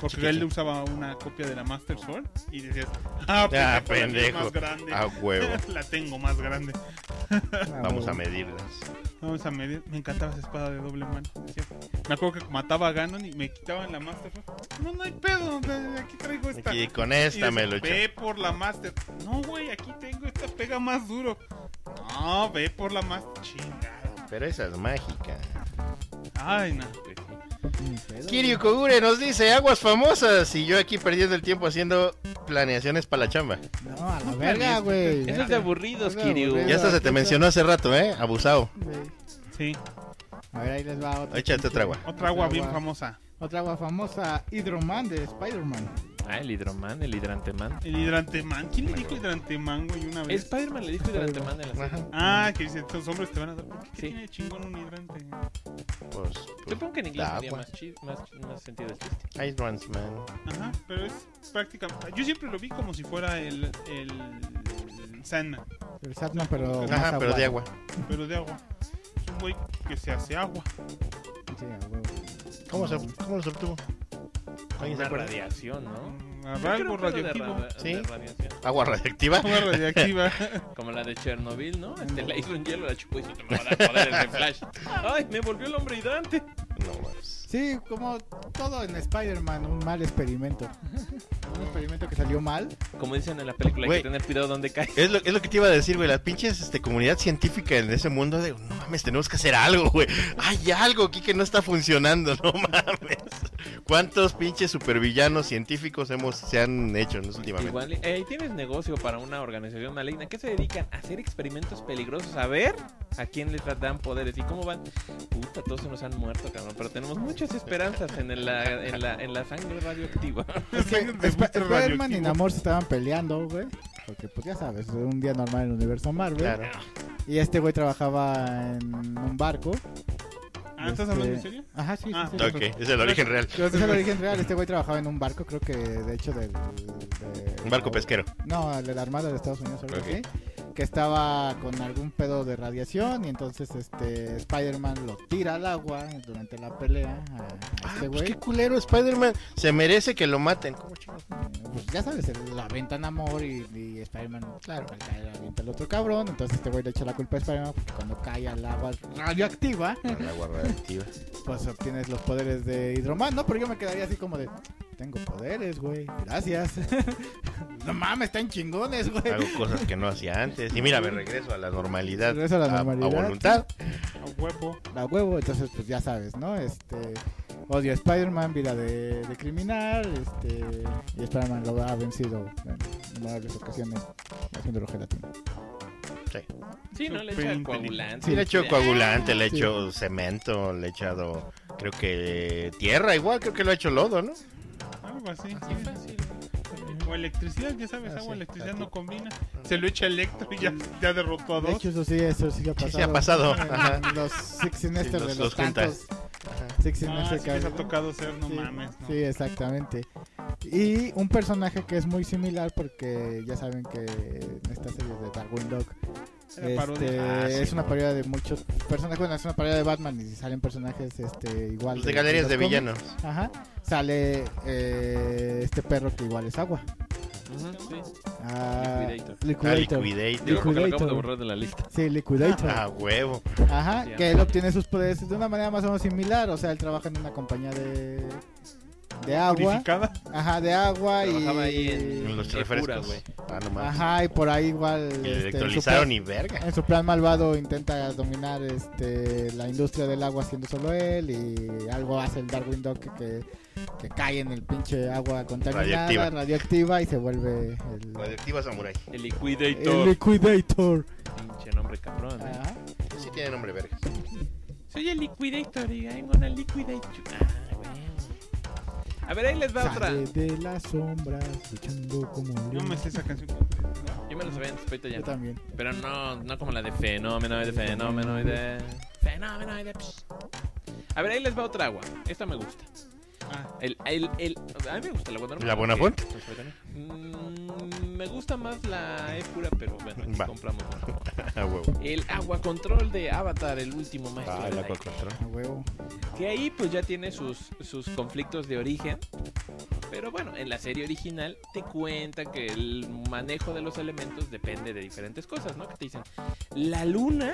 Speaker 4: Porque
Speaker 3: Sí, que
Speaker 4: él
Speaker 3: sí.
Speaker 4: usaba una copia de la Master Sword y decías, ah, pues,
Speaker 3: Ah,
Speaker 4: la tengo
Speaker 3: pendejo.
Speaker 4: más grande.
Speaker 3: A huevo.
Speaker 4: *laughs* la tengo más grande.
Speaker 3: Vamos a medirlas.
Speaker 4: Vamos a medir. Me encantaba esa espada de doble mano. decía. Me acuerdo que mataba a Ganon y me quitaban la Master Sword. No, no hay pedo. Aquí traigo esta.
Speaker 3: Y con
Speaker 4: Y
Speaker 3: esta
Speaker 4: dices,
Speaker 3: me lo echo.
Speaker 4: Ve por la Master. No, güey, aquí tengo esta pega más duro. No, ve por la Master. Chingada.
Speaker 3: Pero esa es mágica.
Speaker 4: Ay, no.
Speaker 1: güey.
Speaker 3: Kiryu Kogure nos dice aguas famosas y yo aquí perdiendo el tiempo haciendo planeaciones para la chamba.
Speaker 2: No, a la verga, güey.
Speaker 1: *laughs* Eso es de aburridos,
Speaker 2: Eso es de
Speaker 1: Kiryu.
Speaker 2: aburrido.
Speaker 3: Ya hasta se te mencionó hace rato, ¿eh? Abusado.
Speaker 2: Güey.
Speaker 4: Sí,
Speaker 2: A ver, ahí les va otra.
Speaker 3: Échate otra agua.
Speaker 4: otra agua bien famosa.
Speaker 2: Otra agua famosa, Hydroman de Spider-Man.
Speaker 1: Ah, el hidroman, el hidranteman.
Speaker 4: El hidranteman. ¿Quién le dijo hidranteman, güey, una vez?
Speaker 1: Spider-Man le dijo hidranteman en la serie.
Speaker 4: Ah, que dice, estos hombres te van a dar. ¿Por qué, ¿Qué
Speaker 1: Sí.
Speaker 4: tiene de chingón un hidrante?
Speaker 3: Pues, pues,
Speaker 1: Supongo que en inglés
Speaker 3: la
Speaker 1: tenía
Speaker 3: agua.
Speaker 1: más, chi- más, más sentido el chiste.
Speaker 3: Ice Runs, man.
Speaker 4: Ajá, pero es prácticamente. Yo siempre lo vi como si fuera el. el Sandman,
Speaker 2: El Satman, pero.
Speaker 4: Pues
Speaker 2: más
Speaker 3: Ajá, pero de agua.
Speaker 4: pero de agua. Es un güey que se hace agua.
Speaker 2: Sí, a huevo.
Speaker 3: ¿Cómo, se, ¿Cómo los obtuvo? ¿Alguien se
Speaker 1: Una
Speaker 3: acuerda?
Speaker 1: radiación, ¿no?
Speaker 4: Agarra
Speaker 1: Yo
Speaker 4: algo
Speaker 1: creo que era de
Speaker 4: radioactivo.
Speaker 1: ra- de
Speaker 3: Sí.
Speaker 1: radiación.
Speaker 3: ¿Agua radiactiva?
Speaker 4: *laughs* Agua
Speaker 2: *laughs*
Speaker 4: radiactiva.
Speaker 1: Como la de Chernobyl, ¿no? Este la hizo en hielo, la *laughs* chupó y se te me va a dar poderes de Flash. ¡Ay, me volvió el hombre hidrante!
Speaker 3: No, pues. mames.
Speaker 2: Sí, como todo en Spider-Man, un mal experimento. un experimento que salió mal.
Speaker 1: Como dicen en la película, hay
Speaker 3: Güey.
Speaker 1: que tener cuidado donde cae.
Speaker 3: Es lo, es lo que te iba a decir, güey. La pinches este, comunidad científica en ese mundo de... No mames, tenemos que hacer algo, güey. Hay algo aquí que no está funcionando, *laughs* no mames. ¿Cuántos pinches supervillanos científicos hemos, se han hecho en los últimamente?
Speaker 1: Igual, eh, ahí tienes negocio para una organización maligna. ¿Qué se dedican? A hacer experimentos peligrosos. A ver a quién les dan poderes y cómo van. Puta, todos se nos han muerto, cabrón. Pero tenemos muchas esperanzas en la, en la, en la sangre radioactiva.
Speaker 2: Es que
Speaker 4: Sangre de
Speaker 2: Sp-
Speaker 4: buitre
Speaker 2: Spider-Man y
Speaker 4: radioactivo.
Speaker 2: Namor se estaban peleando, güey. Porque, pues ya sabes, es un día normal en el universo Marvel.
Speaker 3: Claro.
Speaker 2: Y este güey trabajaba en un barco.
Speaker 4: Ah, ¿estás hablando en
Speaker 2: Este,
Speaker 4: serio?
Speaker 2: Ajá, sí, sí,
Speaker 4: Ah,
Speaker 2: sí.
Speaker 3: Ok, es el origen real.
Speaker 2: Ese es el origen real. Este güey trabajaba en un barco, creo que de hecho del. de-
Speaker 3: Un barco pesquero.
Speaker 2: No, de la Armada de Estados Unidos, algo
Speaker 3: Ok.
Speaker 2: así, Que estaba con algún pedo de radiación y entonces este Spider-Man lo tira al agua durante la pelea a- a, este
Speaker 3: Pues
Speaker 2: güey.
Speaker 3: qué culero, Spider-Man. Se merece que lo maten. ¿Cómo chingados?
Speaker 2: Eh, pues, ya sabes, el- la aventan amor y, y Spider-Man, claro, al caer la avienta el otro cabrón. Entonces este güey le echa la culpa a Spider-Man porque cuando cae al agua radioactiva,
Speaker 3: El agua radioactiva.
Speaker 2: pues obtienes los poderes de Hidroman, ¿no? Pero yo me quedaría así como de, tengo poderes, güey, gracias. *laughs* no mames, están chingones, güey.
Speaker 3: Hago cosas que no hacía antes. Y mira, me regreso a la normalidad.
Speaker 2: Regreso a la normalidad.
Speaker 3: A voluntad.
Speaker 4: A huevo.
Speaker 2: a huevo, entonces pues ya sabes, ¿no? Este odio a Spider-Man, vida de, de criminal, este y Spider-Man lo ha vencido en innumerables ocasiones haciéndolo gelatina.
Speaker 1: *laughs* Sí, no le echa
Speaker 4: Pelín, pelín.
Speaker 1: el coagulante.
Speaker 3: Sí, le he hecho coagulante, le he
Speaker 2: Sí.
Speaker 3: hecho cemento, le he echado, creo que tierra igual, creo que lo ha hecho lodo, ¿no?
Speaker 4: Algo así.
Speaker 1: Así fácil.
Speaker 4: O electricidad, ya sabes,
Speaker 2: Ah,
Speaker 4: agua,
Speaker 2: sí,
Speaker 4: electricidad
Speaker 2: tal
Speaker 4: no combina. Se lo echa electro y ya, ya derrotó a
Speaker 2: De
Speaker 4: dos.
Speaker 2: hecho eso sí, eso sí ha pasado.
Speaker 3: *laughs* Sí, se ha pasado.
Speaker 2: *laughs*
Speaker 3: Ajá.
Speaker 2: Los Six Sinister
Speaker 3: Sí,
Speaker 2: de
Speaker 3: los-
Speaker 2: los,
Speaker 3: los juntas.
Speaker 2: tantos. Six
Speaker 4: Ah,
Speaker 2: Sinister
Speaker 4: sí
Speaker 2: que
Speaker 4: les ha
Speaker 2: ha habido.
Speaker 4: tocado ser, no
Speaker 2: sí,
Speaker 4: mames. No.
Speaker 2: sí, exactamente. Y un personaje que es muy similar porque ya saben que en esta serie de Darwin Dog
Speaker 4: Era parodia.
Speaker 2: este,
Speaker 3: Ah, sí,
Speaker 2: es una
Speaker 3: ¿no?
Speaker 2: parodia de muchos personajes. Bueno, es una parodia de Batman y salen personajes este, igual.
Speaker 3: Los Pues de galerías de
Speaker 2: los
Speaker 3: villanos.
Speaker 2: cómics. Ajá. Sale eh, este perro que igual es agua. Ah,
Speaker 1: Liquidator.
Speaker 3: Ah,
Speaker 2: Liquidator.
Speaker 3: Liquidator.
Speaker 1: Porque lo acabo de
Speaker 2: Liquidator.
Speaker 1: borrar de la lista.
Speaker 2: Sí, Liquidator.
Speaker 3: Ah, huevo.
Speaker 2: Ajá.
Speaker 1: Sí,
Speaker 2: Que él obtiene sus poderes de una manera más o menos similar. O sea, él trabaja en una compañía de, de agua.
Speaker 4: Purificada.
Speaker 2: Ajá, de agua y.
Speaker 1: Trabajaba ahí en-
Speaker 3: En los
Speaker 1: Qué
Speaker 3: refrescos.
Speaker 1: pura, güey.
Speaker 3: ah, no mames.
Speaker 2: Ajá, y por ahí igual.
Speaker 3: Que
Speaker 2: este,
Speaker 3: le
Speaker 2: su
Speaker 3: actualizaron
Speaker 2: plan-
Speaker 3: y verga.
Speaker 2: En su plan malvado intenta dominar este, la industria del agua siendo solo él y algo hace el Darwin Dog que, que, que cae en el pinche agua contaminada,
Speaker 3: Radioactiva.
Speaker 2: radioactiva, y se vuelve el,
Speaker 3: Radioactiva Samurai.
Speaker 1: El
Speaker 2: el
Speaker 1: Liquidator.
Speaker 2: Liquidator.
Speaker 1: Pinche nombre cabrón. ¿eh?
Speaker 2: Ajá.
Speaker 3: Sí tiene nombre verga.
Speaker 1: Soy el Liquidator y I'm gonna liquidate you. Ah, güey. A ver, ahí les va otra.
Speaker 2: Sale de las sombras, luchando como un
Speaker 4: No
Speaker 2: león.
Speaker 4: me sé esa canción completa.
Speaker 1: Yo me lo sabía en ya.
Speaker 2: Yo también.
Speaker 1: Pero no, no como la de fenomenoide, fenomenoide. Fenomenoide. psh. A ver, ahí les va otra agua. Esta me gusta.
Speaker 4: Ah,
Speaker 1: El, el, el, a mí me gusta la Wonder
Speaker 3: ¿La
Speaker 1: Woman
Speaker 3: Bonafont?
Speaker 1: porque, pues, ahorita no. Mm, me gusta más la E pura, pero bueno, aquí
Speaker 3: Va.
Speaker 1: compramos Wonder Woman.
Speaker 3: Ah, huevo.
Speaker 1: El agua control de Avatar, el último maestro.
Speaker 3: Ah,
Speaker 1: del
Speaker 3: el
Speaker 1: aire.
Speaker 3: acuacontrol.
Speaker 2: A huevo.
Speaker 1: Que ahí pues ya tiene sus, sus conflictos de origen. Pero bueno, en la serie original te cuenta que el manejo de los elementos depende de diferentes cosas, ¿no? Que te dicen, la luna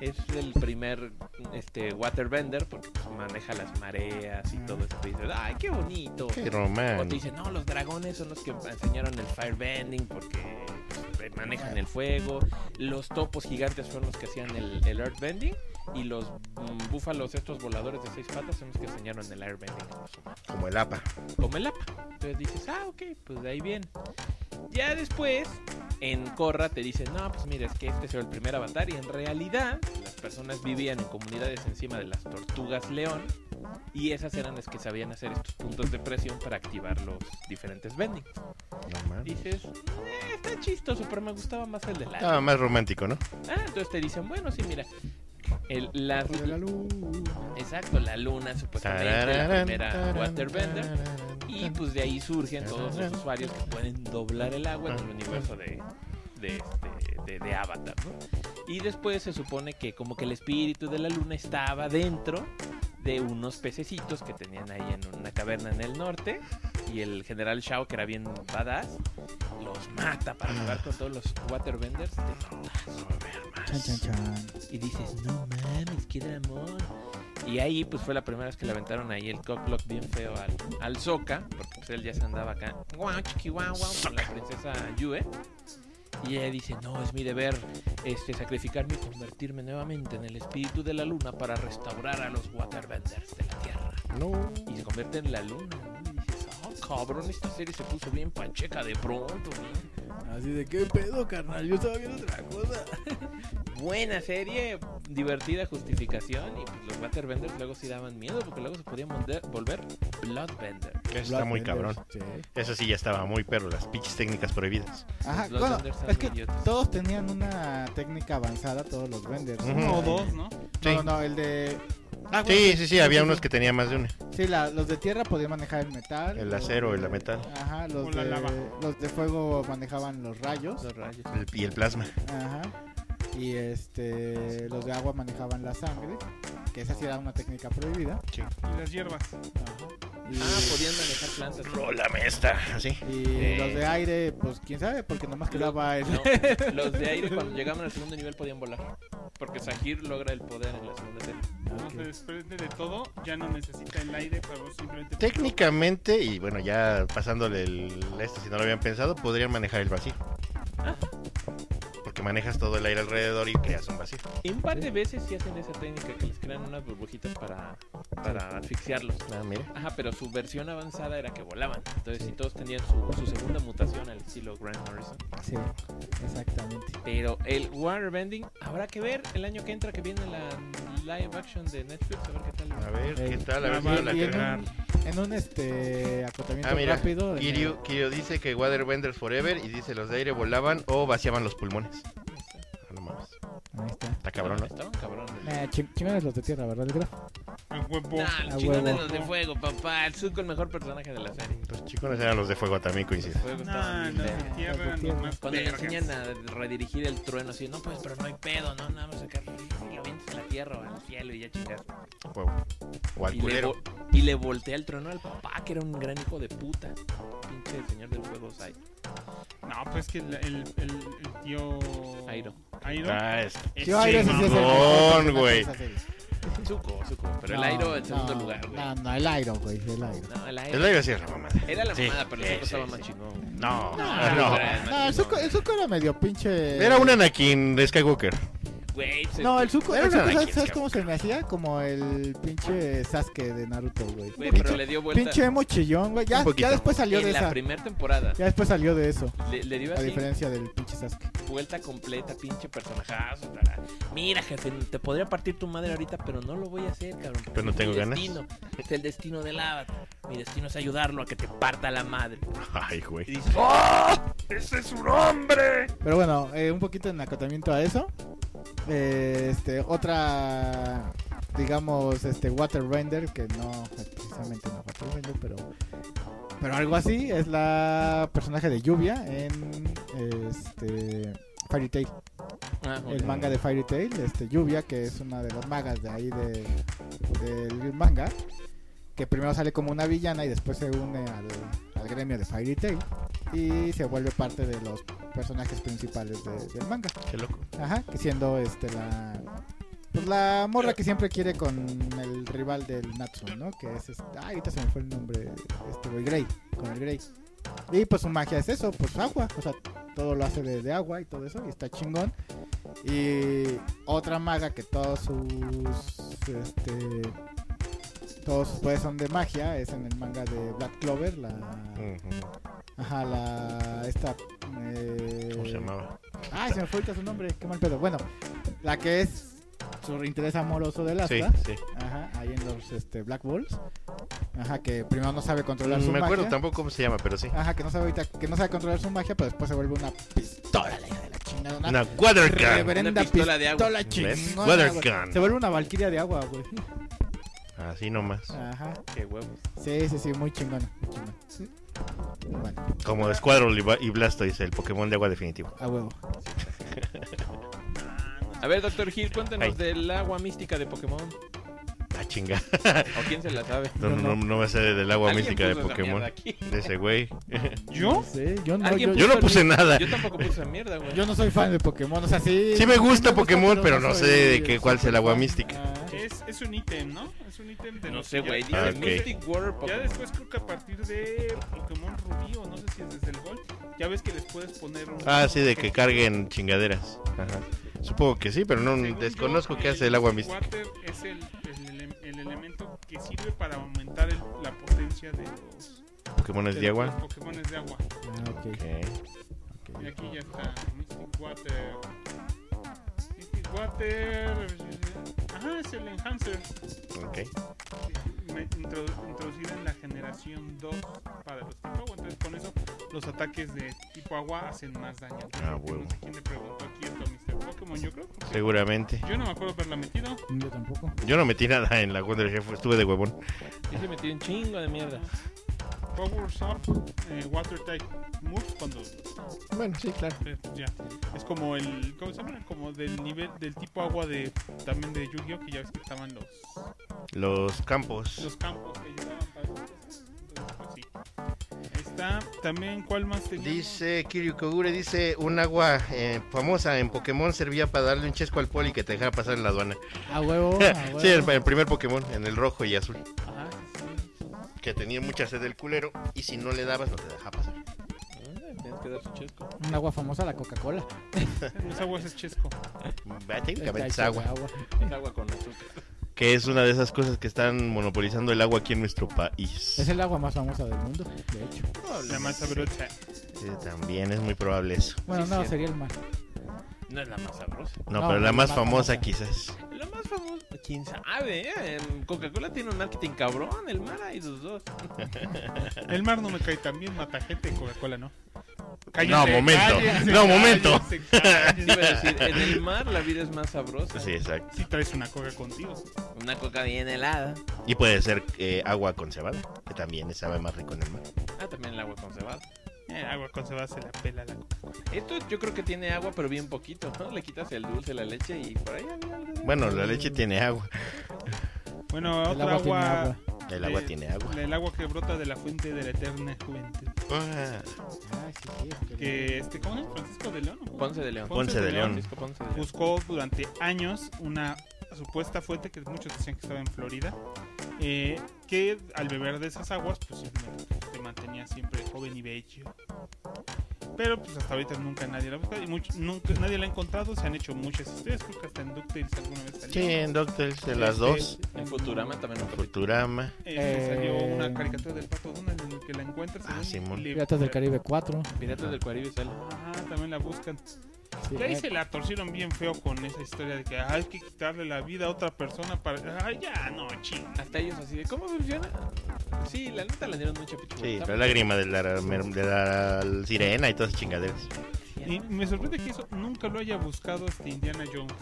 Speaker 1: es el primer este, waterbender porque pues, maneja las mareas y todo eso. Te dicen, ay, qué bonito.
Speaker 3: Qué
Speaker 1: O te
Speaker 3: romántico.
Speaker 1: dicen, no, los dragones son los que enseñaron el firebending porque pues, manejan el fuego. Los topos gigantes fueron los que hacían el, el earthbending. Y los mm, búfalos, estos voladores de seis patas, son los que enseñaron el airbending a los humanos.
Speaker 3: Como el APA.
Speaker 1: Como el APA. Entonces dices, ah, ok, pues de ahí bien. Ya después, en Corra te dicen, no, pues mira, es que este es el primer avatar. Y en realidad, las personas vivían en comunidades encima de las tortugas león. Y esas eran las que sabían hacer estos puntos de presión para activar los diferentes bendings.
Speaker 3: No mames.
Speaker 1: Dices, "Eh, está chistoso, pero me gustaba más el de la.
Speaker 3: Estaba más romántico, ¿no?
Speaker 1: Ah, entonces te dicen, bueno, sí, mira. El, las-
Speaker 2: Hijo de la luz.
Speaker 1: exacto, la luna, supuestamente, pues, la primera waterbender. Y pues de ahí surgen todos los usuarios que pueden doblar el agua en el universo de, de, este- de- de Avatar, ¿no? Y después se supone que como que el espíritu de la luna estaba dentro de unos pececitos que tenían ahí en una caverna en el norte. Y el general Shao, que era bien badass, los mata para jugar con todos los waterbenders. de putazo.
Speaker 2: Chan, chan, chan.
Speaker 1: Y dices, no mames, qué dramón. Y ahí pues fue la primera vez que le aventaron ahí el cocklock bien feo al, al Soca, porque pues él ya se andaba acá, guau, chiqui, guau, guau, con la princesa Yue. Y ella dice, no, es mi deber este, sacrificarme y convertirme nuevamente en el espíritu de la luna para restaurar a los waterbenders de la tierra.
Speaker 3: No.
Speaker 1: Y se convierte en la luna, ¿no? Y dices, ah, cabrón, esta serie se puso bien pacheca de pronto, ¿no?
Speaker 2: Así de qué pedo, carnal. Yo estaba viendo otra cosa.
Speaker 1: Buena serie, divertida justificación y pues, los Waterbenders luego sí daban miedo porque luego se podían volver, volver Bloodbender.
Speaker 3: Eso está muy cabrón.
Speaker 2: Sí.
Speaker 3: Eso sí ya estaba muy perro, las pinches técnicas prohibidas.
Speaker 2: Ajá,
Speaker 1: Los
Speaker 2: bueno,
Speaker 1: Benders son
Speaker 2: es que
Speaker 1: idiotas.
Speaker 2: todos tenían una técnica avanzada, todos los venders.
Speaker 3: Ujú.
Speaker 4: Uno o dos, ¿no?
Speaker 3: Sí.
Speaker 2: No, no, el de Ah, bueno,
Speaker 3: Sí, sí, sí, había unos que tenía más de una.
Speaker 2: Sí, la- los de tierra podían manejar el metal.
Speaker 3: El
Speaker 2: los
Speaker 3: acero,
Speaker 2: de-
Speaker 3: el metal.
Speaker 2: Ajá,
Speaker 4: O
Speaker 2: los
Speaker 4: la
Speaker 2: de,
Speaker 4: lava.
Speaker 2: los de fuego manejaban los rayos.
Speaker 1: Los rayos.
Speaker 3: El- y el plasma.
Speaker 2: Ajá. Y este, los de agua manejaban la sangre, que esa sí era una técnica prohibida.
Speaker 4: Y las hierbas.
Speaker 2: Y,
Speaker 1: Ah,
Speaker 3: pues
Speaker 1: podían manejar plantas.
Speaker 3: Rólame esta. Así.
Speaker 2: y
Speaker 1: eh.
Speaker 2: los de aire, pues quién sabe, porque nomás quedaba el...
Speaker 1: No, los de aire cuando llegaban al segundo nivel podían volar. Porque Sahir logra el poder en la segunda serie.
Speaker 4: Entonces, desprende de todo, ya no necesita el aire, pero simplemente.
Speaker 3: Técnicamente, y bueno, ya pasándole el este, si no lo habían pensado, podrían manejar el vacío. Porque manejas todo el aire alrededor y creas un vacío.
Speaker 1: Y un par de veces sí hacen esa técnica que les crean unas burbujitas para, para asfixiarlos.
Speaker 3: Ah, mira.
Speaker 1: Ajá, pero su versión avanzada era que volaban. Entonces, si todos tenían su, su segunda mutación al estilo Grant Morrison.
Speaker 2: *laughs* Sí, exactamente.
Speaker 1: Pero el Waterbending habrá que ver el año que entra que viene la live action de Netflix. A ver qué tal.
Speaker 3: A ver,
Speaker 2: Eh,
Speaker 3: ¿qué tal? A
Speaker 4: la
Speaker 3: ver si
Speaker 4: van
Speaker 3: no
Speaker 4: a
Speaker 3: la
Speaker 2: bien.
Speaker 3: cagan.
Speaker 4: cagar.
Speaker 2: En un este acotamiento
Speaker 3: Ah, mira.
Speaker 2: rápido. eh, en
Speaker 3: Kiryu, Kiryu dice que Waterbenders Forever y dice los de aire volaban o vaciaban los pulmones. Ah, No mames.
Speaker 2: el- Ahí está.
Speaker 3: Está cabrón, ¿no?
Speaker 1: Estaban cabrones.
Speaker 2: Nah, chi- chingones los de tierra, ¿verdad, el Graf?
Speaker 4: A Ah, huevo.
Speaker 1: Nah, los
Speaker 2: A
Speaker 1: chingones
Speaker 2: huevo.
Speaker 1: los de fuego, papá. El Zuko, el mejor personaje de la serie.
Speaker 3: Los chicos eran los de fuego también, coincido.
Speaker 1: Fuego estaban
Speaker 4: No,
Speaker 1: bien
Speaker 4: no,
Speaker 1: verga.
Speaker 4: de tierra, no más.
Speaker 1: Cuando le
Speaker 4: vergas.
Speaker 1: enseñan a redirigir el trueno, así, no pues, pero no hay pedo, no, nada más sacar y lo avientas a la tierra o al cielo y ya chingas.
Speaker 3: Fuego. O al
Speaker 1: Y le,
Speaker 3: culero.
Speaker 1: vo- y le voltea el trueno al papá, que era un gran hijo de puta. Pinche señor del fuego, Sai.
Speaker 4: No, pues que el, el, el, el tío.
Speaker 1: Airo.
Speaker 4: Airo.
Speaker 3: Ah, es-
Speaker 4: Ese
Speaker 2: Yo aire sí es el
Speaker 4: mamón.
Speaker 2: mejor
Speaker 3: mamón,
Speaker 2: personaje de
Speaker 3: güey.
Speaker 2: esa serie.
Speaker 1: Zuko, Zuko. Pero
Speaker 2: No,
Speaker 1: el Airo en segundo
Speaker 2: no,
Speaker 1: lugar, güey.
Speaker 2: No, no, el aire, güey, el aire.
Speaker 1: No, el
Speaker 3: Es
Speaker 1: Airo.
Speaker 3: la iba a decir la mamada.
Speaker 1: Era la
Speaker 3: Sí,
Speaker 1: mamada, pero el
Speaker 3: sí,
Speaker 1: Zuko
Speaker 3: sí,
Speaker 1: estaba
Speaker 3: sí.
Speaker 1: más chingón. No,
Speaker 3: No, no.
Speaker 1: era más
Speaker 2: No, el
Speaker 1: chingón.
Speaker 2: Zuko, el Zuko era medio pinche.
Speaker 3: Era un Anakin de Skywalker.
Speaker 1: Güey, se-
Speaker 2: No, el Zuko,
Speaker 3: Era
Speaker 2: el
Speaker 3: un
Speaker 2: Zuko
Speaker 3: Anakin
Speaker 2: ¿sabes, ¿sabes cómo se me hacía? Como el pinche Sasuke de Naruto, güey.
Speaker 1: güey, pero
Speaker 2: Pinche,
Speaker 1: le dio vuelta.
Speaker 2: pinche mochillón, güey. Ya,
Speaker 3: Un poquito.
Speaker 2: ya después salió de
Speaker 1: en la
Speaker 2: esa.
Speaker 1: primera temporada.
Speaker 2: Ya después salió de eso.
Speaker 1: Le, le dio
Speaker 2: A
Speaker 1: así
Speaker 2: diferencia del pinche Sasuke.
Speaker 1: vuelta completa, pinche personajazo. tará. Mira, jefe, te podría partir tu madre ahorita, pero no lo voy a hacer, cabrón. porque
Speaker 3: Pero no
Speaker 1: es mi
Speaker 3: tengo ganas.
Speaker 1: destino, Es el destino del avatar. Mi destino es ayudarlo a que te parta la madre.
Speaker 3: Ay, güey.
Speaker 1: Y dice,
Speaker 3: ¡Oh! ¡Ese es un hombre!
Speaker 2: Pero bueno, eh, un poquito en acotamiento a eso. Eh, este, otra, digamos, este Waterbender, que no es precisamente una Waterbender, pero, pero algo así, es la personaje de lluvia en este Fairy Tail,
Speaker 1: "Ah, ok".
Speaker 2: el manga de Fairy Tail, este lluvia, que es una de las magas de ahí de, del manga, que primero sale como una villana y después se une al, al gremio de Fairy Tail y se vuelve parte de los personajes principales de- del manga.
Speaker 3: Qué loco.
Speaker 2: Ajá, que siendo este la pues la morra que siempre quiere con el rival del Natsu, ¿no? Que es este, ah, ahorita se me fue el nombre este güey Grey, con el Grey. Y pues su magia es eso, pues agua, o sea, todo lo hace de, de agua y todo eso y está chingón. Y otra maga que todos sus este todos sus poderes son de magia, es en el manga de Black Clover, la
Speaker 3: Ujú.
Speaker 2: ajá, la esta eh,
Speaker 3: Mm. ¿Cómo se llamaba?
Speaker 2: Ay, se me fue ahorita su nombre, qué mal pedo. Bueno, la que es su interés amoroso del
Speaker 3: Sí,
Speaker 2: Asta,
Speaker 3: sí.
Speaker 2: ajá, ahí en los este, Black Bulls, ajá, que primero no sabe controlar su
Speaker 3: Mm, Me
Speaker 2: magia,
Speaker 3: acuerdo tampoco cómo se llama, pero sí.
Speaker 2: ajá, que no sabe ahorita, que no sabe controlar su magia, pero después se vuelve una pistola, la hija de la chingada, una,
Speaker 3: Una water gun.
Speaker 2: reverenda
Speaker 1: Una pistola de agua.
Speaker 2: pistola
Speaker 3: ¿Ves?
Speaker 2: chingona,
Speaker 3: Water
Speaker 2: güey.
Speaker 3: gun.
Speaker 2: se vuelve una valquiria de agua, güey,
Speaker 3: Así nomás.
Speaker 2: ajá,
Speaker 1: Qué huevos.
Speaker 2: sí, sí, sí, muy chingona, muy chingona, sí. bueno,
Speaker 3: Como Squadron y Ba- y Blastoise, el Pokémon de agua definitivo.
Speaker 2: a huevo,
Speaker 1: A ver, Doctor Hill, cuéntanos
Speaker 3: Ay.
Speaker 1: del agua mística de Pokémon.
Speaker 3: Ah, chinga.
Speaker 1: ¿O quién se la sabe?
Speaker 3: No,
Speaker 2: Yo *laughs* no.
Speaker 3: no, no me sé del agua
Speaker 1: Alguien
Speaker 3: mística de
Speaker 1: puso esa
Speaker 3: Pokémon.
Speaker 1: mierda aquí.
Speaker 3: De ese güey.
Speaker 4: ¿Yo?
Speaker 2: sí, yo no,
Speaker 1: Alguien
Speaker 2: yo,
Speaker 3: Yo no puse nada.
Speaker 1: Yo tampoco puse esa mierda, güey.
Speaker 2: Yo no soy fan de Pokémon, o sea, sí.
Speaker 3: Sí me gusta Pokémon, pero no
Speaker 2: soy este,
Speaker 3: sé de qué- cuál sea el agua
Speaker 2: fan.
Speaker 3: mística.
Speaker 2: Ah,
Speaker 4: Es, es un ítem, ¿no? Es un ítem de
Speaker 1: No
Speaker 4: los
Speaker 1: sé,
Speaker 4: que
Speaker 1: güey.
Speaker 4: ya-
Speaker 1: Dice
Speaker 3: Ah, ok.
Speaker 1: Mystic Water
Speaker 4: Ya
Speaker 1: Pokémon.
Speaker 4: después creo que a partir de Pokémon Rubí o no sé si es desde el Gol, ya ves que les puedes poner un...
Speaker 3: Ah, sí, de que carguen chingaderas. Ajá. Supongo que sí, pero no
Speaker 4: Según
Speaker 3: desconozco
Speaker 4: yo,
Speaker 3: qué
Speaker 4: el
Speaker 3: hace el agua
Speaker 4: Mystic
Speaker 3: mística.
Speaker 4: Water es el, el ele- el elemento que sirve para aumentar el- la potencia de los,
Speaker 3: Pokémon es de agua.
Speaker 4: los Pokémones de agua.
Speaker 2: ah, ok.
Speaker 3: Ok.
Speaker 4: Y aquí ya está Mystic Water. Mystic Water. Ajá, es el Enhancer.
Speaker 3: ok.
Speaker 4: Me- introdu- Introducida en la generación 2 para los tipo agua. Entonces, con eso, los ataques de tipo agua hacen más daño. Entonces,
Speaker 3: Ah,
Speaker 4: creo que
Speaker 3: huevo.
Speaker 4: No sé quién le preguntó aquí esto a Mr. Fox. Pokémon, yo creo. porque
Speaker 3: Seguramente.
Speaker 4: Yo no me acuerdo haberla metido.
Speaker 2: Yo tampoco.
Speaker 3: Yo no metí nada en la Wonder Chef, estuve de huevón.
Speaker 1: Yo se metí un chingo de mierda.
Speaker 4: Power Up, eh, Water Type Move, cuando
Speaker 3: Bueno, sí, claro.
Speaker 4: eh, ya. Es como el. ¿Cómo se llama? Como del nivel, del tipo agua de. También de Yu-Gi-Oh! que ya ves que estaban los,
Speaker 3: Los campos.
Speaker 4: los campos que ayudaban para esas cosas. Entonces, pues sí. Ahí Está también, ¿cuál más teníamos?
Speaker 3: Dice Kiryu Kogure, dice, un agua eh, famosa en Pokémon servía para darle un chesco al poli que te dejara pasar en la aduana.
Speaker 2: A
Speaker 3: *laughs*
Speaker 2: huevo, a huevo.
Speaker 3: sí, el, el primer Pokémon, en el rojo y azul,
Speaker 4: Ajá, sí.
Speaker 3: que tenía mucha sed del culero y si no le dabas no te dejaba pasar.
Speaker 1: Ah, Tienes que dar su chesco.
Speaker 2: Un agua famosa, la Coca-Cola.
Speaker 4: Los aguas es chesco.
Speaker 3: Va, técnicamente es
Speaker 2: El
Speaker 3: agua.
Speaker 2: agua.
Speaker 1: Es agua con azúcar.
Speaker 3: Que es una de esas cosas que están monopolizando el agua aquí en nuestro país.
Speaker 2: Es el agua más famosa del mundo, de hecho.
Speaker 4: La más sabrosa.
Speaker 3: Sí, también es muy probable eso.
Speaker 2: Bueno,
Speaker 1: Sí,
Speaker 2: no,
Speaker 1: cierto.
Speaker 2: sería el mar.
Speaker 1: No es la más sabrosa.
Speaker 3: No,
Speaker 2: No,
Speaker 3: pero la
Speaker 2: la
Speaker 3: más
Speaker 2: más
Speaker 3: famosa
Speaker 2: famosa.
Speaker 3: quizás.
Speaker 1: La más famosa, quién sabe, ¿eh? En Coca-Cola tiene un marketing cabrón, el mar hay sus dos.
Speaker 4: El mar no me cae tan bien, matajete, Coca-Cola, ¿no?
Speaker 3: momento. No, momento.
Speaker 4: cállense, cállense.
Speaker 1: Sí, iba a decir, en el mar la vida es más sabrosa.
Speaker 3: *laughs* Sí, exacto.
Speaker 4: Si traes una coca contigo.
Speaker 1: Una coca bien helada.
Speaker 3: Y puede ser eh, agua con cebada, que también sabe más rico en el mar.
Speaker 1: Ah, también el agua con cebada.
Speaker 4: Eh, agua con cebada se la pela la coca.
Speaker 1: Esto yo creo que tiene agua, pero bien poquito, ¿no? Le quitas el dulce, la leche y por ahí había algo de-
Speaker 3: Bueno, la leche tiene agua.
Speaker 4: Bueno,
Speaker 2: El
Speaker 4: otra
Speaker 2: agua tiene
Speaker 4: agua.
Speaker 2: agua.
Speaker 3: El agua
Speaker 4: eh,
Speaker 3: tiene agua.
Speaker 4: El agua que brota de la fuente de la eterna juventud.
Speaker 3: Ah,
Speaker 2: Ah, sí, sí. porque-
Speaker 4: Que este, ¿cómo es? Francisco de León. ¿no?
Speaker 1: Ponce de León.
Speaker 3: Ponce de León.
Speaker 1: Francisco Ponce de León.
Speaker 4: Buscó durante años una supuesta fuente que muchos decían que estaba en Florida. eh, que al beber de esas aguas, pues te mantenía siempre joven y bello. Pero pues hasta ahorita nunca nadie la ha buscado y mucho- nunca, nadie la ha encontrado. Se han hecho muchas historias, creo que hasta en DuckTales alguna vez salió.
Speaker 3: Sí, en Doctors, de las
Speaker 4: Este,
Speaker 3: dos.
Speaker 1: En Futurama también un poquito.
Speaker 3: Futurama.
Speaker 4: Eh, Salió
Speaker 2: Eh,
Speaker 4: una caricatura del pato Donald en el que la encuentras.
Speaker 3: Ah, Simón.
Speaker 2: Piratas del Caribe 4.
Speaker 1: Piratas del Caribe sale.
Speaker 4: Ajá, también la buscan.
Speaker 2: Sí,
Speaker 4: Y ahí
Speaker 2: eh,
Speaker 4: se la torcieron bien feo con esa historia de que "Ah, hay que quitarle la vida a otra persona para. Ay, ya, no, ching.
Speaker 1: Hasta ellos así de, ¿cómo funciona? Sí, la neta le dieron mucha pichu.
Speaker 3: Sí, la lágrima de la, de la sirena y todas esas chingaderas.
Speaker 4: Y me sorprende que eso nunca lo haya buscado este Indiana Jones.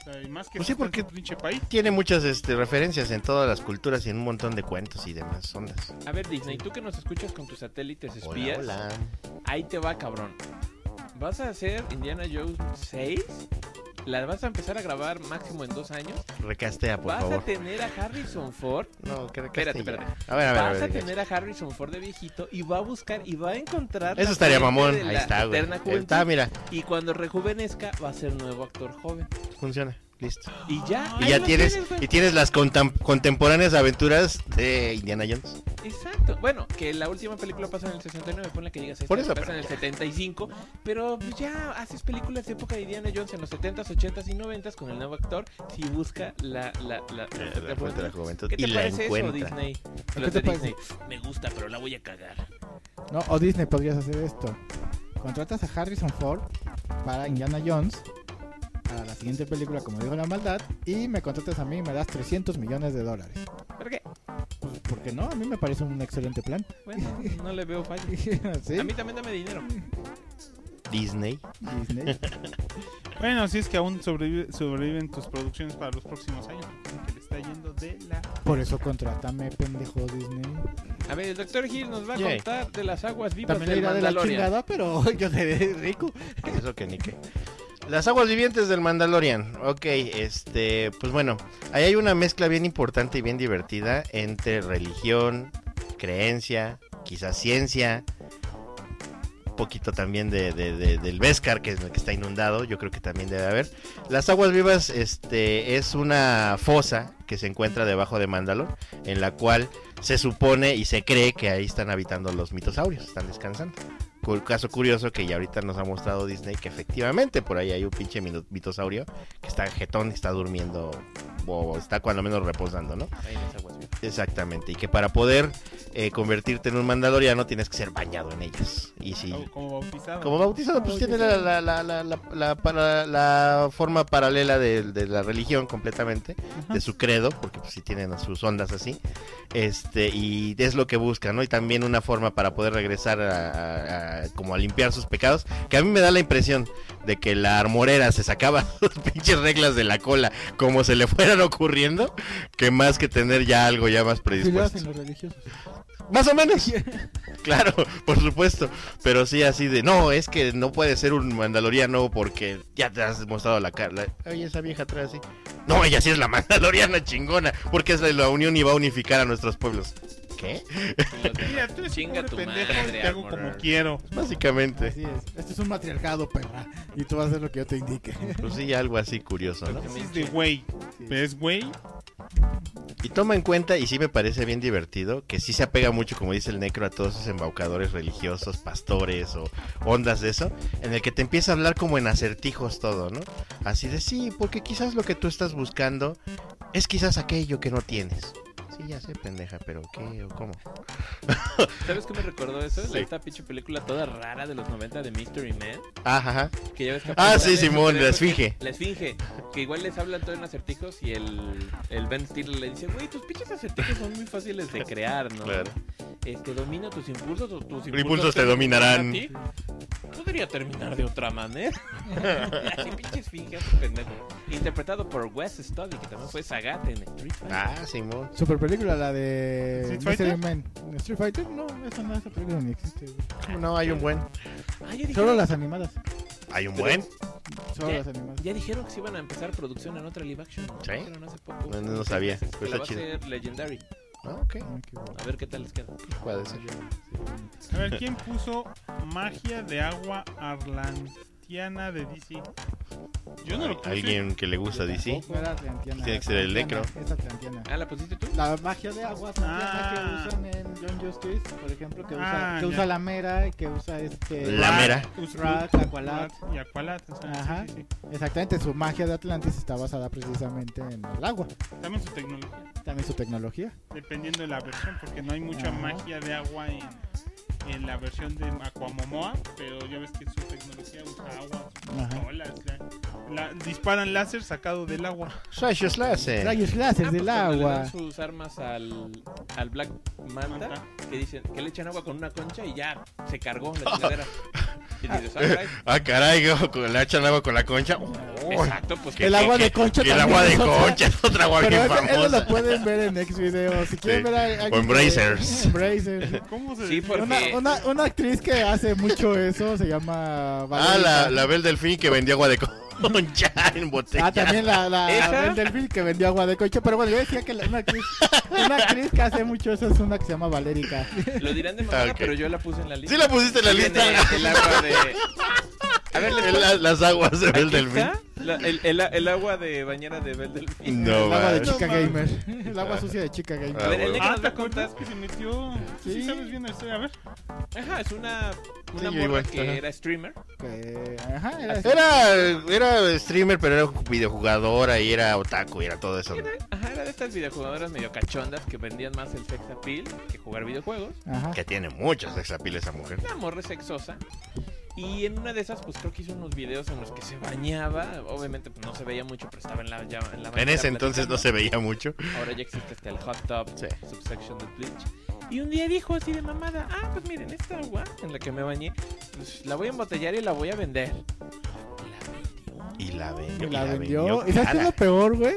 Speaker 4: O sea, y más que
Speaker 3: Pues sí,
Speaker 4: está en
Speaker 3: porque-
Speaker 4: su pinche país.
Speaker 3: Tiene muchas este, referencias en todas las culturas y en un montón de cuentos y demás ondas.
Speaker 1: A ver, Disney, tú que nos escuchas con tus satélites
Speaker 3: Hola,
Speaker 1: espías,
Speaker 3: hola.
Speaker 1: ahí te va, cabrón. ¿Vas a hacer Indiana Jones 6? ¿La vas a empezar a grabar máximo en dos años?
Speaker 3: Recastea, por
Speaker 1: ¿Vas
Speaker 3: favor.
Speaker 1: a tener a Harrison Ford?
Speaker 3: No, que
Speaker 1: Espérate,
Speaker 3: recastea.
Speaker 1: espérate.
Speaker 3: A ver, a ver, a
Speaker 1: vas a
Speaker 3: ver.
Speaker 1: tener a Harrison Ford de viejito y va a buscar y va a encontrar.
Speaker 3: Eso
Speaker 1: la
Speaker 3: estaría
Speaker 1: fuente
Speaker 3: mamón.
Speaker 1: de
Speaker 3: Ahí
Speaker 1: la
Speaker 3: está, güey.
Speaker 1: eterna
Speaker 3: Ahí Está,
Speaker 1: juventud.
Speaker 3: mira,
Speaker 1: Y cuando rejuvenezca, va a ser nuevo actor joven.
Speaker 3: funciona. Listo.
Speaker 1: Y ya.
Speaker 3: Y
Speaker 1: ahí
Speaker 3: ya
Speaker 1: lo
Speaker 3: tienes,
Speaker 1: güey.
Speaker 3: y tienes las contam- contemporáneas aventuras de Indiana Jones.
Speaker 1: Exacto. Bueno, que la última película pasa en el 69, ponle que digas esta
Speaker 3: Por eso,
Speaker 1: pasa
Speaker 3: pero
Speaker 1: en el 75, pero pues ya haces películas de época de Indiana Jones en los 70s, 80s y 90s con el nuevo actor si busca la la la, la-
Speaker 3: Eh, La
Speaker 1: la-
Speaker 3: fuente de la juventud.
Speaker 1: ¿Qué
Speaker 3: Y
Speaker 1: te
Speaker 3: la
Speaker 1: parece eso,
Speaker 3: encuentra.
Speaker 1: Disney? Los
Speaker 2: te
Speaker 1: de
Speaker 2: parece?
Speaker 1: Disney. Me gusta, pero la voy a cagar.
Speaker 2: No, o Disney podrías hacer esto. Contratas a Harrison Ford para Indiana Jones para la siguiente película, como dijo la maldad, y me contratas a mí y me das 300 millones de dólares.
Speaker 1: ¿Por qué?
Speaker 2: Pues, ¿por qué no? A mí me parece un excelente
Speaker 1: *laughs*
Speaker 2: plan.
Speaker 1: Bueno, no le veo fallo.
Speaker 2: ¿Sí?
Speaker 1: A mí también dame dinero.
Speaker 3: Disney.
Speaker 2: Disney.
Speaker 4: Bueno, si es que aún sobrevive- sobreviven tus producciones para los próximos años. porque dicen que le está yendo de la.
Speaker 2: Por eso contrátame, pendejo Disney.
Speaker 1: A ver, el doctor Hill nos va a
Speaker 3: Yay.
Speaker 1: contar de las aguas vivas
Speaker 2: También le
Speaker 1: del
Speaker 2: irá de la
Speaker 1: Mandalorian.
Speaker 2: chingada, pero *laughs* yo seré rico.
Speaker 3: Eso que ni qué. Las aguas vivientes del Mandalorian. Ok, este, pues bueno, ahí hay una mezcla bien importante y bien divertida entre religión, creencia, quizás ciencia, poquito también de, de- de- del Beskar que, es el que está inundado, yo creo que también debe haber. Las aguas vivas, este, es una fosa que se encuentra debajo de Mandalor, en la cual se supone y se cree que ahí están habitando los mitosaurios, están descansando. Cu- caso curioso que ya ahorita nos ha mostrado Disney que efectivamente por ahí hay un pinche mino- mitosaurio que está jetón, está durmiendo o está cuando menos reposando, ¿no?
Speaker 1: Ahí en las aguas vivas.
Speaker 3: Exactamente, y que para poder eh, convertirte en un mandaloriano tienes que ser bañado en ellas. Y Y sí.
Speaker 4: Como- Como bautizado.
Speaker 3: Como bautizado, pues tiene la, la, la, la, la, la- para- la forma paralela de, de la religión completamente,
Speaker 4: Ajá.
Speaker 3: de su credo, porque pues sí tienen a sus ondas así, este y es lo que busca, ¿no? Y también una forma para poder regresar a, a- a- como a limpiar sus pecados, que a mí me da la impresión de que la armorera se sacaba *laughs* sus pinches reglas de la cola como se le fueran ocurriendo, que más que tener ya algo ya más
Speaker 2: Si
Speaker 1: Pues,
Speaker 2: lo
Speaker 3: predispuesto.
Speaker 2: hacen los religiosos.
Speaker 3: Más o menos. *laughs* claro, por supuesto. Pero sí, así de, no, es que no puede ser un mandaloriano porque ya te has mostrado la cara. La- Oye, esa vieja atrás, sí. No, ella sí es la *laughs* mandaloriana chingona, porque es la, la unión y va a unificar a nuestros pueblos. ¿Qué?
Speaker 4: Mira, tú eres
Speaker 1: Chinga
Speaker 4: pobre
Speaker 1: tu
Speaker 4: pendejo
Speaker 1: madre,
Speaker 4: y te hago
Speaker 1: Armorer.
Speaker 4: como quiero.
Speaker 3: Básicamente.
Speaker 2: Así es. Este es un matriarcado, perra. Y tú vas a hacer lo que yo te indique.
Speaker 3: Pues sí, algo así curioso, ¿no?
Speaker 4: Es de güey. Pero es güey.
Speaker 3: Y toma en cuenta, y sí me parece bien divertido, que sí se apega mucho, como dice el necro, a todos esos embaucadores religiosos, pastores o ondas de eso, en el que te empieza a hablar como en acertijos todo, ¿no? Así de sí, porque quizás lo que tú estás buscando es quizás aquello que no tienes. Sí, ya sé, pendeja, pero ¿qué o cómo?
Speaker 1: ¿Sabes qué me recordó eso?
Speaker 3: Sí.
Speaker 1: Esta pinche película toda rara de los 90 de Mystery Man.
Speaker 3: Ajá, Ah, ajá.
Speaker 1: Que ya ves que
Speaker 3: Ah,
Speaker 1: apenas
Speaker 3: sí,
Speaker 4: *laughs*
Speaker 1: sale
Speaker 3: Simón,
Speaker 1: su
Speaker 3: la
Speaker 1: teléfono,
Speaker 3: esfinge.
Speaker 1: La esfinge. Que igual les hablan todo en acertijos y el, el Ben Stiller le dice, güey, tus pinches acertijos son muy fáciles de crear, ¿no?
Speaker 3: Claro.
Speaker 1: Este, domina tus impulsos o tus impulsos,
Speaker 3: impulsos te dominarán.
Speaker 1: dominan a ti. Podría terminar de otra
Speaker 3: *laughs*
Speaker 1: manera. Así pinche esfinge, este pendejo. Interpretado por Wes Studi, que también fue Sagat en Street Fighter.
Speaker 3: Ah, Simón.
Speaker 2: Super película, la de
Speaker 4: ¿Street
Speaker 2: Mystery
Speaker 4: Fighter?
Speaker 2: Man. ¿Street Fighter? No, esa no, esa película ni existe. güey.
Speaker 3: ¿Cómo no? Hay un buen.
Speaker 1: Ah, ya
Speaker 2: Solo
Speaker 1: dijeron,
Speaker 2: las animadas.
Speaker 3: Hay un buen.
Speaker 2: Solo
Speaker 1: Ya-
Speaker 2: las animadas.
Speaker 1: ya dijeron que se iban a empezar producción en otra live action. ¿no?
Speaker 3: Sí.
Speaker 1: Dijeron hace poco.
Speaker 3: No, no lo sabía,
Speaker 1: Que
Speaker 3: pero
Speaker 1: la
Speaker 3: está
Speaker 1: va a
Speaker 3: chido.
Speaker 1: hacer Legendary.
Speaker 3: Ah, ok.
Speaker 2: Ay, qué guapo.
Speaker 1: A ver qué tal les queda.
Speaker 3: Puede ser.
Speaker 4: A ver, ¿quién puso magia de agua arlantiana de DC? Yo no lo puse.
Speaker 3: Alguien que le gusta DC.
Speaker 2: No era atlantiana.
Speaker 3: Tiene que ser el
Speaker 2: Atlantiana,
Speaker 3: necro.
Speaker 2: Es atlantiana.
Speaker 1: Ah, ¿la pusiste tú?
Speaker 2: La magia de agua atlantiana
Speaker 4: Ah.
Speaker 2: que usan en John Justice, por ejemplo, que usa,
Speaker 4: Ah,
Speaker 2: que
Speaker 4: ya.
Speaker 2: usa la mera, que usa este...
Speaker 3: La
Speaker 4: Rat,
Speaker 3: mera.
Speaker 4: Uscut,
Speaker 2: Rat, Aqualad.
Speaker 4: Rat Y Aqualad. o sea, sí,
Speaker 2: Ajá.
Speaker 4: sí, sí.
Speaker 2: Exactamente, su magia de Atlantis está basada precisamente en el agua.
Speaker 4: También su tecnología.
Speaker 2: También su tecnología.
Speaker 4: Dependiendo de la versión, porque no hay mucha
Speaker 2: Ajá.
Speaker 4: magia de agua en, en la versión de Aquamomoa, pero ya ves que su tecnología usa agua, sus
Speaker 2: Ajá.
Speaker 4: pistolas, la- la- disparan láser sacado del agua.
Speaker 3: Rayos láser.
Speaker 2: Rayos láser
Speaker 1: Ah, pues
Speaker 2: del
Speaker 1: cuando le
Speaker 2: agua.
Speaker 1: dan sus armas al, al Black Manta,
Speaker 4: Manta.
Speaker 1: que dicen que le echan agua con una concha y ya se cargó
Speaker 3: *laughs*
Speaker 1: la chingadera. Y dices, ah, caray.
Speaker 3: Ah, caray, le echan agua con la concha. *laughs* Uy.
Speaker 1: Exacto, pues
Speaker 3: Que-
Speaker 2: el agua
Speaker 3: que-
Speaker 2: de concha
Speaker 3: Que el
Speaker 2: también
Speaker 3: agua de
Speaker 2: es otra.
Speaker 3: concha es otra agua
Speaker 2: Pero
Speaker 3: bien
Speaker 2: eso, eso lo
Speaker 3: famosa.
Speaker 2: pueden ver en Next Video. Si quieren
Speaker 3: Sí.
Speaker 2: ver a alguien
Speaker 3: O
Speaker 2: que- *laughs*
Speaker 3: Embracers.
Speaker 2: Embracers.
Speaker 4: ¿Cómo se Ah,
Speaker 1: Sí,
Speaker 4: define?
Speaker 1: porque-
Speaker 2: Una, una, una actriz que hace mucho eso se llama.
Speaker 3: Ah,
Speaker 2: Valeria.
Speaker 3: la, la Bel Delfín que vendía agua de concha *laughs* en botella.
Speaker 2: Ah, también la, la
Speaker 1: ¿Esa?
Speaker 2: Abel Delfín que vendió agua de concha. Pero bueno, yo decía que la- una, actriz, una actriz que hace mucho eso es una que se llama Valérica.
Speaker 1: lo dirán de mamada,
Speaker 3: Ah, ok.
Speaker 1: pero yo la puse en la lista.
Speaker 3: Sí la pusiste en la
Speaker 1: Viene
Speaker 3: lista.
Speaker 1: El agua de. A ver, les
Speaker 3: *laughs* En la- las aguas de Bel
Speaker 1: Aquí
Speaker 3: Delfín.
Speaker 1: está la- el, el- el agua de bañera de Bel Delfín.
Speaker 3: No,
Speaker 2: el agua de
Speaker 3: man.
Speaker 2: chica
Speaker 4: No,
Speaker 2: gamer. El agua sucia de chica gamer.
Speaker 1: A ver, el
Speaker 3: Ah,
Speaker 1: negro
Speaker 4: Ah,
Speaker 1: nos
Speaker 4: ¿te
Speaker 1: va a contar.
Speaker 4: acuerdas que se metió? Sí,
Speaker 2: Sí.
Speaker 4: sabes bien la historia. A ver,
Speaker 1: Ajá, es una, una
Speaker 3: yo
Speaker 1: morra
Speaker 3: igual,
Speaker 1: que
Speaker 3: ajá.
Speaker 1: era streamer.
Speaker 2: Que- ajá, era así.
Speaker 3: Era, era streamer, pero era videojugadora y era otaku y era todo eso.
Speaker 1: Ajá, era de estas videojugadoras medio cachondas que vendían más el sex appeal que jugar videojuegos.
Speaker 2: Ajá.
Speaker 3: Que tiene muchos exapiles esa mujer.
Speaker 1: una morra sexosa. Y en una de esas, pues creo que hizo unos videos en los que se bañaba. Obviamente, pues no se veía mucho, pero estaba en la, ya- en la
Speaker 3: En
Speaker 1: bañera
Speaker 3: ese entonces no
Speaker 1: platicando.
Speaker 3: se veía mucho.
Speaker 1: Ahora ya existe hasta el hot tub,
Speaker 3: Sí.
Speaker 1: subsection de Twitch. Y un día dijo así de mamada: Ah, pues miren, esta agua en la que me bañé, pues la voy a embotellar y la voy a vender.
Speaker 3: Y la vendió.
Speaker 2: Y
Speaker 3: y
Speaker 2: la vendió.
Speaker 3: vendió
Speaker 2: ¿Y sabes qué es
Speaker 3: cara.
Speaker 2: lo peor, güey?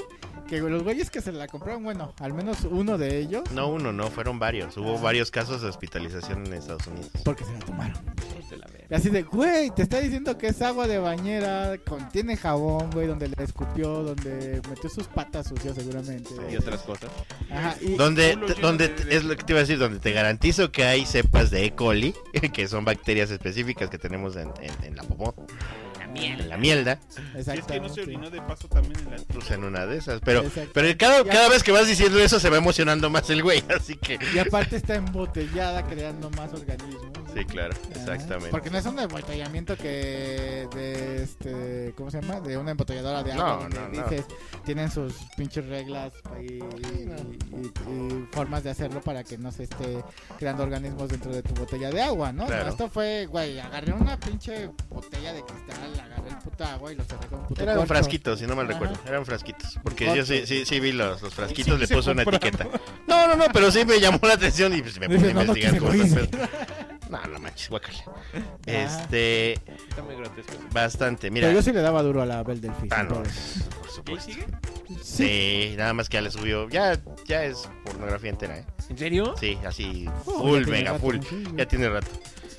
Speaker 2: Que los güeyes que se la compraron, bueno, al menos uno de ellos.
Speaker 3: No uno, no, fueron varios. Hubo varios casos de hospitalización en Estados Unidos.
Speaker 2: Porque se la tomaron.
Speaker 1: Hijos de la
Speaker 2: Y
Speaker 1: verga.
Speaker 2: así de, güey, te está diciendo que es agua de bañera, contiene jabón, güey, donde le escupió, donde metió sus patas sucias seguramente.
Speaker 1: Y otras cosas.
Speaker 2: Ajá, y,
Speaker 3: Donde,
Speaker 4: Culo lleno
Speaker 3: donde
Speaker 4: de- de-
Speaker 3: es lo que te iba a decir, donde te garantizo que hay cepas de E. coli, *laughs* que son bacterias específicas que tenemos en, en- en la popó,
Speaker 1: La
Speaker 3: en
Speaker 1: mierda.
Speaker 3: la mielda,
Speaker 4: si es que no
Speaker 2: exactamente.
Speaker 4: se orinó de paso también en la
Speaker 3: pues en una de esas. Pero,
Speaker 2: Exacto.
Speaker 3: pero cada, cada vez que vas diciendo eso se va emocionando más el güey, *laughs* así que
Speaker 2: Y aparte está embotellada creando más organismos.
Speaker 3: Sí, claro,
Speaker 2: Ajá.
Speaker 3: exactamente.
Speaker 2: Ah, Porque no es un embotellamiento que de este, ¿cómo se llama? De una embotelladora de agua
Speaker 3: No,
Speaker 2: donde
Speaker 3: no, no.
Speaker 2: dices, tienen sus pinches reglas y, y- y formas de hacerlo para que no se esté creando organismos dentro de tu botella de agua, ¿no?
Speaker 3: Claro.
Speaker 2: Esto fue, güey, agarré una pinche botella de cristal, agarré el puta agua y lo cerré con un puto
Speaker 3: Eran
Speaker 2: corcho.
Speaker 3: frasquitos, si no mal
Speaker 2: Ajá.
Speaker 3: recuerdo. Eran frasquitos. Porque
Speaker 2: Corcho.
Speaker 3: yo sí, sí, sí vi los, los frasquitos,
Speaker 4: Sí,
Speaker 3: le
Speaker 4: se
Speaker 3: puse una
Speaker 4: compraron.
Speaker 3: etiqueta. No, no, no, pero sí me llamó la atención y pues, me puse a
Speaker 2: Dice, no, no,
Speaker 3: investigar
Speaker 2: que se
Speaker 3: cómo
Speaker 2: lo
Speaker 3: está
Speaker 2: hice.
Speaker 3: el pedo. No, no manches, guácala.
Speaker 2: Ah.
Speaker 3: Este,
Speaker 1: Está muy grotesco.
Speaker 3: bastante. Mira,
Speaker 2: Pero yo sí le daba duro a la Belle Delfín.
Speaker 3: Ah,
Speaker 2: sin
Speaker 3: no,
Speaker 2: problema.
Speaker 3: por
Speaker 1: ¿Y ahí
Speaker 3: supuesto.
Speaker 1: sigue?
Speaker 3: Sí, nada más que ya le subió. Ya, ya es pornografía entera, ¿eh?
Speaker 1: ¿En serio?
Speaker 3: Sí, así,
Speaker 2: Oh,
Speaker 3: full,
Speaker 2: ya tiene
Speaker 3: mega
Speaker 2: rato,
Speaker 3: full.
Speaker 2: sí, güey.
Speaker 3: Ya tiene rato.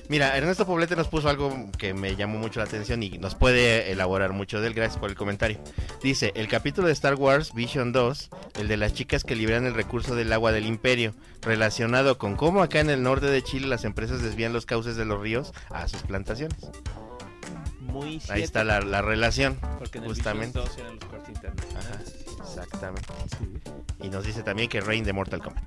Speaker 3: Mira, Ernesto Poblete nos puso algo que me llamó mucho la atención y nos puede elaborar mucho de él. Gracias por el comentario. Dice, el capítulo de Star Wars Vision 2, el de las chicas que liberan el recurso del agua del imperio, relacionado con cómo acá en el norte de Chile las empresas desvían los cauces de los ríos a sus plantaciones.
Speaker 1: Muy cierto.
Speaker 3: Ahí está la, la relación.
Speaker 1: Porque en
Speaker 3: justamente.
Speaker 1: el Vision 2 eran los cortes internos.
Speaker 3: Ajá, exactamente. Y nos dice también que Reign de Mortal Kombat.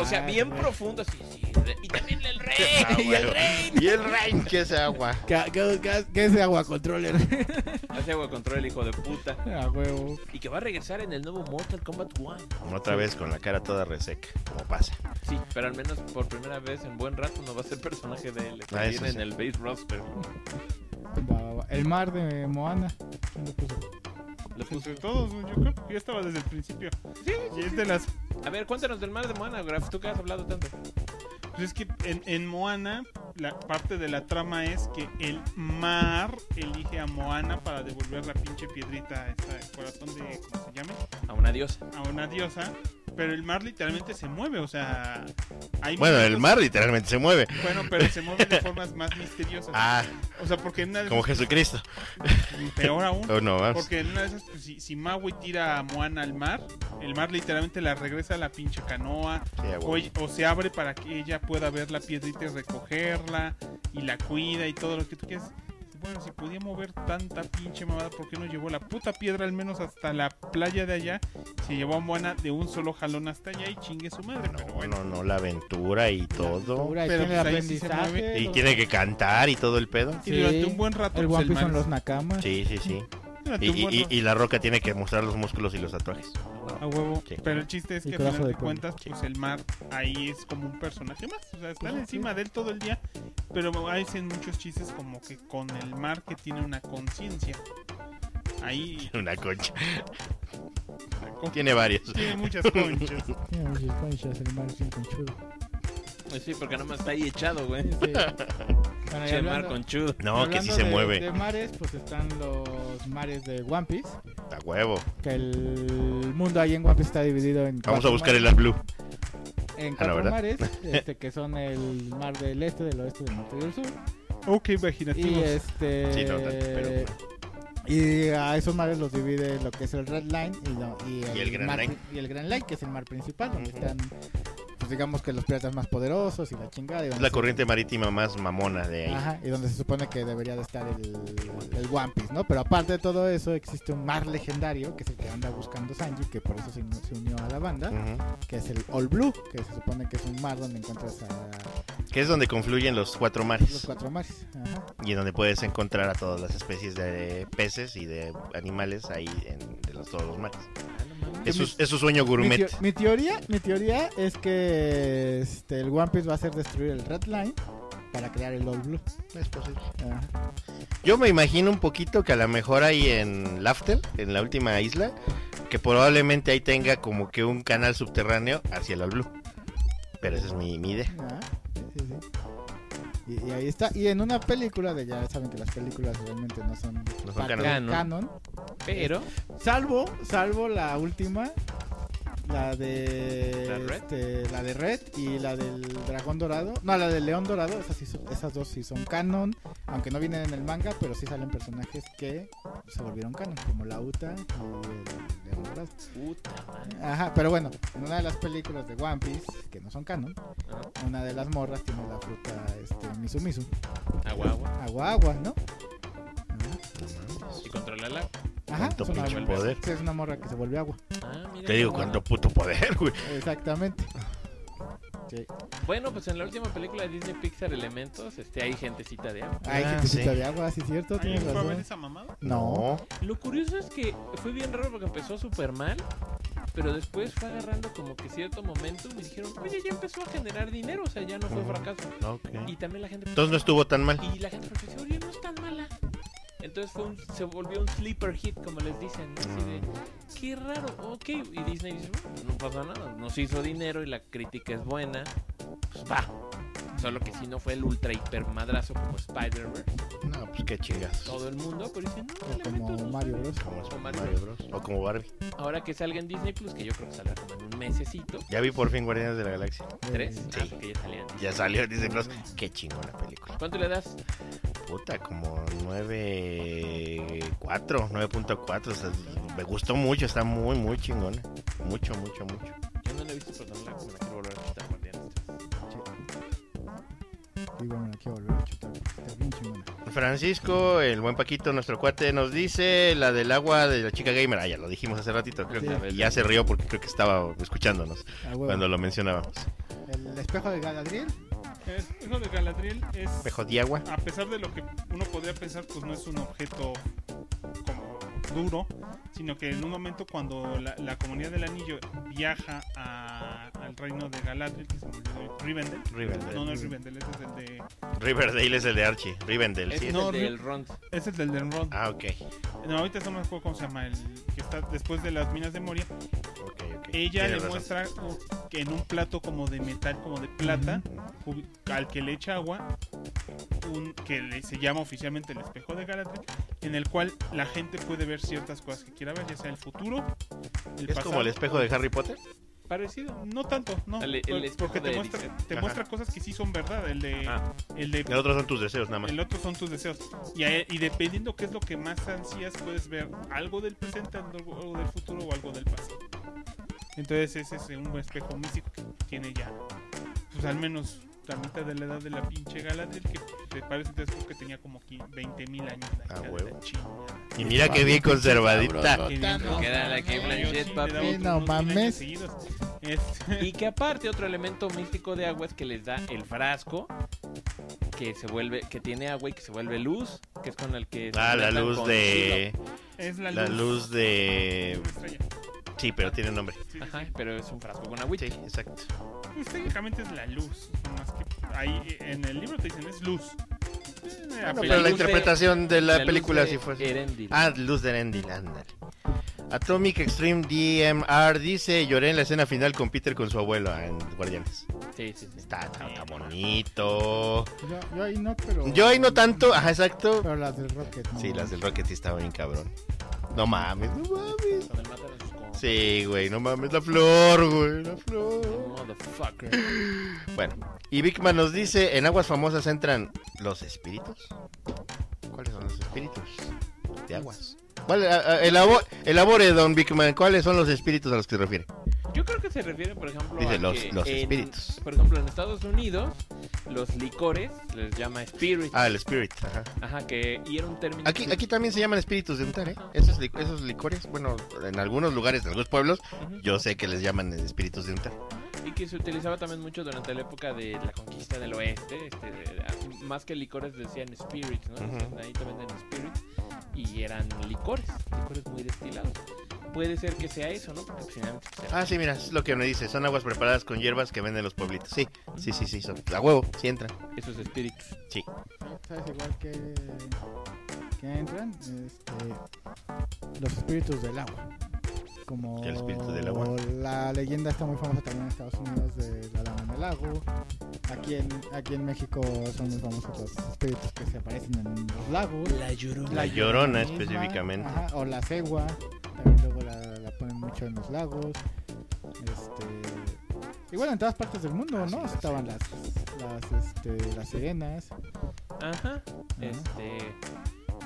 Speaker 1: O sea,
Speaker 2: Ah,
Speaker 1: bien
Speaker 2: güey.
Speaker 1: profundo, sí, sí. Y también el rey. *laughs*
Speaker 3: Ah,
Speaker 1: y el
Speaker 3: bueno.
Speaker 1: rey.
Speaker 3: Y el Reign, que es agua.
Speaker 2: ¿Qué, qué- qué- qué es de agua controller?
Speaker 1: Hace agua control el hijo de puta.
Speaker 2: *laughs* a huevo.
Speaker 1: Y que va a regresar en el nuevo Mortal Kombat 1.
Speaker 3: Otra vez con la cara toda reseca, como pasa.
Speaker 1: Sí, pero al menos por primera vez en buen rato no va a ser personaje de él.
Speaker 3: Ah, eso
Speaker 1: viene en
Speaker 3: sí.
Speaker 1: el base roster.
Speaker 2: Va, va, va. El mar de Moana. ¿Dónde puso?
Speaker 1: Lo puso.
Speaker 3: *laughs*
Speaker 4: Entre todos, güey, yo creo que ya estaba desde el principio. Y es de las.
Speaker 1: A ver, cuéntanos del mar de Moana, Graf. Tú que has hablado tanto.
Speaker 4: Pues es que en, en Moana, la parte de la trama es que el mar elige a Moana para devolver la pinche piedrita, esta, el corazón de. ¿Cómo se llame?
Speaker 1: A una diosa.
Speaker 4: a una diosa, pero el mar literalmente se mueve, o sea, hay
Speaker 3: Bueno, el
Speaker 4: momentos-
Speaker 3: mar literalmente se mueve.
Speaker 4: bueno, pero se mueve de formas más misteriosas.
Speaker 3: Ah,
Speaker 4: O sea, porque en una de
Speaker 3: como Jesucristo.
Speaker 4: esas-
Speaker 3: *laughs*
Speaker 4: peor aún,
Speaker 3: Oh, no, vamos.
Speaker 4: porque en una de esas pues, si, si Maui tira a Moana al mar, el mar literalmente la regresa a la pinche canoa
Speaker 3: Sí, a huevo.
Speaker 4: o, o se abre para que ella pueda ver la piedrita y recogerla y la cuida y todo lo que tú quieras. Bueno, si podía mover tanta pinche mamada, ¿por qué no llevó la puta piedra al menos hasta la playa de allá? Se llevó a Moana de un solo jalón hasta allá y chingue su madre, pero
Speaker 3: No,
Speaker 4: bueno.
Speaker 3: no, no, la aventura y todo.
Speaker 2: Cultura, y
Speaker 4: Pero
Speaker 2: tiene
Speaker 4: pues
Speaker 2: el
Speaker 4: ahí sí se
Speaker 2: aprendizaje,
Speaker 4: mueve.
Speaker 3: Y
Speaker 2: los-
Speaker 3: tiene que cantar y todo el pedo.
Speaker 4: Y durante
Speaker 2: Sí.
Speaker 4: un buen rato,
Speaker 2: El
Speaker 4: pues,
Speaker 2: One Piece son
Speaker 4: mar
Speaker 2: los
Speaker 4: es-
Speaker 2: nakamas.
Speaker 3: Sí, sí, *laughs* sí.
Speaker 4: durante
Speaker 3: Y,
Speaker 4: un buen
Speaker 3: y-
Speaker 4: rato-
Speaker 3: y- y la roca tiene que mostrar los músculos y los tatuajes. *laughs*
Speaker 4: A huevo.
Speaker 3: Sí.
Speaker 4: Pero el chiste es
Speaker 2: Y
Speaker 4: que al
Speaker 2: codazo
Speaker 4: final
Speaker 2: de
Speaker 4: de
Speaker 2: pueblo.
Speaker 4: cuentas, pues el mar ahí es como un personaje más. O sea, están encima de él todo el día. Pero hacen muchos chistes como que con el mar que tiene una conciencia. Ahí
Speaker 3: Una concha.
Speaker 4: con-
Speaker 3: Tiene varios.
Speaker 4: tiene muchas
Speaker 2: *laughs*
Speaker 4: conchas.
Speaker 2: Tiene muchas conchas, el mar es bien conchudo.
Speaker 1: Pues Sí, porque nada más está ahí echado, güey.
Speaker 2: Sí. Bueno, y
Speaker 1: Che, mar
Speaker 2: hablando-
Speaker 1: con chudo.
Speaker 3: No, que sí
Speaker 2: hablando
Speaker 3: se
Speaker 2: de-
Speaker 3: mueve.
Speaker 2: De mares, pues están los mares de One Piece.
Speaker 3: A huevo.
Speaker 2: Que el mundo ahí en One Piece está dividido en.
Speaker 3: Vamos a
Speaker 2: cuatro
Speaker 3: buscar el
Speaker 2: mares-
Speaker 3: As Blue.
Speaker 2: En cuatro
Speaker 3: Ah, ¿verdad? *laughs*
Speaker 2: mares, este, que son el mar del este, del oeste, del norte y del sur.
Speaker 4: ok,
Speaker 2: Y
Speaker 4: imaginativos.
Speaker 2: este.
Speaker 3: Sí, no, no, pero-
Speaker 2: Y a esos mares los divide lo que es el Red Line y, lo- y el,
Speaker 3: Y el Grand
Speaker 2: mar,
Speaker 3: Line.
Speaker 2: pri- y el Grand Line, que es el mar principal, donde
Speaker 3: Ujú.
Speaker 2: están, pues digamos que los piratas más poderosos y la chingada. y
Speaker 3: Es
Speaker 2: donde
Speaker 3: la
Speaker 2: se-
Speaker 3: corriente marítima más mamona de ahí.
Speaker 2: Ajá, y donde se supone que debería de estar el, el One Piece, ¿no? Pero aparte de todo eso, existe un mar legendario, que es el que anda buscando Sanji, que por eso se, se unió a la banda,
Speaker 3: Ujú.
Speaker 2: que es el All Blue, que se supone que es un mar donde encuentras a
Speaker 3: Que es donde confluyen los cuatro
Speaker 2: los
Speaker 3: mares.
Speaker 2: cuatro mares. Ajá.
Speaker 3: Y en donde puedes encontrar a todas las especies de peces y de animales ahí en, de los, todos los mares. Es su, es su sueño
Speaker 2: Mi,
Speaker 3: gourmet.
Speaker 2: teo- mi teoría, mi teoría es que este, el One Piece va a hacer destruir el Red Line para crear el All Blue.
Speaker 3: Es posible.
Speaker 2: Ajá.
Speaker 3: Yo me imagino un poquito que a lo mejor ahí en Laftel, en la última isla, que probablemente ahí tenga como que un canal subterráneo hacia el All Blue. Pero esa es mi, mi idea.
Speaker 2: Ajá. Sí, sí, sí. Y, y ahí está. Y en una película, de ya saben que las películas realmente no son,
Speaker 3: No son
Speaker 2: parte del
Speaker 1: canon.
Speaker 2: canon.
Speaker 1: Pero,
Speaker 2: Salvo, salvo la última, la de
Speaker 1: ¿La Red?
Speaker 2: este, la de Red y la del Dragón Dorado, no, la del León Dorado, esas, sí son- esas dos sí son canon, aunque no vienen en el manga, pero sí salen personajes que se volvieron canon, como la Uta y el León Dorado.
Speaker 1: puta madre.
Speaker 2: Ajá, pero bueno, en una de las películas de One Piece, que no son canon,
Speaker 1: Ajá.
Speaker 2: una de las morras tiene la fruta este, Misu Misu,
Speaker 1: Agua, agua.
Speaker 2: agua agua, ¿no? Ajá.
Speaker 1: Y controlarla.
Speaker 2: Ajá,
Speaker 3: Tanto
Speaker 2: es una-
Speaker 3: pinche poder.
Speaker 2: sí, es una morra que se vuelve agua.
Speaker 1: Ah, mira.
Speaker 3: Te digo,
Speaker 1: cómo-
Speaker 3: cuánto puto poder, güey.
Speaker 2: Exactamente. Sí.
Speaker 1: Bueno, pues en la última película de Disney Pixar Elementos, este, hay gentecita de agua.
Speaker 2: Ay,
Speaker 3: Ah,
Speaker 2: gentecita
Speaker 3: sí.
Speaker 2: de agua, sí, cierto,
Speaker 4: ¿Alguien
Speaker 2: tienes
Speaker 4: fue a ver
Speaker 2: razón.
Speaker 4: esa mamada?
Speaker 2: No.
Speaker 1: Lo curioso es que fue bien raro porque empezó súper mal, pero después fue agarrando como que cierto momento y dijeron, oye, ya empezó a generar dinero, o sea, ya no fue
Speaker 3: Ujú.
Speaker 1: fracaso.
Speaker 3: ok.
Speaker 1: Y también la gente...
Speaker 3: Entonces no estuvo tan mal.
Speaker 1: Y la gente pensó, oye, no es tan mala. Entonces fue un- se volvió un sleeper hit, como les dicen. ¿no? Así de, qué raro, ok. Y Disney dice, "Bueno, no pasa nada, nos hizo dinero y la crítica es buena. Pues va. Solo que si no fue el ultra hiper madrazo como Spider-Verse,
Speaker 3: No, pues qué chingas.
Speaker 1: todo el mundo, pero dicen, no,
Speaker 2: O como
Speaker 1: elementos. no".
Speaker 2: Mario Bros.
Speaker 3: Como es
Speaker 1: O Mario
Speaker 3: Mario Bros. O como Barbie.
Speaker 1: Ahora que salga en Disney Plus, que yo creo que saldrá como en un mesecito,
Speaker 3: Ya vi por fin Guardianes de la Galaxia.
Speaker 1: tres,
Speaker 2: Eh,
Speaker 1: ah, porque ya salían.
Speaker 3: Ya salió Disney Plus. Qué chingón la película.
Speaker 1: ¿Cuánto le das?
Speaker 3: Puta, como 9.4, 9.4. o sea, me gustó mucho, está muy, muy chingona. Mucho, mucho, mucho.
Speaker 1: Yo no lo he visto, pero también la me la quiero volver a quitar Guardianes.
Speaker 2: Y bueno, la quiero volver a chutar porque está bien chingona.
Speaker 3: Francisco, el buen Paquito, nuestro cuate, nos dice la del agua de la chica gamer. Ah, ya lo dijimos hace ratito, creo
Speaker 2: Sí.
Speaker 3: que y ya se rió porque creo que estaba escuchándonos
Speaker 2: Ah, huevo.
Speaker 3: cuando lo mencionábamos.
Speaker 2: El espejo de Galadriel.
Speaker 4: Es- Eso de Galadriel es.
Speaker 3: Espejo de agua.
Speaker 4: a pesar de lo que uno podría pensar, pues no es un objeto como duro, sino que en un momento cuando la, la comunidad del anillo viaja a- al reino de Galadriel, que se me olvidó, Rivendell.
Speaker 3: Rivendell. Mm.
Speaker 4: No, no es Rivendell, ese es el de,
Speaker 3: Riverdale es el de Archie. Rivendell,
Speaker 1: Es
Speaker 3: sí.
Speaker 1: el
Speaker 4: No,
Speaker 1: del Ron.
Speaker 4: es el del Elrond.
Speaker 3: Ah, ok.
Speaker 4: No, ahorita no me acuerdo cómo se llama, el que está después de las minas de Moria.
Speaker 3: ok, ok.
Speaker 4: Ella
Speaker 3: Tienes
Speaker 4: le
Speaker 3: razón.
Speaker 4: muestra uh, que en un plato como de metal, como de plata, ju- al que le echa agua, un, que le- se llama oficialmente el espejo de Galadriel, en el cual la gente puede ver ciertas cosas que quiera ver, ya sea el futuro, el
Speaker 3: ¿Es
Speaker 4: pasado.
Speaker 3: como el espejo de Harry Potter?
Speaker 4: Parecido, no tanto, no.
Speaker 1: El- el
Speaker 4: por-
Speaker 1: espejo
Speaker 4: porque te,
Speaker 1: de
Speaker 4: muestra,
Speaker 1: Edith.
Speaker 4: te
Speaker 3: Ajá.
Speaker 4: muestra cosas que sí son verdad, el de...
Speaker 1: Ah.
Speaker 4: El de
Speaker 3: El otro son tus deseos, nada más.
Speaker 4: el otro son tus deseos. Y, a- y dependiendo qué es lo que más ansías, puedes ver algo del presente, algo, algo del futuro o algo del pasado. Entonces ese es un buen espejo místico que tiene ya, pues al menos la mitad de la edad de la pinche Galadriel, que te parece entonces creo que tenía como 20 mil años.
Speaker 3: Ah,
Speaker 4: La hija de la
Speaker 3: huevo.
Speaker 4: chingada.
Speaker 3: Y mira que bien conservadita.
Speaker 4: Qué
Speaker 2: Thanos.
Speaker 4: bien, ¿no?
Speaker 1: Que era la que
Speaker 4: Yo
Speaker 1: Blanchett,
Speaker 4: sí le daba
Speaker 1: papi.
Speaker 4: otros
Speaker 2: No
Speaker 4: unos mil años
Speaker 2: mames.
Speaker 4: seguidos. Este,
Speaker 1: Y que aparte otro elemento místico de agua es que les da el frasco que se vuelve, que tiene agua y que se vuelve luz, que es con el que se
Speaker 3: Ah, la
Speaker 1: hidratan
Speaker 3: luz
Speaker 1: con
Speaker 3: de.
Speaker 4: *laughs* es la luz,
Speaker 3: La luz
Speaker 4: de
Speaker 3: de.
Speaker 4: una estrella.
Speaker 3: Sí, pero tiene nombre.
Speaker 4: Sí, sí,
Speaker 1: hilo.
Speaker 4: sí.
Speaker 1: Ajá, pero es un frasco con agua.
Speaker 3: Sí, exacto.
Speaker 4: Pues técnicamente es la luz. Más que ahí en el libro te dicen es luz. Eh,
Speaker 3: Bueno,
Speaker 4: pe-
Speaker 3: pero
Speaker 1: luz
Speaker 3: la
Speaker 1: de-
Speaker 3: interpretación de la, película
Speaker 1: si
Speaker 3: sí fue así.
Speaker 1: Erendil.
Speaker 3: Ah, Luz de Erendil, ándale. Atomic Extreme DMR dice: Lloré en la escena final con Peter con su abuelo en Guardianes.
Speaker 1: Sí, sí, sí.
Speaker 3: Está, está, está bonito.
Speaker 2: Yo, yo ahí no, pero.
Speaker 3: Yo ahí no tanto, ajá, exacto.
Speaker 2: Pero las del Rocket. no.
Speaker 3: Sí, las del Rocket sí estaban bien cabrón. No mames, no mames.
Speaker 1: Cuando él mata a sus compas.
Speaker 3: Sí, güey, no mames, la flor, güey, la flor.
Speaker 1: Motherfucker.
Speaker 3: Bueno, y Bigman nos dice: En aguas famosas entran los espíritus. ¿Cuáles son los espíritus? De aguas. ¿Cuál, a- a- elabo- elabore, don Bigman, ¿cuáles son los espíritus a los que se refiere?
Speaker 1: Yo creo que se refiere, por ejemplo,
Speaker 3: Dice
Speaker 1: a
Speaker 3: los-
Speaker 1: que
Speaker 3: los
Speaker 1: en-
Speaker 3: espíritus.
Speaker 1: Por ejemplo, en Estados Unidos, los licores les llama spirit.
Speaker 3: Ah, el spirit, ajá.
Speaker 1: Ajá, que y era un término.
Speaker 3: Aquí, aquí también se llaman espíritus de untar, ¿eh? Esos, li- esos licores, bueno, en algunos lugares, en algunos pueblos,
Speaker 1: Ujú.
Speaker 3: yo sé que les llaman espíritus de untar.
Speaker 1: Y que se utilizaba también mucho durante la época de la conquista del oeste. Este, de- a- más que licores decían spirits, ¿no?
Speaker 3: Ujú.
Speaker 1: Entonces, ahí te venden spirits. Y eran licores, licores muy destilados. Puede ser que sea eso, ¿no? Porque pues, finalmente. pues, era-
Speaker 3: Ah, sí, mira, es lo que me dice. Son aguas preparadas con hierbas que venden los pueblitos. Sí, sí, sí, sí, son. A huevo, sí entran.
Speaker 1: Esos espíritus.
Speaker 3: Sí.
Speaker 2: ¿Sabes igual que. que entran? Este. Los espíritus del agua. Como.
Speaker 3: El espíritu del agua.
Speaker 2: La leyenda está muy famosa también en Estados Unidos de la dama en el lago. Aquí en, aquí en México son muy famosos los espíritus que se aparecen en los lagos.
Speaker 5: La llorona.
Speaker 3: La llorona
Speaker 2: misma,
Speaker 3: específicamente.
Speaker 2: ajá, o la cegua. También luego la, la ponen mucho en los lagos. Este. Igual en todas partes del mundo, ¿no? Estaban las, las, este, las sirenas.
Speaker 1: Ajá. Este.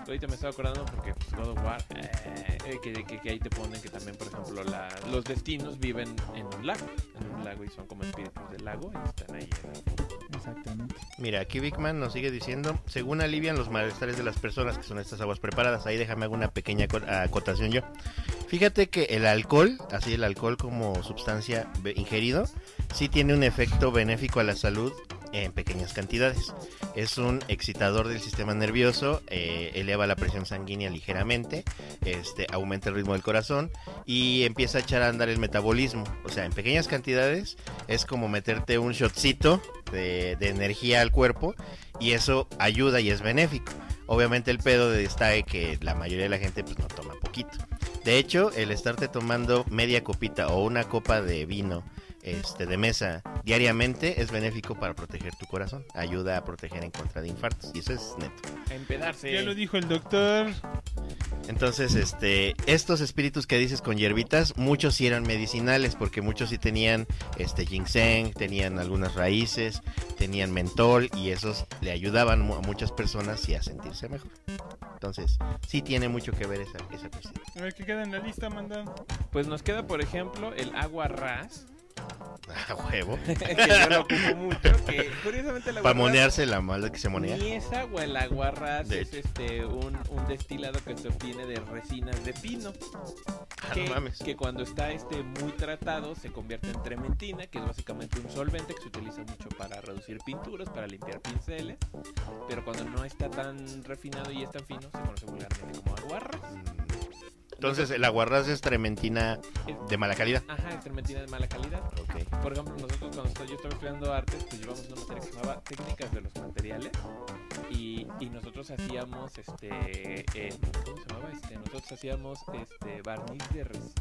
Speaker 1: Ahorita me estaba acordando porque pues, God of War, eh, eh, que, que- que ahí te ponen que también, por ejemplo, la- los destinos viven en un lago. En un lago y son como espíritus del lago y están ahí. en el-
Speaker 2: Exactamente.
Speaker 3: Mira, aquí Bigman nos sigue diciendo, según alivian los malestares de las personas que son estas aguas preparadas, ahí déjame hago una pequeña aco- acotación yo. Fíjate que el alcohol, así el alcohol como sustancia be- ingerido, sí tiene un efecto benéfico a la salud en pequeñas cantidades. Es un excitador del sistema nervioso, eh, eleva la presión sanguínea ligeramente, este, aumenta el ritmo del corazón y empieza a echar a andar el metabolismo. O sea, en pequeñas cantidades es como meterte un shotcito de, de energía al cuerpo y eso ayuda y es benéfico. Obviamente el pedo de está en que la mayoría de la gente pues no toma poquito. De hecho, el estarte tomando media copita o una copa de vino este, de mesa diariamente es benéfico para proteger tu corazón. Ayuda a proteger en contra de infartos. Y eso es neto.
Speaker 1: A empedarse.
Speaker 4: Ya lo dijo el doctor.
Speaker 3: Entonces, este, estos espíritus que dices con hierbitas, muchos sí eran medicinales, porque muchos sí tenían este ginseng, tenían algunas raíces, tenían mentol, y esos le ayudaban mu- a muchas personas y a sentirse mejor. Entonces, sí tiene mucho que ver esa, esa cuestión. *laughs*
Speaker 4: A ver qué queda en la lista, manda.
Speaker 1: Pues nos queda, por ejemplo, el agua *laughs* ras.
Speaker 3: A huevo.
Speaker 1: que yo *laughs* lo ocupo mucho. Que curiosamente el agua
Speaker 3: Para
Speaker 1: ras
Speaker 3: monearse la mala que se monea.
Speaker 1: Ni es agua, el agua ras
Speaker 3: De
Speaker 1: es este, un, un destilado que se obtiene de resinas de pino.
Speaker 3: Ah, no
Speaker 1: que,
Speaker 3: mames.
Speaker 1: que cuando está este muy tratado se convierte en trementina, que es básicamente un solvente que se utiliza mucho para reducir pinturas, para limpiar pinceles, pero cuando no está tan refinado y es tan fino, se conoce vulgarmente como aguarra.
Speaker 3: Mm. Entonces, el aguarrás es trementina de mala calidad.
Speaker 1: Ajá, es trementina de mala calidad. Por ejemplo, nosotros cuando estu- yo estaba estudiando artes, pues llevamos una materia que se llamaba técnicas de los materiales y, y nosotros hacíamos este eh, ¿cómo se llamaba? Este, nosotros hacíamos este barniz de res-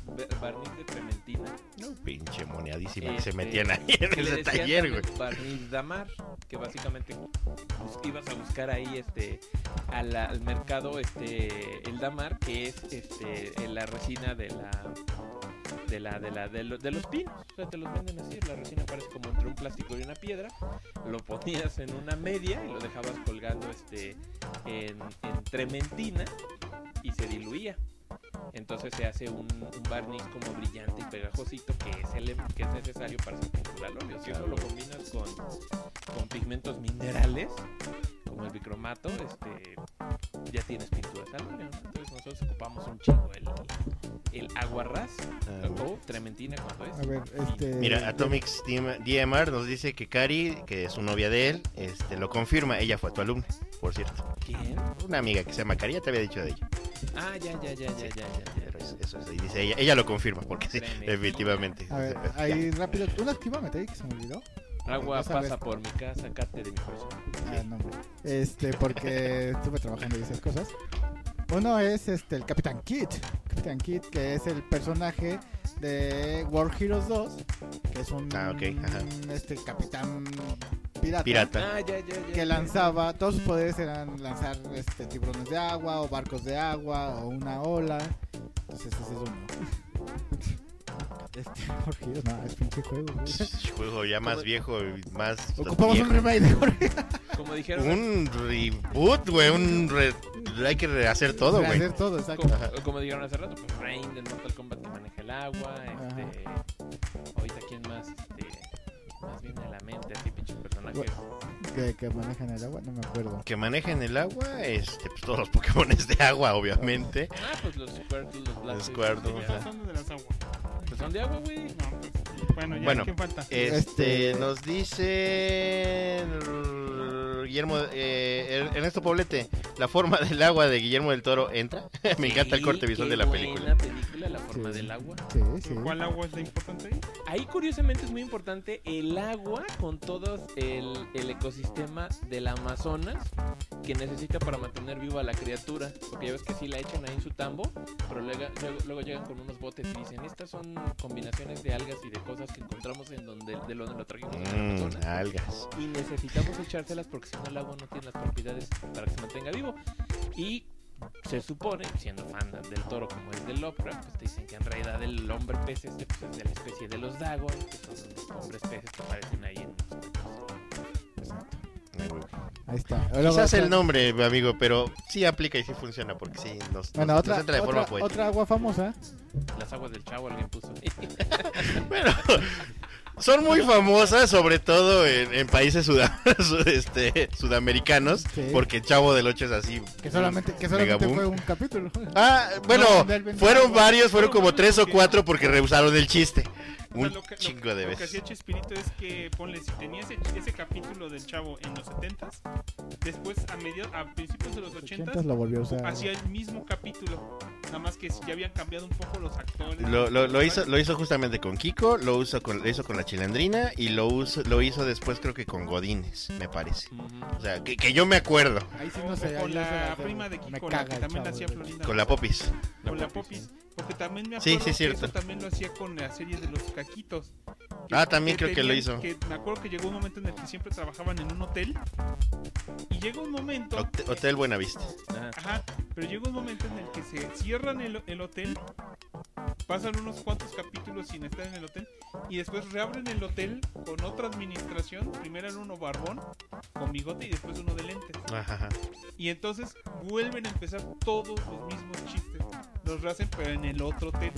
Speaker 1: barniz de trementina
Speaker 3: No, pinche moneadísima que
Speaker 1: Este,
Speaker 3: se metían ahí en
Speaker 1: que le
Speaker 3: ese
Speaker 1: decían
Speaker 3: taller, güey.
Speaker 1: también Barniz Damar, que básicamente bus- ibas a buscar ahí este a la- al mercado este el Damar, que es este la resina de la de la de la de, lo- de los pinos, o sea, te los venden así, la resina parece como entre un plástico y una piedra, lo ponías en una media y lo dejabas colgando este en, en trementina y se diluía. Entonces se hace un, un barniz como brillante y pegajosito que es, el, que es necesario para hacer pintura al óleo. Si eso lo combinas con, con pigmentos minerales, como el bicromato, este, ya tienes pinturas al óleo. ¿no? Entonces nosotros ocupamos un chingo el, el aguarrás
Speaker 3: Ah, güey.
Speaker 1: o trementina cuando es.
Speaker 6: A ver, este.
Speaker 3: Mira, Atomic DMR nos dice que Cari, que es su novia de él, este, lo confirma. Ella fue tu alumna, por cierto.
Speaker 1: ¿Quién?
Speaker 3: Una amiga que se llama Cari, ya te había dicho de ella.
Speaker 1: Ah, ya, ya, ya, ya, ya, ya.
Speaker 3: Pero es- eso es, y dice ella. Ella lo confirma, porque sí,
Speaker 1: Trementina.
Speaker 3: definitivamente.
Speaker 6: A ver, ahí rápido. ¿Tú las que iba a meter y que se me olvidó?
Speaker 1: ya. Agua
Speaker 6: No sabes.
Speaker 1: pasa por mi casa, cate de mi corazón.
Speaker 6: Ah, no, hombre. Este, porque estuve trabajando y esas cosas. Uno es este el Capitán Kid. Capitán Kid, que es el personaje de War Heroes 2, que es un
Speaker 3: Ah, ok, ajá.
Speaker 6: este capitán pirata,
Speaker 3: Pirata.
Speaker 6: *laughs*
Speaker 1: Ah, ya, ya, ya.
Speaker 6: que
Speaker 1: ya.
Speaker 6: lanzaba, todos sus poderes eran lanzar este tiburones de agua o barcos de agua o una ola. Entonces ese es uno. *laughs* Este War Heroes, no, es pinche juego. güey.
Speaker 3: Juego ya más
Speaker 1: Como-
Speaker 3: viejo, y más.
Speaker 6: Ocupamos un
Speaker 3: viejo.
Speaker 6: remake de War Heroes.
Speaker 1: Como dijeron,
Speaker 3: Un reboot, güey. Un re- Hay que rehacer todo,
Speaker 6: para
Speaker 3: güey.
Speaker 6: hacer todo, exacto.
Speaker 3: Ajá.
Speaker 1: Como, como dijeron hace rato, pues Rain del Mortal Kombat que maneja el agua, este, ahorita quién más, este, quién más viene a la mente, así pinches personajes.
Speaker 6: Que, que manejan el agua, no me acuerdo.
Speaker 3: Que manejen el agua, este, pues todos los *laughs* Pokémones de agua, obviamente.
Speaker 1: Ah, pues los Squirtle, los Blastoise,
Speaker 3: Squirtle,
Speaker 1: los-
Speaker 3: ajá.
Speaker 4: Pasando de las aguas.
Speaker 1: pues son de agua, güey.
Speaker 4: No, pues, bueno, ya,
Speaker 3: Bueno,
Speaker 4: ¿qué falta?
Speaker 3: Este,
Speaker 6: Este-
Speaker 3: nos dice el- Guillermo eh, el- Ernesto Poblete, la forma del agua de Guillermo del Toro entra. *laughs* Me encanta el
Speaker 1: Sí,
Speaker 3: corte visual
Speaker 1: qué
Speaker 3: de la
Speaker 1: buena
Speaker 3: película.
Speaker 1: película, la forma
Speaker 6: Sí.
Speaker 1: del agua.
Speaker 6: Sí, sí.
Speaker 4: ¿Cuál agua es la importante ahí?
Speaker 1: Ahí curiosamente es muy importante el agua con todo el, el ecosistema del Amazonas que necesita para mantener viva a la criatura. Porque ya ves que sí la echan ahí en su tambo, pero luego, luego- luego llegan con unos botes y dicen, estas son combinaciones de algas y de cosas que encontramos en donde, de donde lo trajimos del
Speaker 3: Mm,
Speaker 1: Amazonas.
Speaker 3: algas.
Speaker 1: Y necesitamos echárselas porque si no el agua no tiene las propiedades para que se mantenga vivo. Y se supone, siendo fan del toro como es del Lovecraft, pues te dicen que en realidad el hombre pez este pues, es de la especie de los Dagon, que son hombres peces que aparecen ahí en unos cuentos.
Speaker 6: Ahí está. Luego
Speaker 3: Quizás
Speaker 6: otra-
Speaker 3: el nombre, amigo, pero sí aplica y sí funciona porque sí nos,
Speaker 6: Bueno,
Speaker 3: nos-
Speaker 6: otra,
Speaker 3: nos entra de
Speaker 6: otra-
Speaker 3: forma poética.
Speaker 6: otra agua famosa.
Speaker 1: Las aguas del chavo alguien puso. *laughs*
Speaker 3: Bueno, son muy famosas, sobre todo en, en países sudam- *laughs* sud- este, sudamericanos,
Speaker 6: Sí.
Speaker 3: porque Chavo del Ocho es así.
Speaker 6: Que solamente, que solamente
Speaker 3: Megaboom.
Speaker 6: fue un capítulo.
Speaker 3: Ah, bueno,
Speaker 6: No, del-
Speaker 3: fueron varios, fueron
Speaker 4: Fueron
Speaker 3: como
Speaker 4: varios
Speaker 3: tres o
Speaker 4: porque-
Speaker 3: cuatro porque rehusaron el chiste.
Speaker 4: O sea,
Speaker 3: Un
Speaker 4: lo que, lo-
Speaker 3: chingo de
Speaker 4: lo que
Speaker 3: veces.
Speaker 4: hacía Chespirito es que, ponle, si tenía ese, ese capítulo del chavo en los 70s, después a, medio, a principios de los 80s,
Speaker 6: lo volvió a usar.
Speaker 4: hacía el mismo capítulo. Nada más que ya habían cambiado un poco los actores.
Speaker 3: Lo, lo- lo hizo, lo hizo justamente con Kiko, lo, uso con, lo hizo con la chilandrina y lo, uso- lo hizo después creo que con Godines, me parece. O sea, que, que yo me acuerdo.
Speaker 6: Ahí sí
Speaker 4: O-
Speaker 6: no
Speaker 4: o
Speaker 6: sé. ahí
Speaker 4: con
Speaker 6: yo se
Speaker 4: la
Speaker 6: debo.
Speaker 4: prima de
Speaker 6: Me
Speaker 4: Kiko, la que
Speaker 6: caga el
Speaker 4: también la
Speaker 6: chavo,
Speaker 4: hacía
Speaker 6: güey.
Speaker 4: Florinda.
Speaker 3: Con la popis.
Speaker 4: Con la popis. Porque también me
Speaker 3: Sí,
Speaker 4: acuerdo
Speaker 3: sí, es cierto.
Speaker 4: que eso también lo hacía con la serie de los caquitos.
Speaker 3: Ah, también creo que lo hizo.
Speaker 4: Que me acuerdo que llegó un momento en el que siempre trabajaban en un hotel. Y llega un momento.
Speaker 3: Hotel, Hotel Buenavista.
Speaker 1: Ah,
Speaker 4: Ajá, pero llega un momento en el que se cierran el, el hotel, pasan unos cuantos capítulos sin estar en el hotel, y después reabren el hotel con otra administración. Primero era uno barbón, con bigote, y después uno de lentes.
Speaker 3: Ajá, ajá.
Speaker 4: Y entonces vuelven a empezar todos los mismos chistes. Los rehacen, pero en el otro hotel,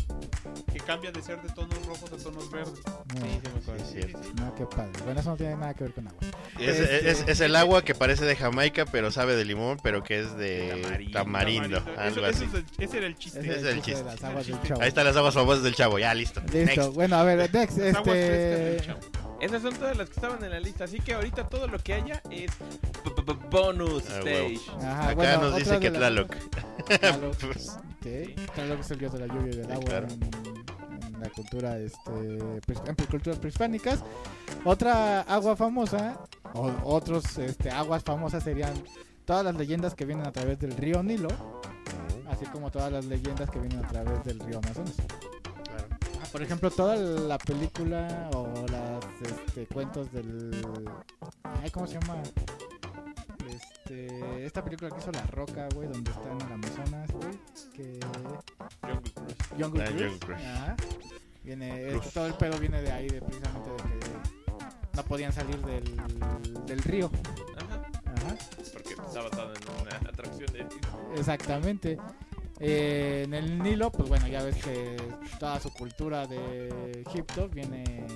Speaker 4: que cambia de ser de tonos rojos a tonos verdes.
Speaker 6: No,
Speaker 3: Sí, es cierto.
Speaker 6: no, qué padre. Bueno, eso no tiene nada que ver con agua.
Speaker 3: Es,
Speaker 6: Este-
Speaker 3: es- es el agua que parece de Jamaica, pero sabe de limón, pero que es de
Speaker 7: Tamarindo.
Speaker 3: tamarindo,
Speaker 4: Eso-
Speaker 3: algo así.
Speaker 4: eso es el- ese era el chiste.
Speaker 3: Ese es el chiste.
Speaker 6: de las aguas del chavo.
Speaker 3: Ahí están las aguas famosas del chavo, ya listo.
Speaker 6: Listo.
Speaker 3: Next.
Speaker 6: Bueno, a ver, Dex,
Speaker 4: Las aguas
Speaker 6: este.
Speaker 4: frescas del chavo.
Speaker 1: Esas son todas las que estaban en la lista, así que ahorita todo lo que haya es b- b- b- bonus
Speaker 3: Ah,
Speaker 1: stage.
Speaker 6: Ajá,
Speaker 3: Acá
Speaker 6: bueno,
Speaker 3: nos
Speaker 6: otra
Speaker 3: dice
Speaker 6: de
Speaker 3: que
Speaker 6: las-
Speaker 3: Tlaloc. *laughs*
Speaker 6: Tlaloc.
Speaker 3: Pues,
Speaker 6: Sí, Tlaloc es el dios de la lluvia y del
Speaker 3: Sí,
Speaker 6: agua
Speaker 3: claro.
Speaker 6: en, en la cultura, este, pres- en culturas prehispánicas. Otra agua famosa, o otros este, aguas famosas serían todas las leyendas que vienen a través del río Nilo, así como todas las leyendas que vienen a través del río Amazonas.
Speaker 3: claro.
Speaker 6: Ah, Por ejemplo, toda la película o las este, cuentos del. Ay, ¿cómo se llama? Este, esta película que hizo La Roca, güey, donde está en el Amazonas, güey. Que. Jungle
Speaker 3: Ah,
Speaker 6: Cruise.
Speaker 3: Jungle Cruise.
Speaker 6: Ajá. Viene, eh,
Speaker 3: Cruise.
Speaker 6: todo el pedo viene de ahí, de precisamente de que no podían salir del, del río.
Speaker 1: Ajá,
Speaker 6: Ajá.
Speaker 1: porque está basado en una atracción de
Speaker 6: Exactamente. Eh, en el Nilo, pues bueno, ya ves que toda su cultura de Egipto viene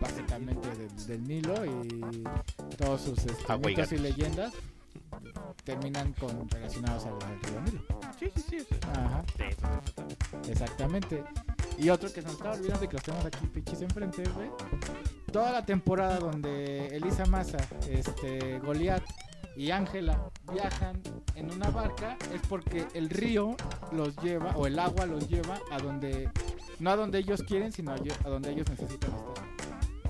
Speaker 6: básicamente del, del Nilo y todos sus este,
Speaker 3: Agua y
Speaker 6: mitos y
Speaker 3: gatos.
Speaker 6: leyendas terminan con relacionados al, al río Nilo.
Speaker 1: Sí, sí, sí, eso es.
Speaker 6: Ajá,
Speaker 1: De eso se trata.
Speaker 6: exactamente. Y otro que se nos estaba olvidando y que los tenemos aquí pinches enfrente, güey. Toda la temporada donde Elisa Massa, este, Goliat y Ángela viajan en una barca es porque el río los lleva o el agua los lleva a donde no a donde ellos quieren sino a, yo- a donde ellos necesitan estar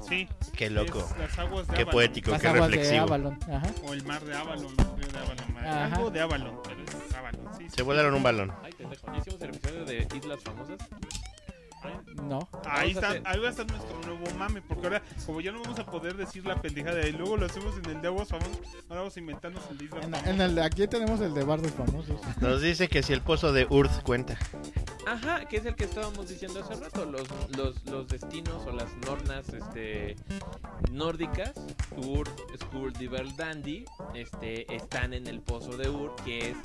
Speaker 4: Sí,
Speaker 3: Qué loco,
Speaker 4: es las aguas de
Speaker 3: qué
Speaker 4: Avalon,
Speaker 3: poético,
Speaker 6: las
Speaker 3: qué
Speaker 6: aguas de
Speaker 3: reflexivo.
Speaker 6: Avalon ajá
Speaker 4: O el mar de Avalon, el río de Avalon. mar-
Speaker 6: Ajá.
Speaker 4: Algo de Avalon, pero es Avalon. Sí, sí.
Speaker 3: Se volaron un balón.
Speaker 1: Ay, te dejo. Ya hicimos el episodio de Islas Famosas.
Speaker 6: no
Speaker 1: Vamos
Speaker 4: Ahí
Speaker 1: a
Speaker 4: está,
Speaker 1: hacer-
Speaker 4: ahí va a estar nuestro nuevo mame, porque ahora, como ya no vamos a poder decir la pendejada y luego lo hacemos en el de aguas famosas, ahora vamos a inventarnos el de Isla
Speaker 6: en,
Speaker 4: Famosa.
Speaker 6: en el, aquí tenemos el de bardos famosos *laughs*
Speaker 3: Nos dice que si el pozo de Urth cuenta.
Speaker 1: Ajá, que es el que estábamos diciendo hace rato, los, los, los destinos o las nornas este, nórdicas, Ur, Skurdival Dandy, este, están en el pozo de Ur, que es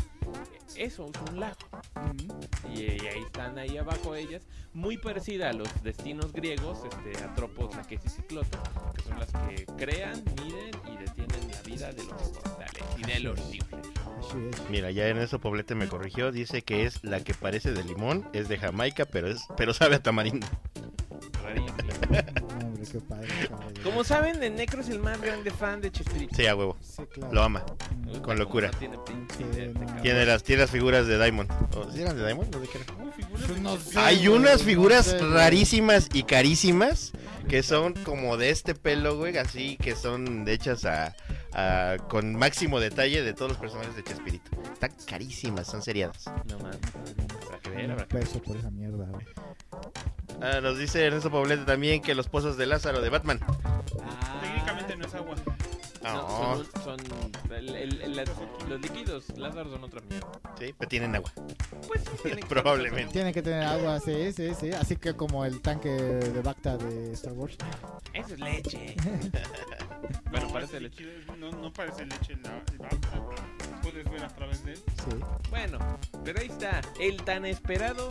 Speaker 1: eso, es un lago.
Speaker 6: Ujú.
Speaker 1: Y, y ahí están ahí abajo ellas, muy parecida a los destinos griegos, este, Atropos, Laques y Cicloto, que son las que crean, miden y detienen la vida de los mortales y de los libres.
Speaker 6: Así es.
Speaker 3: Mira, ya en eso Poblete me corrigió. Dice que es la que parece de limón, es de Jamaica, pero es, pero sabe a tamarindo.
Speaker 1: Rarísimo.
Speaker 6: No, hombre qué padre cabrón.
Speaker 1: Como saben, el Necro es el más grande fan de Chespirito.
Speaker 3: Sí, a huevo.
Speaker 6: sí claro
Speaker 3: Lo ama.
Speaker 6: Mm.
Speaker 1: Puta,
Speaker 3: Con
Speaker 1: como
Speaker 3: locura.
Speaker 1: no tiene pinche idea
Speaker 6: Sí,
Speaker 1: este
Speaker 6: no.
Speaker 1: cabrón.
Speaker 3: Tiene las, tiene las figuras de Diamond. ¿O sí eran de Diamond? ¿O de qué eran?
Speaker 4: Uh, figuras
Speaker 6: Pues
Speaker 4: de
Speaker 6: no
Speaker 4: Chespirito.
Speaker 6: sé.
Speaker 3: Hay
Speaker 6: güey,
Speaker 3: unas
Speaker 6: no
Speaker 3: figuras
Speaker 6: sé, güey.
Speaker 3: rarísimas y carísimas que son como de este pelo, güey, así que son hechas a, a- con máximo detalle de todos los personajes de Chespirito. Están carísimas, son seriadas.
Speaker 1: No mames. Habrá que ver,
Speaker 6: Un
Speaker 1: habrá que
Speaker 6: peso por esa mierda güey.
Speaker 3: Ah, nos dice Ernesto Poblete también que los pozos de Lázaro de Batman.
Speaker 4: Técnicamente no es agua.
Speaker 1: No,
Speaker 3: Ah,
Speaker 1: son,
Speaker 3: No,
Speaker 1: son el- el- el- las- los líquidos, Lázaro son otra mierda.
Speaker 3: sí, pero tienen agua.
Speaker 1: Pues sí, tienen
Speaker 3: *laughs*
Speaker 1: que-
Speaker 3: Probablemente.
Speaker 6: Tiene que tener agua, sí, sí, sí. Así que como el tanque de Bacta de Star Wars.
Speaker 1: Eso es leche.
Speaker 4: No,
Speaker 1: *laughs* bueno, parece
Speaker 4: es
Speaker 1: leche.
Speaker 4: líquido, No, no parece leche, la- el Bacta. puedes ver a través de él.
Speaker 6: Sí.
Speaker 1: Bueno, pero ahí está. El tan esperado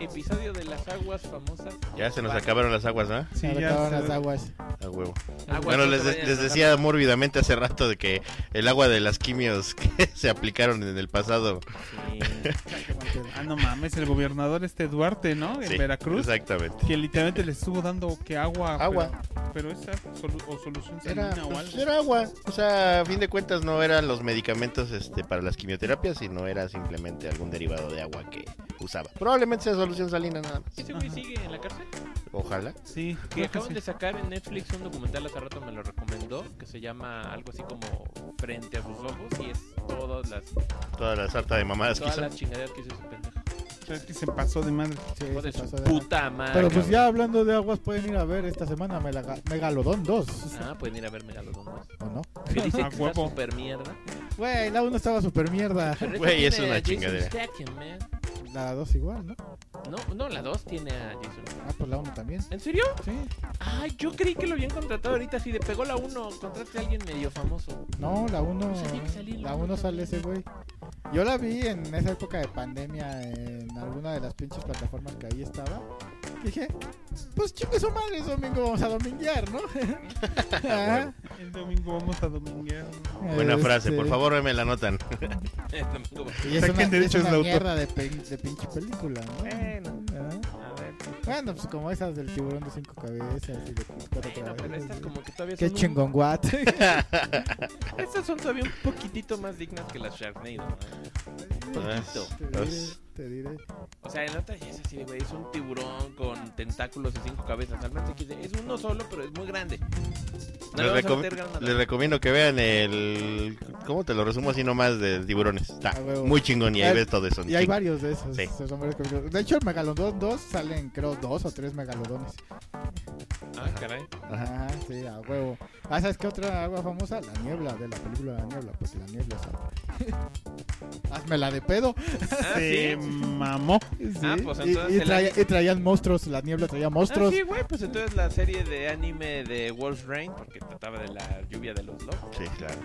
Speaker 1: episodio de las aguas famosas.
Speaker 3: Ya se nos acabaron las aguas, ¿ah?
Speaker 4: Sí,
Speaker 6: Ahora acabaron las aguas.
Speaker 3: A huevo.
Speaker 1: Aguas
Speaker 3: Bueno,
Speaker 1: no
Speaker 3: les,
Speaker 1: se
Speaker 3: de-
Speaker 1: vayan
Speaker 3: les
Speaker 1: a
Speaker 3: decía mórbidamente hace rato de que el agua de las quimios *laughs* que se aplicaron en el pasado. *laughs*
Speaker 4: Ah, no mames, el gobernador este Duarte, ¿no? En
Speaker 3: Sí,
Speaker 4: Veracruz.
Speaker 3: Exactamente.
Speaker 4: Que literalmente le estuvo dando que agua.
Speaker 3: Agua.
Speaker 4: Pero, pero esa solu- o solución
Speaker 3: Era,
Speaker 4: salina o
Speaker 3: pues,
Speaker 4: algo.
Speaker 3: era agua. O sea, a fin de cuentas no eran los medicamentos este, para las quimioterapias, sino era simplemente algún derivado de agua que usaba. Probablemente sea solución salina nada más.
Speaker 1: ¿Ese güey
Speaker 4: Ajá.
Speaker 1: sigue en la cárcel?
Speaker 3: Ojalá.
Speaker 4: Sí,
Speaker 1: Que
Speaker 4: creo que
Speaker 1: acaban
Speaker 4: sí.
Speaker 1: de sacar en Netflix un documental hace rato me lo recomendó que se llama algo así como Frente a sus ojos y es todas las
Speaker 3: Toda la sarta de mamadas que
Speaker 1: todas
Speaker 3: hizo.
Speaker 1: las chingaderas que hizo ese pendejo.
Speaker 4: Es que se pasó de madre.
Speaker 6: Sí,
Speaker 1: Hijo de
Speaker 6: se pasó
Speaker 1: su
Speaker 6: de
Speaker 1: puta
Speaker 6: Pero
Speaker 1: madre.
Speaker 6: pues ya hablando de aguas, pueden ir a ver esta semana Melaga- Megalodón 2.
Speaker 1: Ah, pueden ir a ver Megalodon más.
Speaker 6: *laughs* ¿O no?
Speaker 1: Que dice
Speaker 4: A
Speaker 1: que está
Speaker 4: huevo.
Speaker 1: super mierda.
Speaker 6: Güey, la 1 estaba super mierda.
Speaker 1: Pero esta
Speaker 3: Güey, es
Speaker 1: tiene a
Speaker 3: una
Speaker 1: Jason
Speaker 3: chingadera.
Speaker 1: Statham, man.
Speaker 6: La 2 igual, ¿no?
Speaker 1: No, no, la 2 tiene a Jason.
Speaker 6: Ah, pues la 1 también.
Speaker 1: ¿En serio?
Speaker 6: Sí.
Speaker 1: Ay, yo creí que lo habían contratado ahorita. Si le pegó la 1, contrate a alguien medio famoso. *laughs*
Speaker 6: No, la 1.
Speaker 1: Pues tenía que salir la
Speaker 6: La
Speaker 1: uno
Speaker 6: 1 sale
Speaker 1: también.
Speaker 6: ese güey. Yo la vi en esa época de pandemia en alguna de las pinches plataformas que ahí estaba. Y Dije, pues chingue su madre, es domingo, vamos a dominguear,
Speaker 1: *laughs*
Speaker 6: ¿no? Ajá.
Speaker 4: El domingo vamos a dominguear.
Speaker 6: *laughs*
Speaker 3: Buena
Speaker 6: Este,
Speaker 3: frase, por favor, me la anotan.
Speaker 1: Eh, Domingo
Speaker 6: Y es
Speaker 4: Saquen
Speaker 6: una, es
Speaker 4: derechos
Speaker 6: una
Speaker 4: de autor.
Speaker 6: mierda de, pe- de pinche película, ¿no?
Speaker 1: Bueno.
Speaker 6: Ajá.
Speaker 1: A ver.
Speaker 6: Bueno, pues como esas del tiburón de cinco cabezas y de cuatro
Speaker 1: Bueno, pero
Speaker 6: cabezas.
Speaker 1: estas como que todavía
Speaker 6: Qué
Speaker 1: son un-
Speaker 6: chingón, what?
Speaker 1: *laughs*
Speaker 6: *laughs*
Speaker 1: Estas son todavía un poquitito más dignas que las Sharknado. ¿no?
Speaker 3: *laughs*
Speaker 1: Poquito.
Speaker 3: Pues, pues,
Speaker 6: te diré, te diré.
Speaker 1: O sea, en la otra ya es así de güey. Es un tiburón con tentáculos y cinco cabezas. Al menos aquí es de- es uno solo, pero es muy grande. No le
Speaker 3: les,
Speaker 1: vamos a
Speaker 3: recom-
Speaker 1: meter ganas.
Speaker 3: les recomiendo que vean el... ¿Cómo te lo resumo así nomás de tiburones? Está
Speaker 6: A huevo.
Speaker 3: muy chingón y ahí
Speaker 6: Ay,
Speaker 3: ves todo eso.
Speaker 1: *laughs*
Speaker 6: Y hay varios de esos.
Speaker 3: Sí.
Speaker 6: son varios capítulos. de hecho, el Megalodón 2 salen, creo, dos o tres megalodones.
Speaker 1: Ah, caray.
Speaker 6: Ajá, sí, a huevo. Ah, ¿sabes qué otra agua famosa? La niebla, de la película La Niebla, porque la niebla es agua. *laughs* Hazmela de pedo.
Speaker 1: Ah,
Speaker 4: Se
Speaker 1: sí.
Speaker 4: mamó.
Speaker 6: Sí.
Speaker 1: Ah, pues,
Speaker 6: Y-
Speaker 1: entonces
Speaker 6: y,
Speaker 1: el
Speaker 6: traía-
Speaker 1: anime-
Speaker 6: y traían monstruos, la niebla traía
Speaker 1: Ah,
Speaker 6: monstruos.
Speaker 1: sí, güey, pues entonces la serie de anime de Wolf's Rain, porque trataba de la lluvia de los lobos.
Speaker 3: Sí, claro.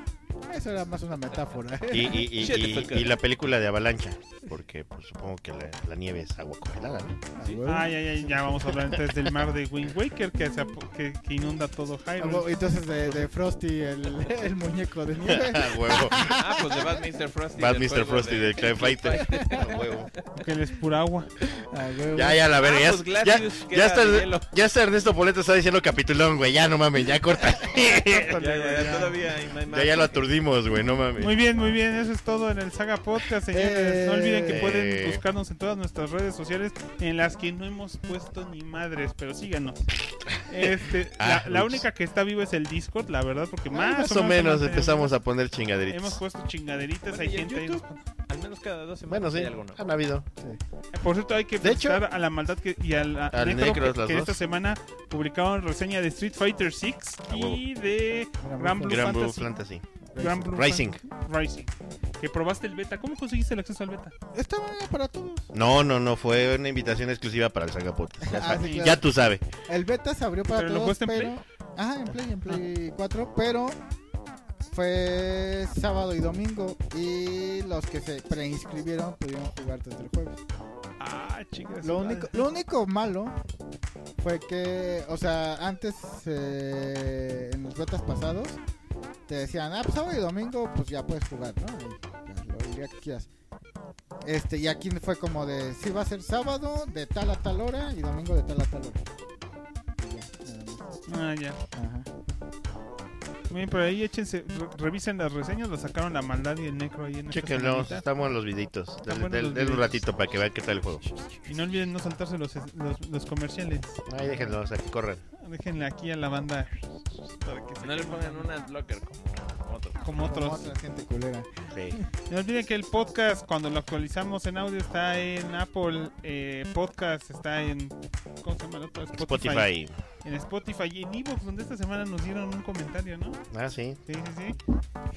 Speaker 6: Eso era más una
Speaker 1: *laughs*
Speaker 6: metáfora.
Speaker 3: Y, y- y-
Speaker 1: Shut the
Speaker 3: y-
Speaker 1: fuck up.
Speaker 3: y la película de Avalancha, porque pues, supongo que la, la nieve es agua congelada, ¿no? *laughs*
Speaker 6: A
Speaker 1: Sí.
Speaker 6: huevo.
Speaker 4: Ay, ay, ay, ya vamos a hablar entonces del mar de Wind Waker que, se apo- que, que inunda todo
Speaker 6: Ah, bueno,
Speaker 4: Hyrule.
Speaker 6: Entonces de, de Frosty, el, *laughs* el muñeco de
Speaker 1: *laughs*
Speaker 6: nieve.
Speaker 3: A huevo.
Speaker 1: Ah, pues de Bad Mr. Frosty.
Speaker 3: Bad
Speaker 1: del
Speaker 3: Mr.
Speaker 1: juego
Speaker 3: Frosty de
Speaker 1: *laughs*
Speaker 3: Clan Fighter. A huevo.
Speaker 4: Que él es pura agua.
Speaker 6: Ah, güey,
Speaker 3: Ya, ya, la verga.
Speaker 1: Ah,
Speaker 3: ya,
Speaker 1: pues
Speaker 3: ya,
Speaker 1: Gladius, que era
Speaker 3: ya está,
Speaker 1: de hielo.
Speaker 3: ya está Ernesto Poleto está diciendo capitulón, güey. Ya, no mames, ya corta.
Speaker 1: *laughs* Ya, ya, ya, todavía hay más.
Speaker 3: ya, ya lo aturdimos, güey, no mames.
Speaker 4: Muy bien, muy bien. Eso es todo en el Saga Podcast, señores.
Speaker 6: Eh.
Speaker 4: No olviden que pueden
Speaker 3: Eh.
Speaker 4: buscarnos en todas nuestras redes sociales en las que no hemos puesto ni madres, pero síganos.
Speaker 3: *laughs*
Speaker 4: Este,
Speaker 3: Ah,
Speaker 4: la, la
Speaker 3: ups.
Speaker 4: única que está viva es el Discord, la verdad, porque más,
Speaker 3: Ah, Más o menos
Speaker 4: tenemos-
Speaker 3: empezamos a poner
Speaker 4: Hemos
Speaker 3: chingaderitas.
Speaker 4: puesto chingaderitas,
Speaker 1: Bueno,
Speaker 4: hay
Speaker 1: y en
Speaker 4: gente ahí.
Speaker 1: YouTube. Al menos cada dos semanas
Speaker 3: Bueno, sí,
Speaker 1: hay alguno.
Speaker 3: han habido.
Speaker 4: Por cierto, hay que
Speaker 3: De hecho-
Speaker 4: felicitar a la maldad que, y a la-
Speaker 3: Al
Speaker 4: Necro,
Speaker 3: Necros,
Speaker 4: que,
Speaker 3: las
Speaker 4: que
Speaker 3: dos.
Speaker 4: esta semana publicaron reseña de Street Fighter 6
Speaker 3: A huevo.
Speaker 4: y de
Speaker 6: mira,
Speaker 4: Gran
Speaker 6: muy
Speaker 4: Blue
Speaker 3: Gran Blue
Speaker 4: Fantasy.
Speaker 3: Fantasy.
Speaker 4: Gran Blue
Speaker 3: Rising.
Speaker 4: Fan- Rising. Que probaste el beta. ¿Cómo conseguiste el acceso al beta?
Speaker 6: fuerte. Estaba para todos.
Speaker 3: No, no, no, fue una invitación exclusiva para el Saga Podcast. Ya,
Speaker 6: Ah,
Speaker 3: sa-
Speaker 6: sí, claro.
Speaker 3: ya tú sabes.
Speaker 6: El beta se abrió para
Speaker 4: ¿Pero lo
Speaker 6: todos,
Speaker 4: jugaste en
Speaker 6: pero... Ajá, en Play, en Play 4, pero fue sábado y domingo y los que se preinscribieron pudieron jugar desde el jueves.
Speaker 4: Ah, chicas.
Speaker 6: Lo único, lo único malo fue que, o sea, antes eh, en los betas pasados te decían, ah, pues sábado y domingo, pues ya puedes jugar, ¿no? Y ya, lo- el día que quieras. Este, y aquí fue como de, sí, va a ser sábado de tal a tal hora y domingo de tal a tal hora. Y ya, nada más.
Speaker 4: Ah, ya.
Speaker 6: Ajá.
Speaker 4: Muy bien, pero ahí échense. re- revisen las reseñas. Lo sacaron la maldad y el necro ahí en esta
Speaker 3: Chequenlos,
Speaker 4: semanita.
Speaker 3: estamos en los videitos. Denle
Speaker 4: buenos los
Speaker 3: denle un
Speaker 4: videitos.
Speaker 3: ratito para que vean qué tal el juego.
Speaker 4: Y no olviden no saltarse los, los, los comerciales.
Speaker 3: Ahí déjenlos, o sea, que corran.
Speaker 4: Déjenle aquí a la banda. Para que se
Speaker 1: No le pongan un adblocker como otro.
Speaker 4: Como
Speaker 6: Como
Speaker 4: otros.
Speaker 6: otra gente culera.
Speaker 3: Sí.
Speaker 4: No olviden que el podcast, cuando lo actualizamos en audio, está en Apple eh, Podcast, está en. ¿Cómo se llama la otra?
Speaker 3: Spotify.
Speaker 4: En Spotify y en Evox, donde esta semana nos dieron un comentario, ¿no?
Speaker 3: Ah, sí.
Speaker 4: Sí, sí,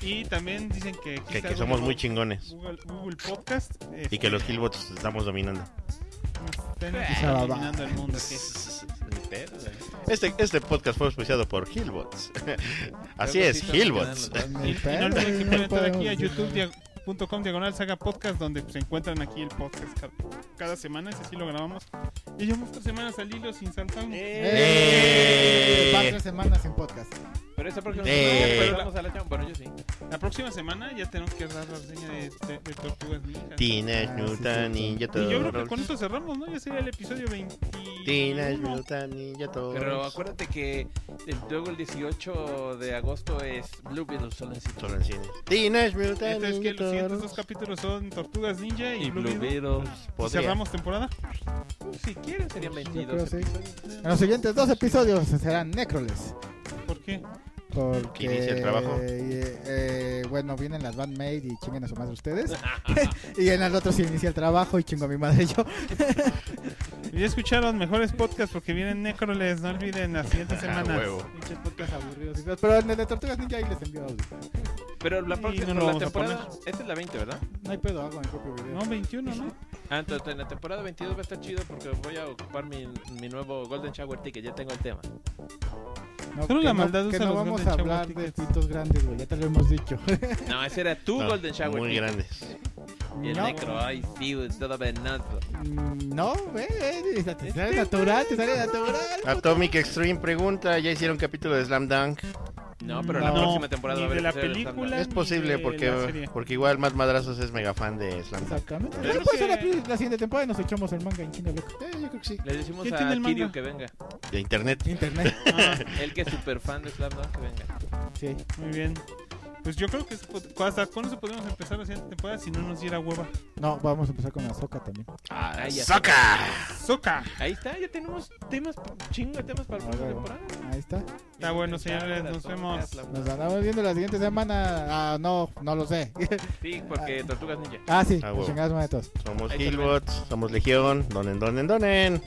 Speaker 4: sí. Y también dicen que. aquí
Speaker 3: Que,
Speaker 4: está
Speaker 3: que somos muy
Speaker 4: Google-
Speaker 3: chingones.
Speaker 4: Google, Google Podcast. este,
Speaker 3: Y que los Killbots estamos dominando.
Speaker 4: Están dominando el mundo. ¿qué?
Speaker 3: Este, este podcast fue auspiciado por Hillbots. *laughs* Así es, Hillbots.
Speaker 6: En
Speaker 4: Y,
Speaker 6: el
Speaker 4: y no olviden que
Speaker 6: perro,
Speaker 4: pueden entrar
Speaker 6: podemos
Speaker 4: aquí a
Speaker 6: decir
Speaker 4: YouTube,
Speaker 6: nada.
Speaker 4: dia- facebook.com diagonal saga podcast donde pues, se encuentran aquí el podcast ca- cada, semana, ese sí lo grabamos. Y llevamos tres semanas al hilo sin saltarnos.
Speaker 3: ¡Eh!
Speaker 6: Van tres semanas sin podcast.
Speaker 1: Pero esa próxima
Speaker 3: Eh.
Speaker 1: semana ya vamos a la chamba. Bueno, yo sí.
Speaker 4: La próxima semana ya tenemos que dar la reseña de, este, de- de Tortugas Ninja.
Speaker 3: Teenage
Speaker 6: Ah, sí,
Speaker 3: Mutant
Speaker 6: sí, sí.
Speaker 3: Ninja
Speaker 4: Y yo creo que
Speaker 3: Turtles.
Speaker 4: con esto cerramos, ¿no? Ya sería el episodio 20.
Speaker 3: Teenage Mutant Ninja Turtles.
Speaker 1: Pero acuérdate que el- luego el 18 de agosto es Blue Beetle Solencito.
Speaker 3: Solo en cines. Teenage Mutant
Speaker 4: Entonces, que
Speaker 3: Ninja
Speaker 4: los siguientes
Speaker 3: Turtles.
Speaker 4: dos capítulos son Tortugas Ninja y,
Speaker 1: Y
Speaker 4: Blue
Speaker 1: Blue
Speaker 4: Beetle.
Speaker 1: Beetle.
Speaker 4: ¿Y
Speaker 3: Podría.
Speaker 4: ¿Cerramos temporada?
Speaker 1: Si quieren, serían
Speaker 6: Yo creo
Speaker 1: 22.
Speaker 6: sí. En los siguientes dos episodios serán Necroles.
Speaker 4: ¿Por qué?
Speaker 6: Porque.
Speaker 3: Que inicie el trabajo.
Speaker 6: eh, eh, bueno, vienen las bandmade y chinguen a su madre ustedes. *laughs* y en el otro se inicia el trabajo y chingo a mi
Speaker 4: *laughs*
Speaker 6: madre yo.
Speaker 4: Ya escucharon mejores podcasts porque vienen Necroles, no olviden las siguientes semanas.
Speaker 3: huevo.
Speaker 6: Muchos podcasts aburridos. y cosas, Pero en el de Tortugas Ninja ahí les envío audio.
Speaker 1: Pero la
Speaker 4: Y
Speaker 1: próxima
Speaker 4: no lo
Speaker 1: la
Speaker 4: vamos a
Speaker 1: temporada. Esta es la 20, ¿verdad?
Speaker 6: No hay pedo, hago mi propio video.
Speaker 4: No, 21, ¿no?
Speaker 1: Ah, entonces en la temporada 22 va a estar chido porque voy a ocupar mi, mi nuevo Golden Shower Ticket. Ya tengo el tema.
Speaker 6: No,
Speaker 4: Solo
Speaker 6: que
Speaker 4: la
Speaker 6: no-
Speaker 4: maldad
Speaker 6: que
Speaker 4: usa
Speaker 6: no
Speaker 4: los
Speaker 6: vamos a
Speaker 4: grandes
Speaker 6: hablar de
Speaker 4: chavos.
Speaker 6: pitos grandes, güey. Ya te lo hemos dicho.
Speaker 1: No, ese era tu
Speaker 3: No,
Speaker 1: Golden Shower
Speaker 3: Ah, Muy
Speaker 1: Ticket.
Speaker 3: grandes.
Speaker 1: Y el
Speaker 6: *laughs* No.
Speaker 1: necro, ay, sí, todo venado.
Speaker 6: Mm, No, güey. eh, Te sale natural, te sale natural.
Speaker 3: Atomic Extreme pregunta, ¿ya hicieron capítulo de Slam Dunk?
Speaker 1: No, pero la
Speaker 4: No,
Speaker 1: próxima temporada
Speaker 4: ni
Speaker 1: va a haber
Speaker 4: de la
Speaker 1: episodio Slam
Speaker 4: película.
Speaker 1: Dunk.
Speaker 3: Es posible
Speaker 4: de la
Speaker 3: porque,
Speaker 4: serie.
Speaker 3: porque igual Matt Madrazos es mega fan de Slam Dunk.
Speaker 6: Exactamente.
Speaker 4: Yo
Speaker 6: Ya
Speaker 4: creo
Speaker 6: puede ser la,
Speaker 4: que-
Speaker 6: pri- la siguiente temporada y nos echamos el manga en China, loco.
Speaker 3: yo creo que sí.
Speaker 1: Le decimos
Speaker 4: ¿Quién tiene
Speaker 1: a
Speaker 4: el
Speaker 1: Kiryu
Speaker 4: manga?
Speaker 1: que venga.
Speaker 3: De internet.
Speaker 6: Internet.
Speaker 4: Ah,
Speaker 1: Él que es super fan de Slam Dunk, que venga.
Speaker 6: Sí.
Speaker 4: muy bien. Pues yo creo que eso pod- hasta con eso podemos empezar la siguiente temporada si no nos diera hueva.
Speaker 6: No, vamos a empezar con la soca también.
Speaker 1: Ay, ya
Speaker 3: ¡Soca!
Speaker 4: ¡Soca!
Speaker 1: Ahí está, ya tenemos temas, chingo de temas para la
Speaker 6: Ah,
Speaker 1: próxima
Speaker 6: huevo.
Speaker 1: temporada.
Speaker 6: Ahí está.
Speaker 4: Está bueno, señores, nos vemos.
Speaker 6: Nos andamos viendo la siguiente semana. Ah, no, no lo sé.
Speaker 1: Sí, porque Tortugas Ninja.
Speaker 6: ah, sí.
Speaker 3: Ah, huevo.
Speaker 6: Chingadas madre de todos.
Speaker 1: Ahí
Speaker 3: Somos
Speaker 1: está el
Speaker 3: Killbots, somos Legión, donen, donen, donen.